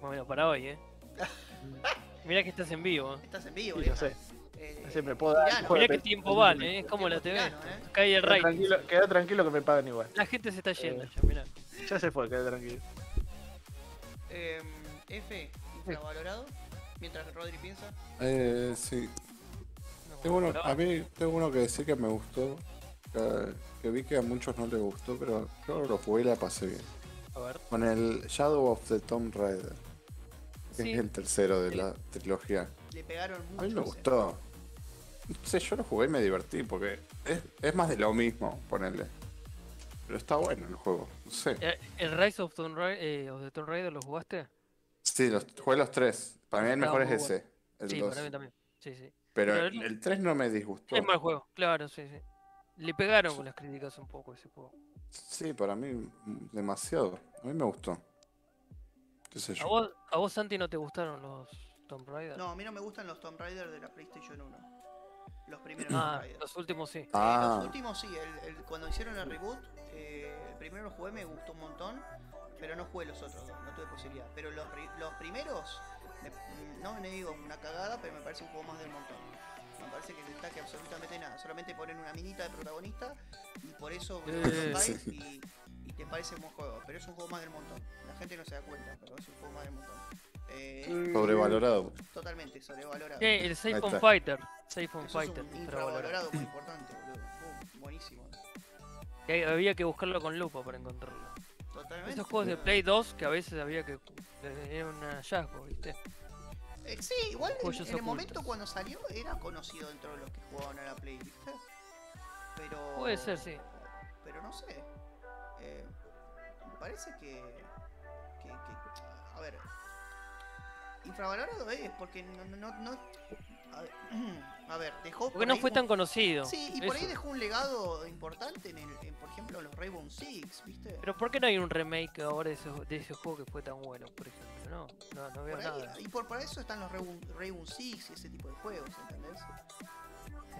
Speaker 3: Bueno, para hoy, eh. Mirá que estás en vivo. eh.
Speaker 2: Estás en vivo,
Speaker 4: Sí, yo
Speaker 2: vieja.
Speaker 4: sé.
Speaker 2: Eh,
Speaker 4: Sí, me puedo dar
Speaker 2: tirano,
Speaker 4: el juego.
Speaker 3: Mirá que tiempo vale, eh. Es como la TV.
Speaker 2: tirano, eh.
Speaker 3: Cae el
Speaker 4: Queda
Speaker 3: rating.
Speaker 4: tranquilo, queda tranquilo que me pagan igual.
Speaker 3: La gente se está yendo
Speaker 4: Eh.
Speaker 3: ya, mirá.
Speaker 4: Ya se fue, queda tranquilo.
Speaker 2: Eh, F, infravalorado. Mientras Rodri piensa.
Speaker 5: Eh, sí.
Speaker 3: No,
Speaker 5: Tengo uno-
Speaker 3: para
Speaker 5: a
Speaker 3: hoy.
Speaker 5: mí tengo uno que decir que me gustó. Que, que vi que a muchos no les gustó, pero yo lo jugué y la pasé bien.
Speaker 3: A ver.
Speaker 5: Con el Shadow of the Tomb Raider, que
Speaker 3: Sí.
Speaker 5: es el tercero de
Speaker 3: Sí.
Speaker 5: la trilogía.
Speaker 2: Le pegaron mucho.
Speaker 5: A mí me
Speaker 2: ese.
Speaker 5: gustó. No sé, yo lo jugué y me divertí porque es, es más de lo mismo, ponerle. Pero está bueno el juego, no sé.
Speaker 3: Eh, ¿El Rise of, Tomb Ra- eh, of the Tomb Raider lo jugaste?
Speaker 5: Sí, los, jugué los tres. Para mí el
Speaker 3: Está
Speaker 5: mejor es
Speaker 3: muy
Speaker 5: ese, el
Speaker 3: sí,
Speaker 5: dos.
Speaker 3: para mí también. Sí, sí.
Speaker 5: Pero
Speaker 3: Pero
Speaker 5: el,
Speaker 3: el-
Speaker 5: 3 no me disgustó.
Speaker 3: Es mal juego, claro, sí, sí. Le pegaron con las críticas un poco a ese juego.
Speaker 5: Sí, para mí mm, demasiado. A mí me gustó. ¿Qué sé
Speaker 3: ¿A
Speaker 5: yo?
Speaker 3: vos, a vos, Santi, no te gustaron los Tomb Raider?
Speaker 2: No, a mí no me gustan los Tomb Raider de la PlayStation 1. Los primeros Tomb
Speaker 3: Ah,
Speaker 2: Raider.
Speaker 3: los últimos sí.
Speaker 2: Eh,
Speaker 5: Ah.
Speaker 2: Los últimos sí, el, el- cuando hicieron el reboot, eh, el primero lo jugué, me gustó un montón, pero no jugué los otros dos, no tuve posibilidad. Pero los, ri- los primeros, me- no me digo una cagada, pero me parece un juego más del montón. Me parece que se destaque absolutamente nada, solamente ponen una minita de protagonista y por eso lo
Speaker 3: Eh.
Speaker 2: bajáis y, y te parece un buen juego, pero es un juego más del montón. La gente no se da cuenta, pero es un juego más del montón. Eh,
Speaker 5: Mm, Sobrevalorado.
Speaker 2: totalmente sobrevalorado.
Speaker 3: Eh, el Safe
Speaker 5: Ahí
Speaker 3: on
Speaker 5: está.
Speaker 3: Fighter. Safe
Speaker 2: Eso
Speaker 3: on
Speaker 2: es
Speaker 3: Fighter.
Speaker 2: un
Speaker 3: infravalorado.
Speaker 2: infravalorado muy importante, boludo. Uh, buenísimo.
Speaker 3: Que había que buscarlo con lupa para encontrarlo.
Speaker 2: Totalmente.
Speaker 3: Esos juegos de
Speaker 2: boludo.
Speaker 3: Play 2 que a veces había que. Era un hallazgo, ¿viste?
Speaker 2: Eh, sí, igual en,
Speaker 3: Joyas
Speaker 2: en el
Speaker 3: ocultas.
Speaker 2: momento cuando salió era conocido dentro de los que jugaban a la Play, ¿viste? Pero.
Speaker 3: Puede ser, sí.
Speaker 2: Pero no sé. Eh, me parece que, que- que- A ver. Infravalorado es porque no. no, no- no- a, ver, a ver, dejó.
Speaker 3: Porque
Speaker 2: por
Speaker 3: no
Speaker 2: ahí
Speaker 3: fue
Speaker 2: un-
Speaker 3: tan conocido.
Speaker 2: Sí, y por ahí
Speaker 3: eso.
Speaker 2: dejó un legado importante en, el, en, por ejemplo, los Rainbow Six, ¿viste?
Speaker 3: Pero ¿por qué no hay un remake ahora de ese, de ese juego que fue tan bueno, por ejemplo? No, no, no veo
Speaker 2: Por ahí-
Speaker 3: nada.
Speaker 2: y por, para eso están los Rainbow Rainbow Six y ese tipo de juegos, ¿entendés?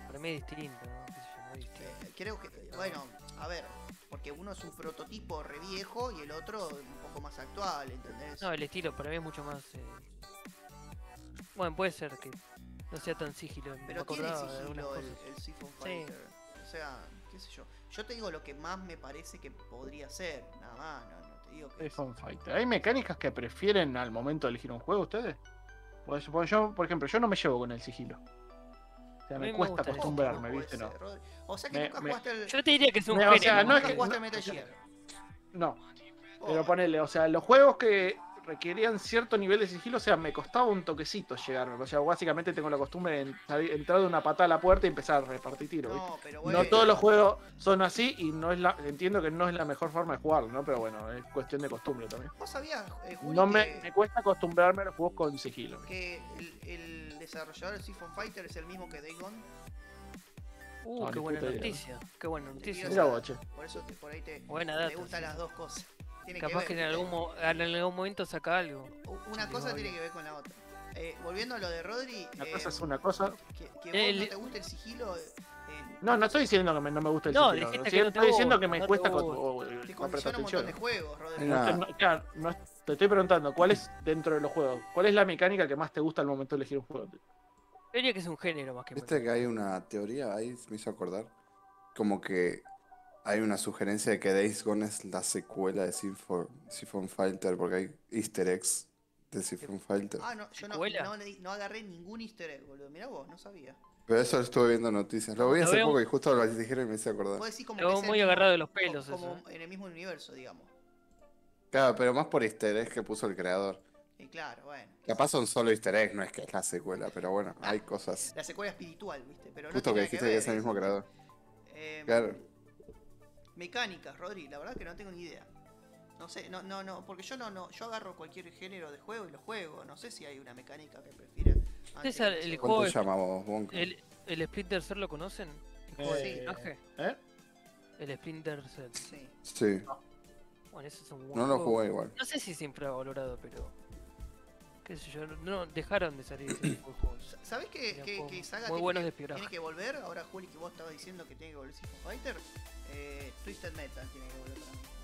Speaker 3: Para mí es distinto, ¿no? Qué sé yo, muy distinto.
Speaker 2: Eh, creo que, bueno, a ver, porque uno es un prototipo re viejo y el otro un poco más actual, ¿entendés?
Speaker 3: No, el estilo para mí es mucho más. eh, Bueno, puede ser que no sea tan sigilo. me
Speaker 2: Pero tiene
Speaker 3: acordaba de algunas
Speaker 2: sigilo el,
Speaker 3: cosas.
Speaker 2: el Siphon Fighter. O sea, qué sé yo. Yo te digo lo que más me parece que podría ser, nada más, no, no te digo que...
Speaker 4: Safe on Fighter. ¿Hay mecánicas que prefieren al momento de elegir un juego ustedes? Pues, pues yo, por ejemplo, yo no me llevo con el sigilo. O sea,
Speaker 3: A
Speaker 4: me,
Speaker 3: mí me
Speaker 4: cuesta
Speaker 3: gusta el
Speaker 4: acostumbrarme,
Speaker 2: Puede
Speaker 4: ¿viste? No.
Speaker 2: ser, Rodri. O sea que
Speaker 4: Me-
Speaker 2: nunca
Speaker 4: me-
Speaker 2: jugaste el...
Speaker 3: Yo te diría que es un
Speaker 4: No, o sea,
Speaker 3: género.
Speaker 4: no
Speaker 2: nunca
Speaker 4: es que-
Speaker 2: jugaste
Speaker 4: no-
Speaker 2: Metal Gear.
Speaker 4: no,
Speaker 2: Oh,
Speaker 4: pero ponele, o sea, los juegos que requerían cierto nivel de sigilo, o sea, me costaba un toquecito llegarme. O sea, básicamente tengo la costumbre de en- salir- entrar de una patada a la puerta y empezar a repartir tiros. ¿viste?
Speaker 2: No, pero
Speaker 4: No,
Speaker 2: bueno.
Speaker 4: todos los juegos son así y no es la, entiendo que no es la mejor forma de jugarlo, ¿no? Pero bueno, es cuestión de costumbre también.
Speaker 2: ¿Vos sabías, eh, Juli,
Speaker 4: No me,
Speaker 2: que-
Speaker 4: me cuesta acostumbrarme a los juegos con sigilo.
Speaker 2: que el, el desarrollador del Siphon Fighter es el mismo que Days Gone?
Speaker 3: Uh,
Speaker 4: No,
Speaker 3: qué
Speaker 4: ni
Speaker 3: buena
Speaker 4: puta idea.
Speaker 3: noticia. Qué buena
Speaker 2: digo,
Speaker 3: noticia.
Speaker 4: Mira, boche.
Speaker 2: Por eso te- por ahí te,
Speaker 3: Buena
Speaker 2: te
Speaker 3: data.
Speaker 2: gustan las dos cosas. Tiene
Speaker 3: Capaz
Speaker 2: ver,
Speaker 3: que en
Speaker 2: ¿viste?
Speaker 3: algún, mo- en algún momento saca algo.
Speaker 2: U- Una
Speaker 3: Sí,
Speaker 2: cosa
Speaker 3: obvio.
Speaker 2: tiene que ver con la otra. Eh, volviendo a lo de Rodri,
Speaker 4: Una
Speaker 2: eh,
Speaker 4: cosa es una cosa.
Speaker 2: que, que
Speaker 3: El-
Speaker 2: vos no te gusta el sigilo, eh, eh,
Speaker 4: No, no estoy diciendo que me- no me gusta el
Speaker 3: No,
Speaker 4: sigilo.
Speaker 3: dijiste
Speaker 4: sí,
Speaker 3: que no te
Speaker 4: estoy diciendo
Speaker 3: gusta,
Speaker 4: que me
Speaker 3: no te
Speaker 4: cuesta con,
Speaker 3: gusta.
Speaker 2: te
Speaker 4: no prestar
Speaker 2: condiciona un montón de
Speaker 4: atención.
Speaker 2: juegos, Rodri.
Speaker 5: Nah.
Speaker 4: No, claro, no- te estoy preguntando, ¿cuál es dentro de los juegos? ¿Cuál es la mecánica que más te gusta al momento de elegir un juego?
Speaker 3: Yo diría que es un género más que
Speaker 5: Viste que hay una teoría, ahí me hizo acordar, como que hay una sugerencia de que Days Gone es la secuela de Siphon Siphon Filter, porque hay easter eggs de Siphon Filter.
Speaker 2: Ah, no, yo no,
Speaker 3: ¿Secuela?
Speaker 2: no le- no agarré ningún easter egg, boludo. Mirá vos, no sabía.
Speaker 5: Pero eso lo estuve viendo noticias. Lo vi
Speaker 3: Lo
Speaker 5: hace
Speaker 3: veo-
Speaker 5: poco y justo lo dijeron y me hice acordar.
Speaker 2: Vos decís como
Speaker 3: Te veo
Speaker 2: es el
Speaker 3: muy
Speaker 2: mismo-
Speaker 3: agarrado de los
Speaker 2: co-
Speaker 3: pelos
Speaker 2: Como
Speaker 3: eso.
Speaker 2: en el mismo universo, digamos.
Speaker 5: Claro, pero más por easter eggs que puso el creador.
Speaker 2: Y claro, bueno.
Speaker 5: Capaz son solo easter eggs, no es que es la secuela, pero bueno, hay cosas.
Speaker 2: La secuela espiritual, ¿viste? Pero no
Speaker 5: Justo que
Speaker 2: tiene
Speaker 5: dijiste
Speaker 2: nada
Speaker 5: que
Speaker 2: ver,
Speaker 5: es el
Speaker 2: ¿eh?
Speaker 5: mismo creador.
Speaker 2: Eh,
Speaker 5: Claro.
Speaker 2: Mecánicas, Rodri, la verdad que no tengo ni idea. No sé, no, no, no, porque yo no, no, yo agarro cualquier género de juego y lo juego. No sé si hay una mecánica que prefiera
Speaker 3: César, el
Speaker 5: ¿Cuál
Speaker 3: juego
Speaker 5: te
Speaker 3: es-
Speaker 5: llamamos, Bonka?
Speaker 3: ¿El, el Splinter Cell lo conocen? ¿El juego de
Speaker 2: Sí.
Speaker 3: personaje?
Speaker 4: ¿Eh?
Speaker 3: El Splinter Cell.
Speaker 2: Sí.
Speaker 5: Sí,
Speaker 3: Bueno, ese es un buen
Speaker 5: no lo
Speaker 3: juego.
Speaker 5: jugué igual.
Speaker 3: No sé si siempre ha valorado, pero. ¿Qué sé yo? No, dejaron de salir ese tipo de juegos.
Speaker 2: ¿Sabés que,
Speaker 3: Eran
Speaker 2: que,
Speaker 3: juegos
Speaker 2: que Saga
Speaker 3: muy
Speaker 2: tiene,
Speaker 3: buenos
Speaker 2: que,
Speaker 3: de espionaje.
Speaker 2: tiene que volver? Ahora, Juli, que vos estabas diciendo que tiene que volver Street Fighter. Eh, Twisted Metal tiene que volver también.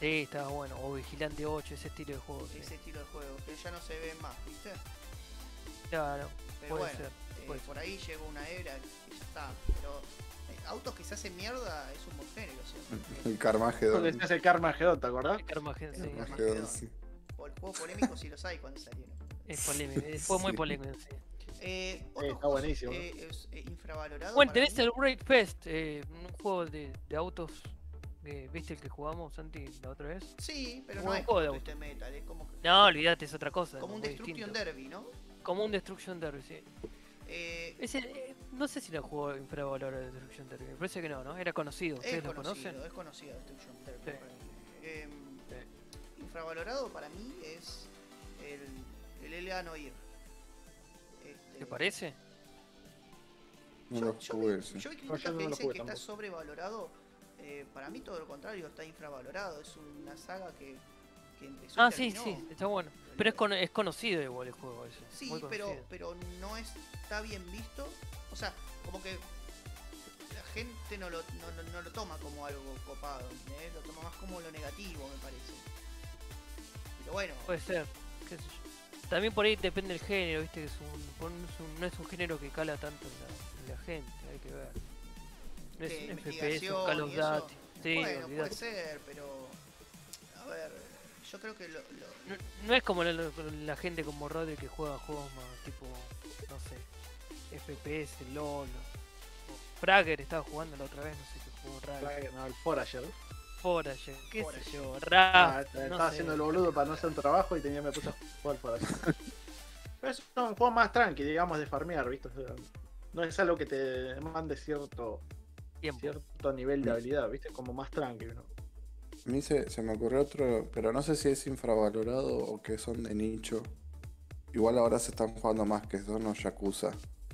Speaker 3: Sí, estaba bueno. O Vigilante 8, ese estilo de juego. Oh, sí.
Speaker 2: Ese estilo de juego, que ya no se ve más, ¿viste?
Speaker 3: Claro,
Speaker 2: Pero
Speaker 3: puede
Speaker 2: bueno,
Speaker 3: ser.
Speaker 2: eh,
Speaker 3: puede ser.
Speaker 2: por ahí llegó una era y ya está. Pero eh, autos que se hacen mierda es un buen género, ¿cierto?
Speaker 5: El Carmageddon.
Speaker 4: Donde se hace Carmageddon, ¿te acordás?
Speaker 3: El Carmageddon, sí.
Speaker 2: Carmageddon.
Speaker 5: Carmageddon, sí.
Speaker 2: O el juego polémico si los hay cuando salieron.
Speaker 3: Es polémico. eh, Fue muy
Speaker 5: Sí.
Speaker 3: polémico, sí.
Speaker 2: Eh, otro
Speaker 4: está
Speaker 2: juego,
Speaker 4: buenísimo,
Speaker 2: eh, es, eh, infravalorado.
Speaker 3: Bueno,
Speaker 2: para
Speaker 3: tenés
Speaker 2: mí.
Speaker 3: el Break Fest, eh, un juego de, de autos. que ¿Viste el que jugamos, Santi, la otra vez?
Speaker 2: Sí, pero
Speaker 3: un
Speaker 2: no es
Speaker 3: juego de
Speaker 2: como Twisted Metal, es como,
Speaker 3: No, olvídate, es otra cosa.
Speaker 2: como un
Speaker 3: muy
Speaker 2: Destruction
Speaker 3: distinto.
Speaker 2: Derby, ¿no?
Speaker 3: Como un Destruction Derby, sí.
Speaker 2: Eh,
Speaker 3: Ese, eh, no sé si lo jugó infravalorado el Destruction Derby. Me parece que no, ¿no? Era conocido. ¿Ustedes
Speaker 2: es
Speaker 3: lo
Speaker 2: conocido,
Speaker 3: conocen?
Speaker 2: es conocido Destruction Derby.
Speaker 3: Sí.
Speaker 2: por ahí. Em,
Speaker 4: Sí.
Speaker 2: Infravalorado para mí es el, el LA Noir. Este,
Speaker 3: ¿Te parece?
Speaker 5: No
Speaker 2: Yo-
Speaker 5: lo
Speaker 2: yo
Speaker 5: jugué,
Speaker 2: vi-
Speaker 5: sí.
Speaker 2: Yo vi
Speaker 4: No, yo
Speaker 2: críticas
Speaker 4: no
Speaker 2: que
Speaker 4: lo
Speaker 2: dicen
Speaker 4: jugué
Speaker 2: que está
Speaker 4: tampoco.
Speaker 2: sobrevalorado. eh, para mí todo lo contrario, está infravalorado. Es una saga que, que empezó. y
Speaker 3: Ah, sí,
Speaker 2: terminó.
Speaker 3: sí, está bueno. Pero es, con- es conocido igual el juego ese.
Speaker 2: Sí,
Speaker 3: muy
Speaker 2: pero,
Speaker 3: conocido.
Speaker 2: pero no está bien visto. O sea, como que la gente no lo, no, no- no lo toma como algo copado, ¿entendés? Lo toma más como lo negativo, me parece. Pero bueno,
Speaker 3: Puede ser, qué sé yo. También por ahí depende del género, viste, que es un, por- es un- no es un género que cala tanto en la, en la gente, hay que ver. No
Speaker 2: ¿Qué?
Speaker 3: es un FPS,
Speaker 2: ¿Investigación
Speaker 3: un Call of
Speaker 2: y eso?
Speaker 3: Duty. Sí,
Speaker 2: bueno puede
Speaker 3: olvidate.
Speaker 2: ser, pero. A ver, yo creo que lo. lo-
Speaker 3: no, no es como la, la- la gente como Rodri que juega juegos más tipo, no sé, FPS, LOL. o- o Fragger estaba jugando la otra vez, no sé qué jugó Fragger.
Speaker 4: No, el Forager.
Speaker 3: Forager, qué
Speaker 2: Forager.
Speaker 3: sé yo,
Speaker 4: Ah,
Speaker 3: Raft,
Speaker 4: estaba
Speaker 3: no sé.
Speaker 4: haciendo el boludo para no hacer un trabajo y tenía me puse a jugar por allá. Pero es un juego más tranqui, digamos, de farmear, ¿viste? O sea, no es algo que te mande cierto,
Speaker 3: Tiempo.
Speaker 4: cierto nivel de habilidad, ¿viste? Como más tranqui, ¿no?
Speaker 5: A mí se, se me ocurrió otro, pero no sé si es infravalorado o que son de nicho. Igual ahora se están jugando más que son los Yakuza.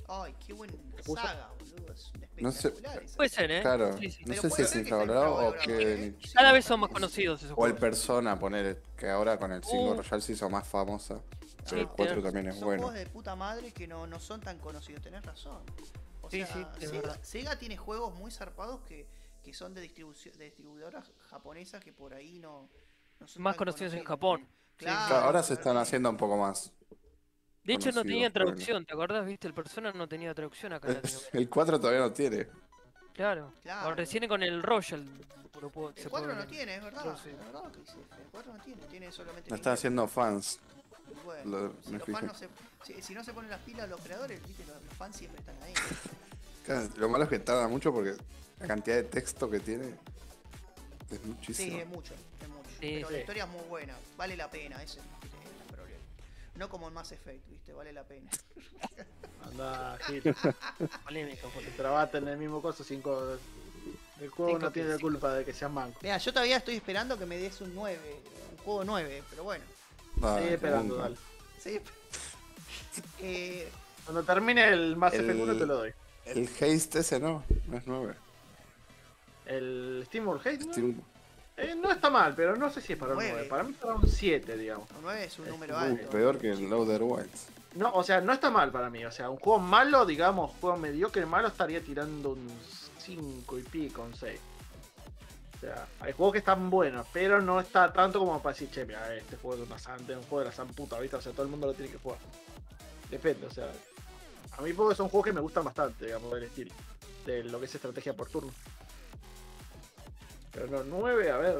Speaker 2: Ay, qué buena
Speaker 4: puso-
Speaker 2: saga, boludo. Es una
Speaker 5: No sé-
Speaker 2: espectacular esa
Speaker 3: Puede ser, ¿eh?
Speaker 5: Claro,
Speaker 3: Sí, sí.
Speaker 5: no
Speaker 2: Pero puede
Speaker 5: sé si es
Speaker 2: ser que sea
Speaker 5: infravalorado o que
Speaker 2: infravalorado,
Speaker 5: de
Speaker 2: ¿eh?
Speaker 5: nicho.
Speaker 3: Cada vez son más conocidos esos
Speaker 5: O el
Speaker 3: juegos.
Speaker 5: Persona, poner que ahora con el 5
Speaker 3: Uh.
Speaker 5: Royal se hizo más famosa. Pero el
Speaker 3: Sí,
Speaker 5: 4
Speaker 3: tenés-
Speaker 5: también es
Speaker 2: Son
Speaker 5: bueno.
Speaker 2: juegos de puta madre que no, no son tan conocidos, tenés razón. O
Speaker 3: Sí,
Speaker 2: sea,
Speaker 3: sí, es
Speaker 2: Sega,
Speaker 3: verdad.
Speaker 2: Sega tiene juegos muy zarpados que, que son de, distribuci- de distribuidoras japonesas que por ahí no, no son
Speaker 3: Más
Speaker 2: tan
Speaker 3: conocidos en Japón.
Speaker 2: Claro,
Speaker 5: Claro, ahora se
Speaker 2: claro.
Speaker 5: están haciendo un poco más.
Speaker 3: De hecho no
Speaker 5: conocidos,
Speaker 3: tenía
Speaker 5: bueno.
Speaker 3: traducción, ¿te acordás? Viste, el Persona no tenía traducción acá en Latinoamérica.
Speaker 5: El 4 todavía no tiene.
Speaker 3: Claro.
Speaker 2: Claro.
Speaker 3: O recién con el Royal lo puedo-
Speaker 2: El
Speaker 3: se
Speaker 2: 4
Speaker 3: puede
Speaker 2: no
Speaker 3: ver.
Speaker 2: tiene, es verdad.
Speaker 3: Yo sí.
Speaker 2: es verdad lo que dice, El 4 no tiene, tiene solamente.
Speaker 5: No
Speaker 2: el
Speaker 5: están
Speaker 2: inglés.
Speaker 5: haciendo fans.
Speaker 2: Bueno,
Speaker 5: lo-
Speaker 2: si,
Speaker 5: me
Speaker 2: los fans
Speaker 5: fijé.
Speaker 2: no se, si, si no se ponen las pilas los creadores, viste, los, los fans siempre están ahí.
Speaker 5: Claro, Lo malo es que tarda mucho porque la cantidad de texto que tiene es
Speaker 2: Sí,
Speaker 5: muchísimo.
Speaker 2: es mucho, es mucho.
Speaker 3: Sí,
Speaker 2: pero la
Speaker 4: sí.
Speaker 2: historia es muy buena, vale la pena, ese es el problema. No como en Mass Effect, viste, vale la pena.
Speaker 4: Anda, Gil,
Speaker 3: Polémica, polémica.
Speaker 4: trabate en el mismo coso sin co- El juego
Speaker 3: Cinco
Speaker 4: no tiene la
Speaker 3: pies,
Speaker 4: culpa de que seas manco.
Speaker 2: Mira, yo todavía estoy esperando que me des un 9, un juego 9, pero bueno.
Speaker 5: No,
Speaker 4: Sigue
Speaker 5: qué
Speaker 4: esperando,
Speaker 5: bronca.
Speaker 4: dale.
Speaker 2: Sí. Eh,
Speaker 4: Cuando termine el Mass
Speaker 5: El-
Speaker 4: Effect 1 te lo doy.
Speaker 5: El Haste ese no, no es 9.
Speaker 4: El Steam or Hate, ¿no?
Speaker 5: Steam-
Speaker 4: Eh, no está mal, pero no sé si es para un
Speaker 2: Nueve.
Speaker 4: 9. Para mí es para un 7, digamos.
Speaker 2: un 9 es un
Speaker 4: Es
Speaker 2: número
Speaker 5: Uh,
Speaker 2: alto.
Speaker 5: peor que el Loader Wilds.
Speaker 4: No, o sea, no está mal para mí. O sea, un juego malo, digamos, juego mediocre malo, estaría tirando un 5 y pico, un 6. O sea, hay juegos que están buenos, pero no está tanto como para decir, che, mira, este juego es una santa, es un juego de la san puta, ¿viste? O sea, todo el mundo lo tiene que jugar. Depende, o sea. A mí porque son juegos que me gustan bastante, digamos, del estilo. De lo que es estrategia por turno. Pero no, 9, a ver.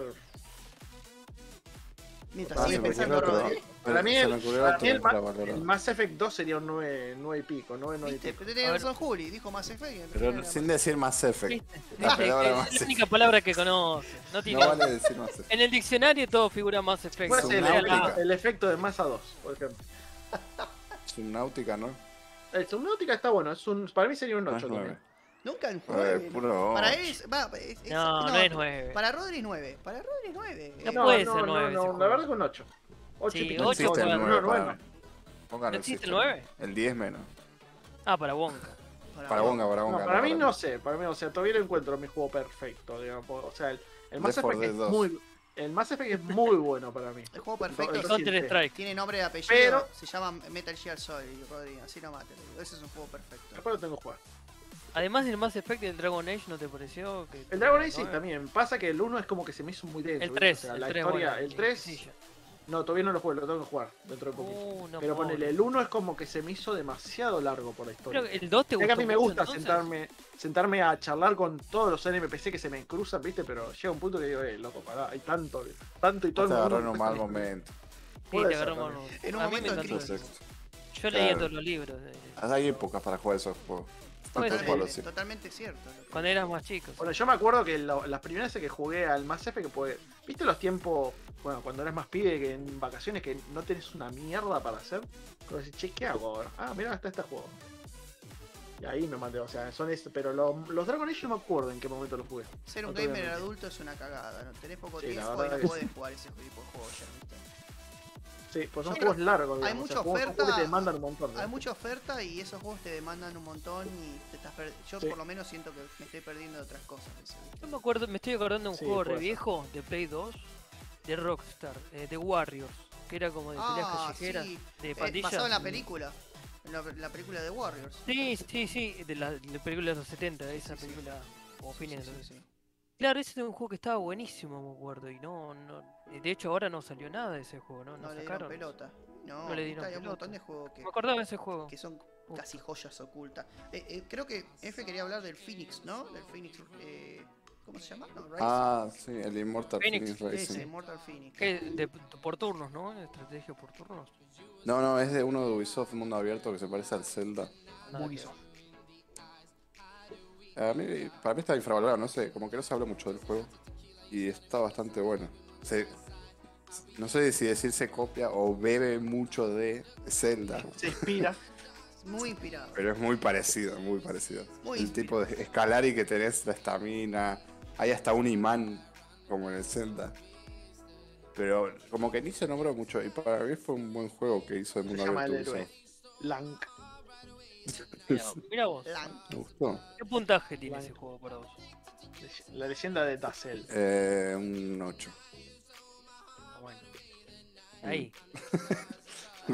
Speaker 2: Mientras
Speaker 4: Ah,
Speaker 2: sigue
Speaker 5: se me
Speaker 2: pensando
Speaker 5: ocurrió otro.
Speaker 2: Rodri.
Speaker 4: Para mí
Speaker 5: Se
Speaker 4: el-
Speaker 5: me ocurrió
Speaker 4: para
Speaker 5: otro
Speaker 4: mí el ma-
Speaker 5: infravalorado.
Speaker 4: El Mass Effect 2 sería un 9, 9 y pico, 9, 9 y
Speaker 2: Viste,
Speaker 4: pico.
Speaker 2: pero tenía
Speaker 3: A ver.
Speaker 2: razón Juli, dijo Mass Effect. y en
Speaker 5: Pero
Speaker 2: realidad
Speaker 5: sin
Speaker 2: era
Speaker 5: decir Mass Effect.
Speaker 3: ¿Viste?
Speaker 5: La
Speaker 3: ¿Viste?
Speaker 5: palabra más
Speaker 3: Es la única palabra que conoce. No tiene.
Speaker 5: No vale decir Mass Effect.
Speaker 3: En el diccionario todo figura más efecto.
Speaker 4: ¿Cuál es el,
Speaker 5: Subnautica.
Speaker 4: efecto- el efecto de Massa 2, por ejemplo?
Speaker 5: Subnautica, ¿no?
Speaker 4: El Subnautica está bueno, es un, para mí sería un
Speaker 5: No es
Speaker 4: 8
Speaker 5: 9.
Speaker 4: también.
Speaker 2: más- Nunca en
Speaker 5: A ver,
Speaker 2: 9.
Speaker 5: puro.
Speaker 2: Para él es, va, es- es-
Speaker 3: No, no, es 9.
Speaker 2: Para Rodri es 9. Para Rodri es 9.
Speaker 3: No puede ser
Speaker 4: no,
Speaker 3: 9 ese
Speaker 4: no,
Speaker 3: juego.
Speaker 4: la verdad que un 8. 8
Speaker 3: Sí,
Speaker 4: y pico.
Speaker 5: No
Speaker 3: ocho,
Speaker 5: existe el
Speaker 3: bueno,
Speaker 5: nueve
Speaker 4: no,
Speaker 5: para
Speaker 4: bueno.
Speaker 5: mí. Pongan
Speaker 3: ¿No existe el
Speaker 5: sistema.
Speaker 3: 9?
Speaker 5: El 10 menos.
Speaker 3: Ah, para Wonka.
Speaker 5: Para Bonga, para
Speaker 4: No,
Speaker 5: Bonga.
Speaker 4: para mí no sé, para mí, o sea, todavía no encuentro mi juego perfecto, digamos. O sea, el, el Mass
Speaker 5: Left 4
Speaker 4: Effect es
Speaker 5: Dead 2.
Speaker 4: muy. El Mass Effect es muy bueno para mí.
Speaker 2: El juego perfecto
Speaker 4: El
Speaker 2: es-
Speaker 4: Rod-
Speaker 3: Counter Strike.
Speaker 2: tiene nombre y apellido.
Speaker 4: Pero-
Speaker 2: Se llama Metal Gear Solid, Rodri. Así nomás te lo mates. Ese es un juego perfecto.
Speaker 4: Después lo tengo que jugar.
Speaker 3: Además del Mass Effect del Dragon Age, ¿no te pareció? Que
Speaker 4: El Dragon Age sí,
Speaker 3: sí
Speaker 4: también. Pasa que el 1 es como que se me hizo muy denso.
Speaker 3: eh. El
Speaker 4: ¿viste?
Speaker 3: 3,
Speaker 4: O sea,
Speaker 3: el
Speaker 4: la
Speaker 3: 3,
Speaker 4: historia.
Speaker 3: bueno,
Speaker 4: el 3,
Speaker 3: sencilla.
Speaker 4: no, todavía no lo juego, lo tengo que jugar dentro de poquito.
Speaker 3: Uh, no,
Speaker 4: Pero
Speaker 3: pobre.
Speaker 4: ponele, el 1 es como que se me hizo demasiado largo por la historia.
Speaker 3: Creo que el 2 te
Speaker 4: Ya
Speaker 3: gustó.
Speaker 4: que a mí me
Speaker 3: mucho,
Speaker 4: gusta
Speaker 3: entonces.
Speaker 4: sentarme sentarme a charlar con todos los NPC que se me cruzan, ¿viste? Pero llega un punto que digo, eh, loco, pará, hay tanto, tanto y todo
Speaker 5: Te agarró en
Speaker 4: me
Speaker 5: un
Speaker 4: cuesta
Speaker 5: mal
Speaker 4: mi-
Speaker 5: momento.
Speaker 3: Sí,
Speaker 4: Puede
Speaker 3: te
Speaker 4: ser
Speaker 3: agarró
Speaker 4: también.
Speaker 3: mano.
Speaker 2: En un
Speaker 3: A mí me
Speaker 2: momento de
Speaker 3: encantó
Speaker 2: crisis.
Speaker 3: eso.
Speaker 5: Contexto.
Speaker 3: Yo leía
Speaker 5: Claro.
Speaker 3: todos los libros. eh,
Speaker 5: Ah, Hay épocas para jugar esos juegos.
Speaker 3: Puede
Speaker 5: Tanto
Speaker 3: ser.
Speaker 5: juego,
Speaker 2: Totalmente,
Speaker 5: Pues sí.
Speaker 2: totalmente cierto. lo que-
Speaker 3: Cuando eras más chico.
Speaker 4: Bueno, yo me acuerdo que lo- las primeras veces que jugué al Mass Effect, que pude- ¿viste los tiempos, bueno, cuando eras más pibe, que en vacaciones, que no tenés una mierda para hacer? Como decís, che, ¿qué hago ahora? Ah, mirá, está este juego. Y ahí me maté, o sea, son esos, pero lo- los Dragon Age no me acuerdo en qué momento los jugué.
Speaker 2: Ser un
Speaker 4: No te voy a
Speaker 2: gamer
Speaker 4: mentir.
Speaker 2: adulto es una cagada, ¿no? Tenés poco
Speaker 4: Sí, la
Speaker 2: tiempo y
Speaker 4: verdad
Speaker 2: no
Speaker 4: que-
Speaker 2: podés jugar ese tipo de juegos ya, ¿viste?
Speaker 4: Sí, pues son
Speaker 2: Yo
Speaker 4: juegos largos,
Speaker 2: hay
Speaker 4: digamos, o sea,
Speaker 2: mucha
Speaker 4: juegos- son
Speaker 2: oferta,
Speaker 4: juegos que te demandan un montón.
Speaker 2: Hay
Speaker 4: ¿no?
Speaker 2: mucha oferta y esos juegos te demandan un montón y te estás per- Yo
Speaker 4: Sí.
Speaker 2: por lo menos siento que me estoy perdiendo de otras cosas. ¿viste?
Speaker 3: Yo me acuerdo, me estoy acordando de un
Speaker 4: Sí,
Speaker 3: juego re
Speaker 4: puede ser.
Speaker 3: viejo de Play 2 de Rockstar, eh, de Warriors, que era como de peleas
Speaker 2: Ah,
Speaker 3: callejeras,
Speaker 2: sí.
Speaker 3: de
Speaker 2: Eh,
Speaker 3: pandillas. Mm.
Speaker 2: basado en la película. En la, la película de Warriors.
Speaker 3: Sí, sí, sí, de la, de la película de los 70, esa
Speaker 2: Sí, sí.
Speaker 3: película como
Speaker 2: Sí,
Speaker 3: fines de
Speaker 2: sí,
Speaker 3: los
Speaker 2: sí, sí.
Speaker 3: Claro, ese era un juego que estaba buenísimo, me acuerdo, y no, no, eh, de hecho ahora no salió nada de ese juego, ¿no?
Speaker 2: No
Speaker 3: No,
Speaker 2: le dieron
Speaker 3: sacaron.
Speaker 2: pelota. No,
Speaker 3: No le
Speaker 2: viste,
Speaker 3: dieron
Speaker 2: hay un montón
Speaker 3: pelota.
Speaker 2: de juegos que,
Speaker 3: Me acordaba de ese juego.
Speaker 2: que son
Speaker 3: Puta.
Speaker 2: casi joyas ocultas. Eh, eh, creo que F quería hablar del Phoenix, ¿no? Del Phoenix. eh, ¿Cómo se llama? No, Rising.
Speaker 5: Ah, sí, el Immortal
Speaker 3: Phoenix.
Speaker 5: Phoenix
Speaker 2: Ese,
Speaker 5: Racing.
Speaker 2: Immortal Phoenix.
Speaker 3: Que de- por turnos, ¿no? Estrategia por turnos.
Speaker 5: No, no, es de uno de Ubisoft, mundo abierto, que se parece al Zelda.
Speaker 3: Nada que
Speaker 2: Ubisoft.
Speaker 3: ver.
Speaker 5: A mí, para mí está infravalorado, no sé, como que no se habla mucho del juego. Y está bastante bueno. Se- no sé si decir se copia o bebe mucho de Zelda,
Speaker 4: Se inspira.
Speaker 2: Muy inspirado.
Speaker 5: pero es muy parecido, muy parecido.
Speaker 2: Muy
Speaker 5: El tipo de escalari que tenés, la estamina, hay hasta un imán, como en el Zelda. Pero como que ni se nombró mucho, y para mí fue un buen juego que hizo el
Speaker 4: se
Speaker 5: mundo
Speaker 4: llama el
Speaker 5: abierto.
Speaker 4: héroe.
Speaker 5: Ubisoft.
Speaker 4: Lank.
Speaker 3: Mira vos, mira vos,
Speaker 2: Lan-
Speaker 5: Me gustó.
Speaker 3: ¿qué puntaje tiene
Speaker 4: Blanco.
Speaker 3: ese juego para vos?
Speaker 4: La leyenda de Tassel.
Speaker 5: Eh, un 8.
Speaker 3: Ah, Bueno. Ahí.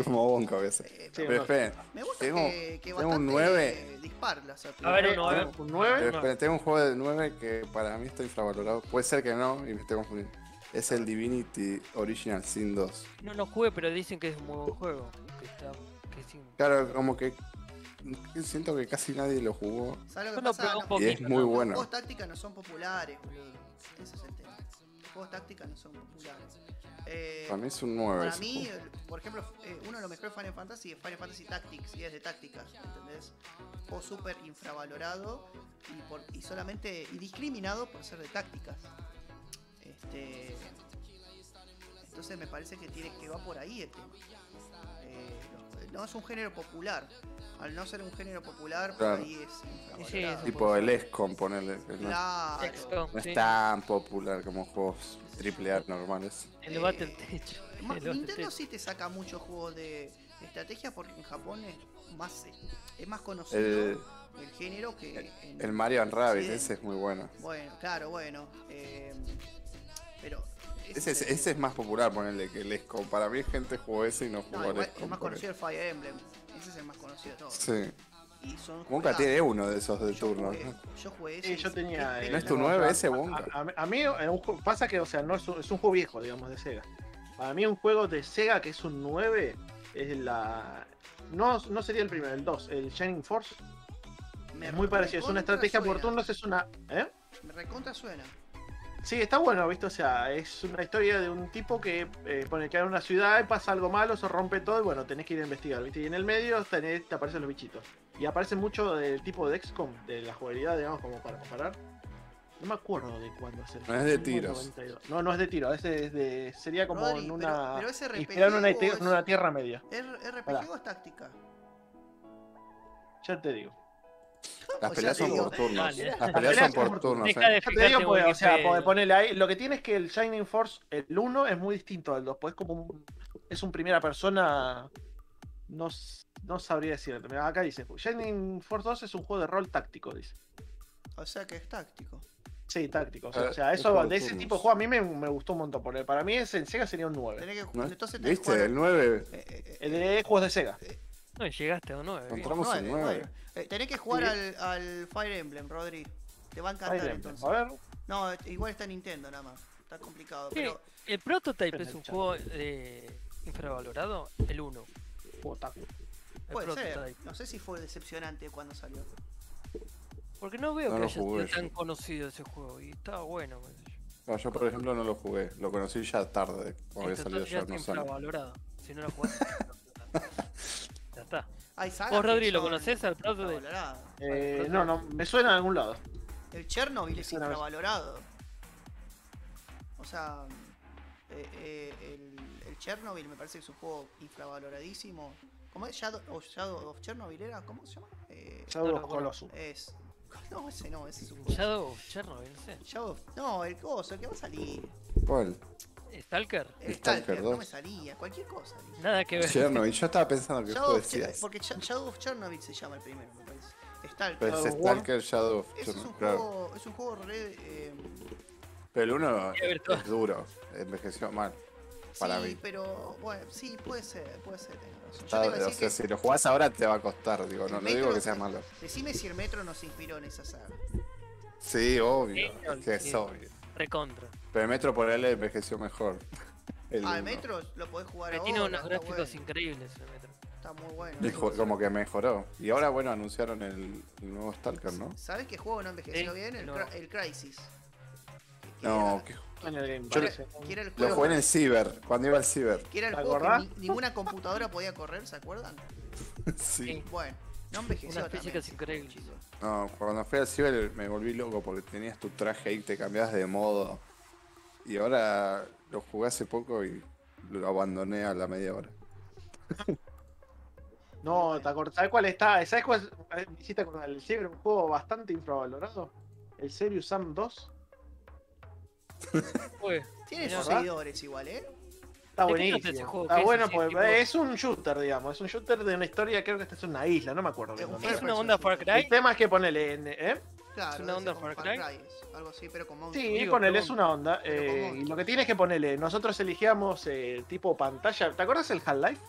Speaker 5: Como bonca a veces.
Speaker 2: eh,
Speaker 4: Sí,
Speaker 5: Pero
Speaker 4: no.
Speaker 5: esperen,
Speaker 2: Me gusta
Speaker 5: Tengo-
Speaker 2: que, que
Speaker 5: tengo
Speaker 2: bastante
Speaker 5: un nueve.
Speaker 2: dispar la sorpresa.
Speaker 3: A ver, uno,
Speaker 2: eh.
Speaker 3: a ver.
Speaker 4: Un 9.
Speaker 5: Pero espera, tengo un juego de 9 que para mí está infravalorado. Puede ser que no, y me esté confundiendo. Es el Divinity Original Sin 2.
Speaker 3: No lo jugué, pero dicen que es un muy buen juego. Que está, que sí.
Speaker 5: Claro, como que siento que casi nadie lo jugó.
Speaker 2: ¿Sabes lo
Speaker 3: Yo
Speaker 2: que
Speaker 3: lo
Speaker 2: pasa? No,
Speaker 3: probé un
Speaker 5: Y
Speaker 3: poquito.
Speaker 5: es muy
Speaker 3: ¿no?
Speaker 2: los
Speaker 5: bueno.
Speaker 2: juegos tácticas no son populares, boludo. Ese es el tema. Los juegos tácticas no son populares. Eh,
Speaker 5: Para mí es un 9.
Speaker 2: para
Speaker 5: ese
Speaker 2: mí,
Speaker 5: juego.
Speaker 2: el- por ejemplo, eh, uno de los mejores Final Fantasy es Final Fantasy Tactics y es de tácticas, ¿entendés? Juego súper infravalorado y, por- y solamente y discriminado por ser de tácticas. Este, entonces me parece que tiene que va por ahí el tema. Eh, no, no es un género popular. Al no ser un género popular, por
Speaker 5: Claro.
Speaker 2: ahí es infravalorado.
Speaker 3: Sí, eso
Speaker 5: Tipo el escom ponerle. que No,
Speaker 2: Claro.
Speaker 3: XCOM,
Speaker 5: no
Speaker 3: sí.
Speaker 5: es tan popular como juegos AAA normales.
Speaker 3: El debate del techo. El
Speaker 2: Ma-
Speaker 3: debate del
Speaker 2: Nintendo
Speaker 3: techo.
Speaker 2: sí te saca muchos juegos de estrategia porque en Japón es más eh, es más conocido
Speaker 5: El,
Speaker 2: el, género que en-
Speaker 5: el Mario and Rabbit,
Speaker 2: Sí.
Speaker 5: ese es muy bueno.
Speaker 2: bueno claro bueno eh, pero
Speaker 5: Ese, es- ese es más popular ponerle que el escom Para mí gente jugó ese y no
Speaker 2: no,
Speaker 5: jugó al
Speaker 2: igual,
Speaker 5: escom
Speaker 2: el más conocido es Fire Emblem ese es el más conocido de todos
Speaker 5: Sí.
Speaker 2: y son
Speaker 5: Wonka
Speaker 2: juegazos.
Speaker 5: tiene uno de esos de
Speaker 2: yo
Speaker 5: turno.
Speaker 2: jugué,
Speaker 5: ¿no?
Speaker 2: yo jugué ese
Speaker 4: Sí, yo
Speaker 2: y-
Speaker 4: tenía.
Speaker 2: qué
Speaker 4: eh,
Speaker 5: ¿No es tu
Speaker 4: la-
Speaker 5: nueve
Speaker 4: la-
Speaker 5: ese, Wonka?
Speaker 4: A, a- a mí, eh, un ju- pasa que, o sea, no es un, es un juego viejo, digamos, de Sega. Para mí, un juego de Sega que es un 9 es la. No, no sería el primero, el 2, el Shining Force.
Speaker 2: me
Speaker 4: es muy parecido, es una
Speaker 2: recontra
Speaker 4: estrategia por
Speaker 2: suena,
Speaker 4: turnos, es una. ¿eh?
Speaker 2: me recontra suena
Speaker 4: Sí, está bueno, ¿viste? O sea, es una historia de un tipo que eh, pone que hay una ciudad y pasa algo malo, se rompe todo y bueno, tenés que ir a investigar, ¿viste? Y en el medio tenés- te aparecen los bichitos. Y aparece mucho del tipo de XCOM, de la jugabilidad, digamos, como para comparar. No me acuerdo de cuándo es el
Speaker 5: No es de tiros.
Speaker 4: 92. No, no es de tiro, es de, es de- sería como
Speaker 2: Rodri,
Speaker 4: en
Speaker 2: pero-
Speaker 4: una.
Speaker 2: pero, ese RPG
Speaker 4: inspirado en una,
Speaker 2: o
Speaker 4: te-
Speaker 2: es-
Speaker 4: en una tierra media,
Speaker 2: ¿es RPG
Speaker 4: Pará.
Speaker 2: o es táctica
Speaker 4: ya te digo.
Speaker 5: Las
Speaker 2: O sea,
Speaker 5: peleas
Speaker 2: te
Speaker 5: son
Speaker 2: digo,
Speaker 5: por turnos.
Speaker 3: dale.
Speaker 5: Las peleas son por turnos.
Speaker 3: Deja
Speaker 5: ¿eh?
Speaker 3: de
Speaker 4: Ya te
Speaker 3: fijarte
Speaker 4: digo,
Speaker 3: en
Speaker 4: pues, o sea,
Speaker 3: Wikipedia.
Speaker 4: podés ponerle ahí. Lo que tienes es que el Shining Force, el 1 es muy distinto al 2, pues es como un, es un primera persona No, s- no sabría decirte. Mirá, acá dice: Shining Force 2 es un juego de rol táctico, dice.
Speaker 2: O sea que es táctico.
Speaker 4: Sí, táctico. O sea,
Speaker 5: Ah,
Speaker 4: o sea,
Speaker 5: es juego
Speaker 4: eso
Speaker 5: de
Speaker 4: de ese
Speaker 5: turnos.
Speaker 4: tipo de juego a mí me, me gustó un montón. Porque para mí ese en Sega sería un 9.
Speaker 2: Tenés que ju-
Speaker 5: ¿No?
Speaker 2: Entonces tenés que
Speaker 5: ¿Viste?
Speaker 2: jugar-
Speaker 5: El 9.
Speaker 2: eh, eh, eh,
Speaker 4: El de juegos de Sega.
Speaker 3: No, llegaste a un 9. bien.
Speaker 5: Contra- Entramos en
Speaker 2: nueve,
Speaker 5: nueve.
Speaker 2: bueno. Eh, tenés que jugar al, al Fire Emblem, Rodri. Te va a encantar
Speaker 4: Fire Emblem.
Speaker 2: entonces.
Speaker 4: A ver,
Speaker 2: No, eh, igual está Nintendo nada más. Está complicado.
Speaker 3: Sí,
Speaker 2: Pero
Speaker 3: el Prototype
Speaker 4: en
Speaker 3: es
Speaker 4: el
Speaker 3: un
Speaker 4: chat.
Speaker 3: juego eh, infravalorado, el 1.
Speaker 4: juego táctico.
Speaker 3: El
Speaker 2: puede ser.
Speaker 3: Prototype.
Speaker 2: No sé si fue decepcionante cuando salió.
Speaker 3: Porque no veo
Speaker 5: No
Speaker 3: que
Speaker 5: lo
Speaker 3: haya sido
Speaker 5: jugué yo.
Speaker 3: tan conocido ese juego. Y estaba bueno. qué sé yo.
Speaker 5: No, yo, por ejemplo, no lo jugué. Lo conocí ya tarde. Como había
Speaker 3: Entonces
Speaker 5: salido
Speaker 3: ya
Speaker 5: ya
Speaker 3: está
Speaker 5: unos años.
Speaker 3: infravalorado. Si no lo jugaste. ya está.
Speaker 2: Hay sagas
Speaker 3: ¿Vos,
Speaker 2: que
Speaker 3: Rodri, lo
Speaker 2: son
Speaker 3: conocés al Prototype?
Speaker 2: infravaloradas.
Speaker 4: Eh, no, no, me suena de algún lado.
Speaker 2: El Chernobyl es
Speaker 4: Es una-
Speaker 2: infravalorado. O sea, eh, eh, el, el Chernobyl me parece que es un juego infravaloradísimo. ¿Cómo es? ¿Shadow, o Shadow of Chernobyl era? ¿Cómo se llama? Eh,
Speaker 4: Shadow
Speaker 3: No,
Speaker 4: of
Speaker 3: no,
Speaker 4: Colossus.
Speaker 2: es. No, ese no, ese es un juego.
Speaker 3: Shadow of Chernobyl, ¿sí?
Speaker 2: Shadow of- No, el coso, que va a salir.
Speaker 5: ¿Cuál?
Speaker 3: Stalker.
Speaker 2: El
Speaker 5: Stalker
Speaker 2: Stalker, no
Speaker 5: 2.
Speaker 2: me salía, cualquier cosa. dije.
Speaker 3: Nada que ver.
Speaker 5: Chernobyl. Yo estaba pensando que
Speaker 2: Shadow
Speaker 5: juego
Speaker 2: of Cher-
Speaker 5: decías.
Speaker 2: porque Ch- Shadow of Chernobyl se llama el primero, me parece. Stalker.
Speaker 5: Pero
Speaker 4: Shadow
Speaker 5: es
Speaker 4: of War.
Speaker 5: Stalker Shadow of
Speaker 2: Ese es un
Speaker 5: Chernobyl, claro.
Speaker 2: juego, es un juego re. eh,
Speaker 5: Pero el 1
Speaker 3: Tiene que ver todo.
Speaker 5: es duro. Envejeció mal. para
Speaker 2: sí,
Speaker 5: mí.
Speaker 2: pero bueno, sí, puede ser, puede ser. tenés razón. Yo
Speaker 5: Está-
Speaker 2: te iba a
Speaker 5: o
Speaker 2: decir
Speaker 5: sea,
Speaker 2: que
Speaker 5: si lo jugás ahora te va a costar. Digo,
Speaker 2: el
Speaker 5: no, no
Speaker 2: Metro-
Speaker 5: digo que sea malo.
Speaker 2: Decime si el metro nos inspiró en esa saga.
Speaker 5: Sí, obvio.
Speaker 3: Sí,
Speaker 5: Es que es
Speaker 3: sí.
Speaker 5: obvio.
Speaker 3: Recontra.
Speaker 5: Pero el Metro por él envejeció mejor. El
Speaker 2: Ah, el
Speaker 5: uno.
Speaker 2: metro lo podés jugar
Speaker 3: Que
Speaker 2: ahora.
Speaker 3: tiene unos
Speaker 2: está
Speaker 3: gráficos
Speaker 2: bueno,
Speaker 3: increíbles el metro.
Speaker 2: Está muy bueno.
Speaker 5: Y ju- como que mejoró. Y ahora, bueno, anunciaron el, el nuevo Stalker, ¿no?
Speaker 2: ¿Sabés qué juego no envejeció
Speaker 3: Sí,
Speaker 2: bien? El,
Speaker 3: no.
Speaker 2: Cra- el Crisis. Que
Speaker 5: No,
Speaker 2: era-
Speaker 5: que-
Speaker 4: En el Game
Speaker 5: Yo
Speaker 4: Pass,
Speaker 5: le-
Speaker 4: eh.
Speaker 2: que era el
Speaker 5: lo
Speaker 2: juego,
Speaker 5: jugué en el Ciber, cuando iba al Ciber.
Speaker 2: que, era el
Speaker 4: ¿Te
Speaker 2: juego que
Speaker 4: acordás?
Speaker 2: ni- ninguna computadora podía correr, ¿se acuerdan?
Speaker 5: Sí.
Speaker 2: Bueno, no envejeció
Speaker 3: Unas
Speaker 2: también,
Speaker 3: físicas
Speaker 2: sí,
Speaker 3: increíbles.
Speaker 2: chicos.
Speaker 5: No, cuando fui al Ciber me volví loco porque tenías tu traje ahí, te cambiabas de modo. Y ahora lo jugué hace poco y lo abandoné a la media hora.
Speaker 4: No,
Speaker 3: Este,
Speaker 4: te acordás. ¿Sabes cuál está? ¿Sabes cuál? eh, Me hiciste acordar. El Cyber, un juego bastante infravalorado. El Serious Sam 2.
Speaker 3: Fue.
Speaker 2: Tiene
Speaker 3: Mirá.
Speaker 2: sus seguidores igual, ¿eh?
Speaker 4: Está
Speaker 3: ¿De qué trata ese
Speaker 4: buenísimo.
Speaker 3: juego?
Speaker 4: Está
Speaker 3: ¿Qué es
Speaker 4: bueno,
Speaker 3: así,
Speaker 4: pues
Speaker 3: tipo-
Speaker 4: es un shooter, digamos. Es un shooter de una historia, creo que esta es una isla, no me acuerdo. bien
Speaker 2: Es un
Speaker 4: dónde
Speaker 2: Far
Speaker 3: ¿Es
Speaker 4: era.
Speaker 2: Cry.
Speaker 3: una onda Far
Speaker 4: El
Speaker 3: Cry?
Speaker 4: tema es que ponele. en- ¿eh?
Speaker 2: Claro,
Speaker 3: ¿Es una
Speaker 2: debe
Speaker 3: onda
Speaker 2: ser como
Speaker 3: Far Cry?
Speaker 2: es Algo así, pero con monstruos.
Speaker 4: Sí,
Speaker 3: Digo,
Speaker 4: ponele,
Speaker 3: pero-
Speaker 4: es una onda.
Speaker 2: pero
Speaker 4: eh,
Speaker 2: como-
Speaker 4: y lo que tienes que ponerle, nosotros elegíamos eh, tipo pantalla. ¿Te acuerdas el Half-Life?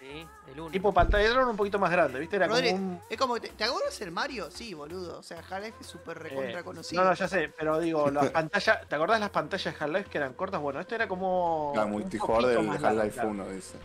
Speaker 3: Sí, el 1.
Speaker 4: Tipo pantalla, era un poquito más grande, ¿viste? Era
Speaker 2: Rodri,
Speaker 4: como un.
Speaker 2: Es como, ¿te, te acuerdas el Mario? Sí, boludo. O sea, Half-Life es súper recontra
Speaker 4: Eh,
Speaker 2: conocido.
Speaker 4: No, no, ya sé, pero digo, las pantallas, ¿te acordás las pantallas de Half-Life que eran cortas? Bueno, esto era como.
Speaker 5: La
Speaker 4: Oh, un
Speaker 5: multijugador
Speaker 4: poquito
Speaker 5: del
Speaker 4: más largo,
Speaker 5: Half-Life
Speaker 4: claro.
Speaker 5: 1, dice.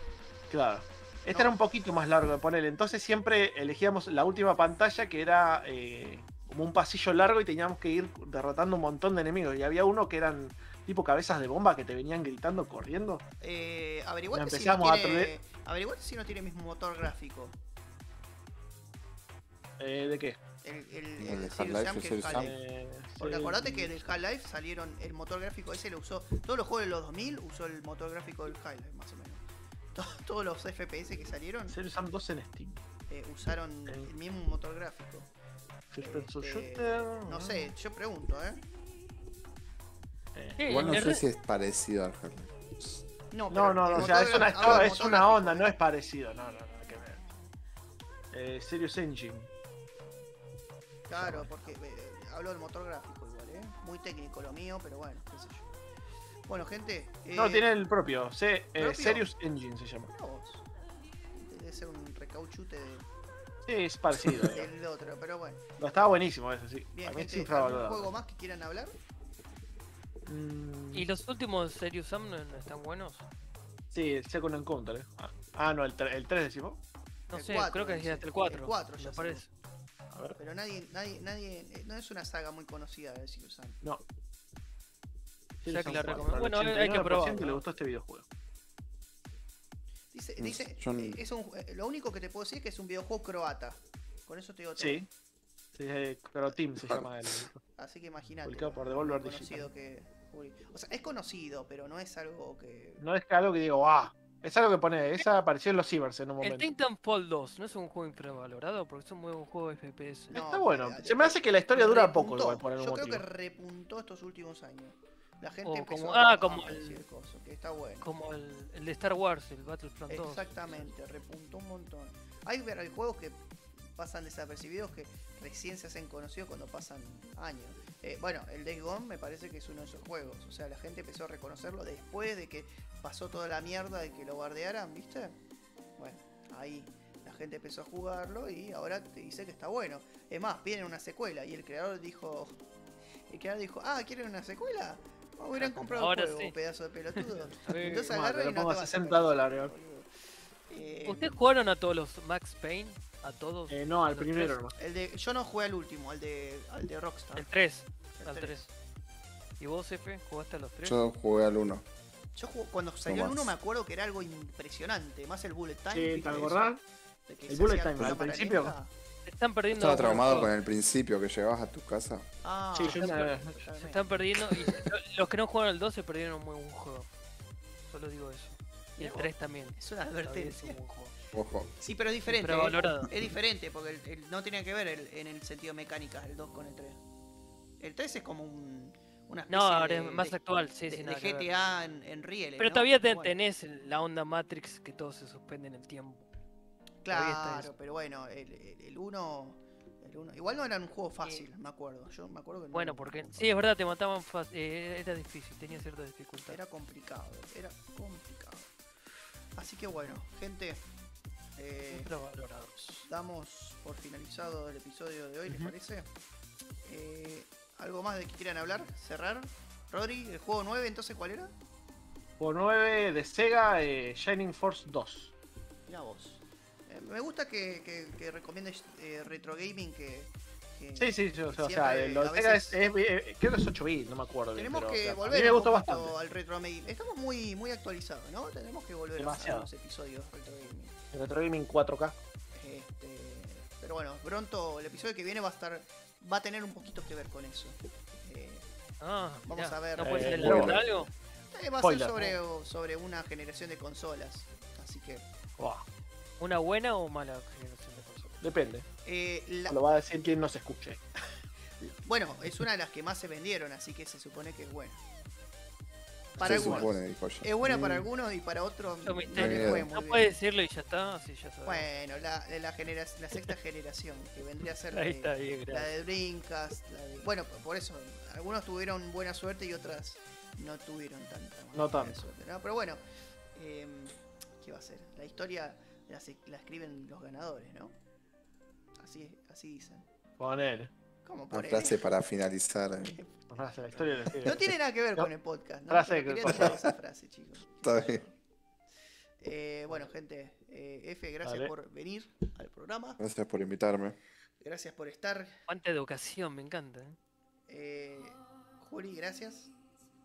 Speaker 4: Claro. Este
Speaker 2: No.
Speaker 4: era un poquito más largo de ponerle. Entonces siempre elegíamos la última pantalla que era eh, como un pasillo largo y teníamos que ir derrotando un montón de enemigos. Y había uno que eran tipo cabezas de bomba que te venían gritando, corriendo.
Speaker 2: Eh, averiguate,
Speaker 4: Nos
Speaker 2: si no
Speaker 4: empezamos a
Speaker 2: tiene, averiguate si no tiene el mismo motor gráfico.
Speaker 4: Eh, ¿De qué?
Speaker 2: El, el,
Speaker 5: El
Speaker 2: el
Speaker 5: de
Speaker 2: Serious
Speaker 5: Half-Life
Speaker 2: Sam
Speaker 5: es
Speaker 2: que
Speaker 5: Serious
Speaker 2: Half-Life.
Speaker 5: Sam.
Speaker 4: Eh,
Speaker 2: Porque
Speaker 4: sí.
Speaker 2: acordate que del Half-Life salieron el motor gráfico, ese lo usó. Todos los juegos de los 2000 usó el motor gráfico del Half-Life, más o menos. To- Todos los FPS que salieron
Speaker 4: Serious Sam 2 en Steam.
Speaker 2: eh, usaron
Speaker 4: Sí.
Speaker 2: el mismo motor gráfico.
Speaker 4: Suspenso
Speaker 2: Este,
Speaker 4: shooter.
Speaker 2: No sé, yo pregunto, ¿eh?
Speaker 4: Eh,
Speaker 3: Sí,
Speaker 5: Igual no
Speaker 3: el
Speaker 5: sé
Speaker 3: re-
Speaker 5: si es parecido al Half-Life.
Speaker 2: No, pero
Speaker 4: No, no,
Speaker 2: el
Speaker 4: no, o
Speaker 2: motor
Speaker 4: sea, es
Speaker 2: gra-
Speaker 4: una,
Speaker 2: hablo del
Speaker 4: es
Speaker 2: motor
Speaker 4: una
Speaker 2: gráfico,
Speaker 4: onda,
Speaker 2: ¿eh?
Speaker 4: no es parecido, no, no, no, nada que ver. Eh, Serious Engine.
Speaker 2: Claro, porque eh, hablo del motor gráfico igual, ¿eh? Muy técnico lo mío, pero bueno, qué sé yo. Bueno, gente.
Speaker 4: No,
Speaker 2: eh,
Speaker 4: tiene el propio, se- eh,
Speaker 2: ¿propio?
Speaker 4: Serious Engine se llama.
Speaker 2: mirá vos. Debe ser un recauchute de-
Speaker 4: Sí, es parecido. digamos.
Speaker 2: del otro, pero bueno.
Speaker 4: No, estaba buenísimo eso, sí.
Speaker 2: Bien,
Speaker 4: A mí es
Speaker 2: gente, ¿algún
Speaker 4: infravalorado.
Speaker 2: juego más que quieran hablar?
Speaker 4: Mm,
Speaker 3: ¿Y los últimos Serious Sam no, no están buenos?
Speaker 4: Sí, el Second Encounter. eh. Ah, Ah, no, el, tre- el 3 decimos.
Speaker 3: No
Speaker 2: El
Speaker 3: sé,
Speaker 2: cuatro,
Speaker 3: creo que
Speaker 2: dice.
Speaker 3: es hasta el 4.
Speaker 2: El cuatro ya salió.
Speaker 3: me parece.
Speaker 4: A ver.
Speaker 2: Pero nadie, nadie, nadie. eh, No es una saga muy conocida de Serious Sam.
Speaker 3: Ya que la
Speaker 4: Serious Encounter,
Speaker 3: recomendó.
Speaker 4: al
Speaker 3: Bueno, hay- hay que
Speaker 4: 89%
Speaker 3: probar,
Speaker 4: le
Speaker 3: ¿no?
Speaker 4: gustó este videojuego.
Speaker 2: Dice,
Speaker 4: Mm,
Speaker 5: No
Speaker 2: dice,
Speaker 5: sé, yo no-
Speaker 2: eh, es un, eh, lo único que te puedo decir es que es un videojuego croata. Con eso te digo todo.
Speaker 4: Sí. Sí, eh, Crow Team se llama el.
Speaker 2: Así que imagínate.
Speaker 4: Publicado por Devolver
Speaker 2: lo
Speaker 4: Digital.
Speaker 2: conocido que. uy. O sea, es conocido, pero no es algo que.
Speaker 4: No es que algo que digo, ah. Es algo que pone. Esa apareció en los cibers en un
Speaker 3: El
Speaker 4: momento.
Speaker 3: Titanfall 2 no es un juego infravalorado porque es un buen juego FPS.
Speaker 2: No,
Speaker 4: Está bueno.
Speaker 2: eh,
Speaker 4: Se me hace que la historia dura
Speaker 2: repuntó.
Speaker 4: poco igual por algún
Speaker 2: Yo
Speaker 4: motivo.
Speaker 2: creo que repuntó estos últimos años. La gente
Speaker 3: O
Speaker 2: empezó
Speaker 3: como-
Speaker 2: a,
Speaker 3: ah, como
Speaker 2: a
Speaker 3: el-
Speaker 2: decir cosas, que está bueno.
Speaker 3: Como el, el de Star Wars, el Battlefront 2.
Speaker 2: Exactamente, repuntó un montón. Hay ver- hay juegos que pasan desapercibidos que recién se hacen conocidos cuando pasan años. Eh, bueno, el Days Gone me parece que es uno de esos juegos. O sea, la gente empezó a reconocerlo después de que pasó toda la mierda de que lo guardearan, ¿viste? Bueno, ahí la gente empezó a jugarlo y ahora te dice que está bueno. Es más, piden una secuela y el creador dijo... El creador dijo, ah, ¿quieren una secuela? Me hubieran comprado
Speaker 3: Ah, Ahora
Speaker 2: el juego,
Speaker 3: sí.
Speaker 2: pedazo de pelotudo. Entonces
Speaker 4: Tomá,
Speaker 2: agarra
Speaker 4: te
Speaker 2: y
Speaker 4: lo
Speaker 2: no
Speaker 4: pongo a
Speaker 2: te vas
Speaker 4: 60 dólares.
Speaker 2: boludo. Eh,
Speaker 3: ¿Ustedes jugaron a todos los Max Payne? ¿A todos?
Speaker 4: Eh, no, al
Speaker 3: Los
Speaker 4: primero,
Speaker 3: tres.
Speaker 4: hermano.
Speaker 2: el de, yo no jugué al último, al de, al de Rockstar.
Speaker 3: El 3.
Speaker 2: El
Speaker 3: Al
Speaker 2: tres.
Speaker 3: 3. ¿Y vos, F? ¿Jugaste a los 3?
Speaker 5: Yo jugué al 1.
Speaker 2: Yo jugué- cuando salió el
Speaker 5: Tomás.
Speaker 2: 1 me acuerdo que era algo impresionante, más el Bullet Time.
Speaker 4: Sí,
Speaker 2: ¿viste
Speaker 4: ¿te
Speaker 2: eso?
Speaker 4: acordás?
Speaker 2: De que
Speaker 4: El
Speaker 2: se
Speaker 4: bullet
Speaker 2: hacía
Speaker 4: time,
Speaker 2: con
Speaker 4: al
Speaker 2: cámara
Speaker 4: principio.
Speaker 2: lenta.
Speaker 3: Se están perdiendo.
Speaker 5: Estaba traumado
Speaker 3: algunos
Speaker 5: con
Speaker 3: juegos.
Speaker 5: el principio que llegabas a tu casa.
Speaker 2: Ah,
Speaker 4: Sí, yo una vez.
Speaker 3: Se están perdiendo. Y lo- los que no jugaron al 2 se perdieron un muy buen juego. Solo digo eso. Y el
Speaker 2: Mirá vos.
Speaker 3: 3 también.
Speaker 2: Es una
Speaker 3: Está bien, Es un
Speaker 2: advertencia.
Speaker 3: buen juego.
Speaker 5: Ojo.
Speaker 2: Sí, pero es diferente.
Speaker 3: Pero
Speaker 2: ¿eh?
Speaker 3: valorado.
Speaker 2: Es diferente porque el- el- no tiene que ver el- en el sentido mecánicas el 2 con el 3. El 3 es como un, una especie
Speaker 3: No, ahora
Speaker 2: de,
Speaker 3: es más
Speaker 2: de-
Speaker 3: actual. Sí,
Speaker 2: de-
Speaker 3: sí,
Speaker 2: de
Speaker 3: nada que ver.
Speaker 2: GTA en, en rieles,
Speaker 3: Pero
Speaker 2: ¿no?
Speaker 3: todavía te-
Speaker 2: Bueno,
Speaker 3: tenés la onda Matrix que todo se suspende en el tiempo. todavía está
Speaker 2: Claro,
Speaker 3: eso.
Speaker 2: pero bueno, el, el, el 1, el 1. Igual no era un juego fácil, me acuerdo. Yo me acuerdo que no era
Speaker 3: Bueno,
Speaker 2: un
Speaker 3: porque
Speaker 2: juego
Speaker 3: sí, es verdad, te mataban fácil. Eh, era difícil, tenía cierta dificultad.
Speaker 2: Era complicado, era complicado. Así que bueno, gente, eh,
Speaker 3: Siempre valorados.
Speaker 2: damos por finalizado el episodio de hoy, ¿les
Speaker 4: Ujú.
Speaker 2: parece? Eh, ¿Algo más de que quieran hablar? ¿Cerrar? Rodri, el juego 9, entonces, ¿cuál era?
Speaker 4: Por 9 de Sega, eh, Shining Force 2.
Speaker 2: Mira vos. Eh, me gusta que, que- que recomiendes eh, retro gaming que... que-
Speaker 4: Sí, sí, sí, o sea, o sea,
Speaker 2: Siempre,
Speaker 4: lo
Speaker 2: a
Speaker 4: de Sega
Speaker 2: veces-
Speaker 4: es, es- eh, creo que es 8 bits, no me acuerdo. bien,
Speaker 2: Tenemos
Speaker 4: pero,
Speaker 2: que
Speaker 4: o sea, a
Speaker 2: volver
Speaker 4: mí me
Speaker 2: un
Speaker 4: gustó
Speaker 2: poquito
Speaker 4: bastante.
Speaker 2: al retro gaming. Estamos muy, muy actualizados, ¿no? Tenemos que volver a hacer
Speaker 4: Demasiado.
Speaker 2: los episodios retro gaming.
Speaker 4: El Retro Gaming 4K.
Speaker 2: Este, pero bueno, pronto el episodio que viene va a estar va a tener un poquito que ver con eso. Eh,
Speaker 3: Ah,
Speaker 2: Vamos
Speaker 3: mirá,
Speaker 2: a ver,
Speaker 3: ¿No
Speaker 4: eh,
Speaker 3: puedes
Speaker 4: el
Speaker 3: adelantar
Speaker 5: juego.
Speaker 3: algo?
Speaker 2: eh, va a ser
Speaker 4: Spoiler,
Speaker 2: sobre, sobre una generación de consolas. Así que
Speaker 4: Buah,
Speaker 3: ¿Una buena o mala generación de consolas?
Speaker 4: depende.
Speaker 2: eh, la-
Speaker 4: Lo va a decir quien nos escuche.
Speaker 2: bueno, es una de las que más se vendieron, así que se supone que es buena. Para Eh,
Speaker 5: se
Speaker 2: algunos.
Speaker 5: supone, dijo yo.
Speaker 2: Es buena para
Speaker 5: Mm.
Speaker 2: algunos y para otros
Speaker 3: Yo
Speaker 2: no
Speaker 3: me
Speaker 2: les fue muy
Speaker 3: No
Speaker 2: bien.
Speaker 3: puedes decirlo y ya está, así ya sabes.
Speaker 2: Bueno, la, la, genera- la sexta generación, que vendría a ser la
Speaker 3: Ahí
Speaker 2: de-
Speaker 3: está bien,
Speaker 2: La
Speaker 3: gracias.
Speaker 2: de Dreamcast, la de... Bueno, p- por eso, algunos tuvieron buena suerte y otras no tuvieron tanta
Speaker 4: No
Speaker 2: buena
Speaker 4: tanto.
Speaker 2: suerte. ¿no? Pero bueno, eh, ¿qué va a ser? La historia la, se- la escriben los ganadores, ¿no? Así, así dicen.
Speaker 4: Poner.
Speaker 2: ¿Cómo
Speaker 5: Una
Speaker 2: ponele?
Speaker 5: frase para finalizar. eh.
Speaker 4: La historia de la serie.
Speaker 2: No tiene nada que ver
Speaker 4: No.
Speaker 2: con el podcast, ¿no?
Speaker 4: Frase
Speaker 2: Yo no
Speaker 4: que-
Speaker 2: quería decir esa frase, chicos.
Speaker 5: Está bien.
Speaker 2: Eh, bueno, gente, eh, F, gracias
Speaker 4: Dale.
Speaker 2: por venir al programa.
Speaker 5: Gracias por invitarme.
Speaker 2: Gracias por estar.
Speaker 3: Cuánta educación, me encanta. ¿eh?
Speaker 2: Eh, Juli, gracias.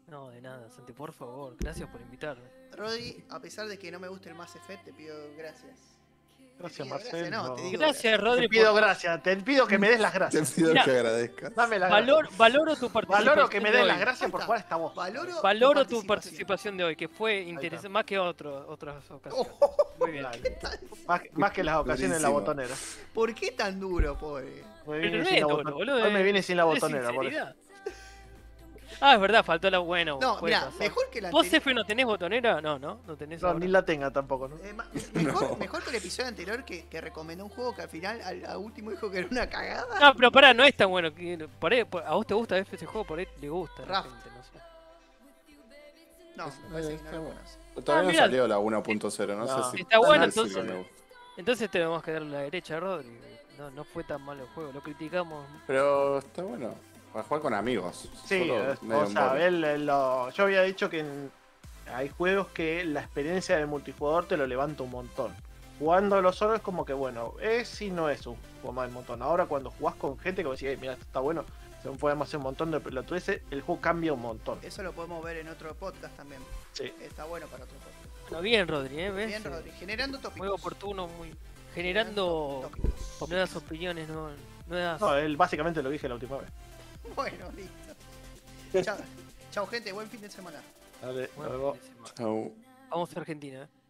Speaker 3: No, de nada, Santi, por favor, gracias por invitarme.
Speaker 2: Rodri, a pesar de que no me guste el Mass Effect, te pido gracias.
Speaker 4: Gracias,
Speaker 2: Te pido gracias,
Speaker 4: Marcel.
Speaker 2: no,
Speaker 4: no.
Speaker 2: te digo-
Speaker 3: Gracias, Rodri.
Speaker 4: Te pido
Speaker 3: por-
Speaker 4: gracias, te pido que me des las
Speaker 5: Te
Speaker 4: gracias.
Speaker 5: pido
Speaker 3: Mira.
Speaker 5: que agradezcas.
Speaker 4: Dame las
Speaker 3: valor-
Speaker 4: gracias.
Speaker 3: valoro tu participación.
Speaker 4: Valoro que me des
Speaker 3: hoy.
Speaker 4: las gracias por
Speaker 2: Ahí está.
Speaker 4: jugar esta voz.
Speaker 2: Valoro,
Speaker 3: Valoro tu participación de hoy, que fue interesante,
Speaker 4: está.
Speaker 3: más que otro, otras ocasiones. Muy bien.
Speaker 4: Dale. Más, más que las ocasiones en la
Speaker 5: Durísimo.
Speaker 4: botonera.
Speaker 2: ¿Por qué tan duro, pobre?
Speaker 4: Me
Speaker 3: Pero
Speaker 4: viene
Speaker 3: no
Speaker 4: sin
Speaker 3: es
Speaker 4: la
Speaker 3: dolo,
Speaker 4: botonera.
Speaker 3: boludo,
Speaker 4: Hoy me
Speaker 3: es-
Speaker 4: viene sin la
Speaker 3: es
Speaker 4: botonera. por eso.
Speaker 3: sinceridad. Ah, es verdad, faltó la buena.
Speaker 2: No,
Speaker 3: puede
Speaker 2: mira,
Speaker 3: pasar.
Speaker 2: mejor que la
Speaker 3: ¿Vos,
Speaker 2: anterior.
Speaker 3: F, no tenés botonera? No, no, no tenés.
Speaker 4: No,
Speaker 3: ahora.
Speaker 4: ni la tenga tampoco, ¿no?
Speaker 2: Eh, ma- mejor,
Speaker 5: No.
Speaker 2: mejor que el episodio anterior que, que recomendó un juego que al final al, al último dijo que era una cagada.
Speaker 3: No, pero pará, no es tan bueno. que- por ahí- por- a vos te gusta F ese juego, por ahí le gusta. a la
Speaker 2: Raft.
Speaker 3: gente, no sé.
Speaker 2: No, me parece que no lo conoce.
Speaker 5: Todavía no
Speaker 3: mira.
Speaker 5: salió la 1.0, no,
Speaker 4: No.
Speaker 5: sé si.
Speaker 3: Está bueno,
Speaker 5: no sé si
Speaker 3: entonces.
Speaker 5: me gusta.
Speaker 3: Entonces tenemos que darle a la derecha a Rodri. No, no fue tan malo el juego, lo criticamos.
Speaker 5: Pero está bueno. Para jugar con amigos.
Speaker 4: Sí,
Speaker 5: Solo
Speaker 4: eh,
Speaker 5: medio
Speaker 4: o
Speaker 5: en
Speaker 4: sea,
Speaker 5: bola.
Speaker 4: él, él lo- yo había dicho que en- hay juegos que la experiencia del multijugador te lo levanta un montón. Jugándolo solo es como que, bueno, es y no es un juego más del montón. Ahora cuando jugás con gente que vos decís, "Ey, mira, esto está bueno, se podemos hacer un montón de pelotudeces, el juego cambia un montón.
Speaker 2: Eso lo podemos ver en otro podcast también.
Speaker 4: Sí.
Speaker 2: Está bueno para otro podcast.
Speaker 3: Bueno, bien, Rodri, ¿eh? ¿Ves?
Speaker 2: Bien, Rodri. Generando tópicos.
Speaker 3: Muy oportuno, muy. generando
Speaker 2: tópicos.
Speaker 3: nuevas opiniones, nuevas. nuevas-
Speaker 4: No, él básicamente lo dije la última vez.
Speaker 2: Bueno, listo. Chao, chao, gente. Buen fin de semana.
Speaker 4: Dale, hasta
Speaker 3: nuevas
Speaker 4: luego.
Speaker 3: fines de semana.
Speaker 5: Chau.
Speaker 3: Vamos a Argentina. ¿eh?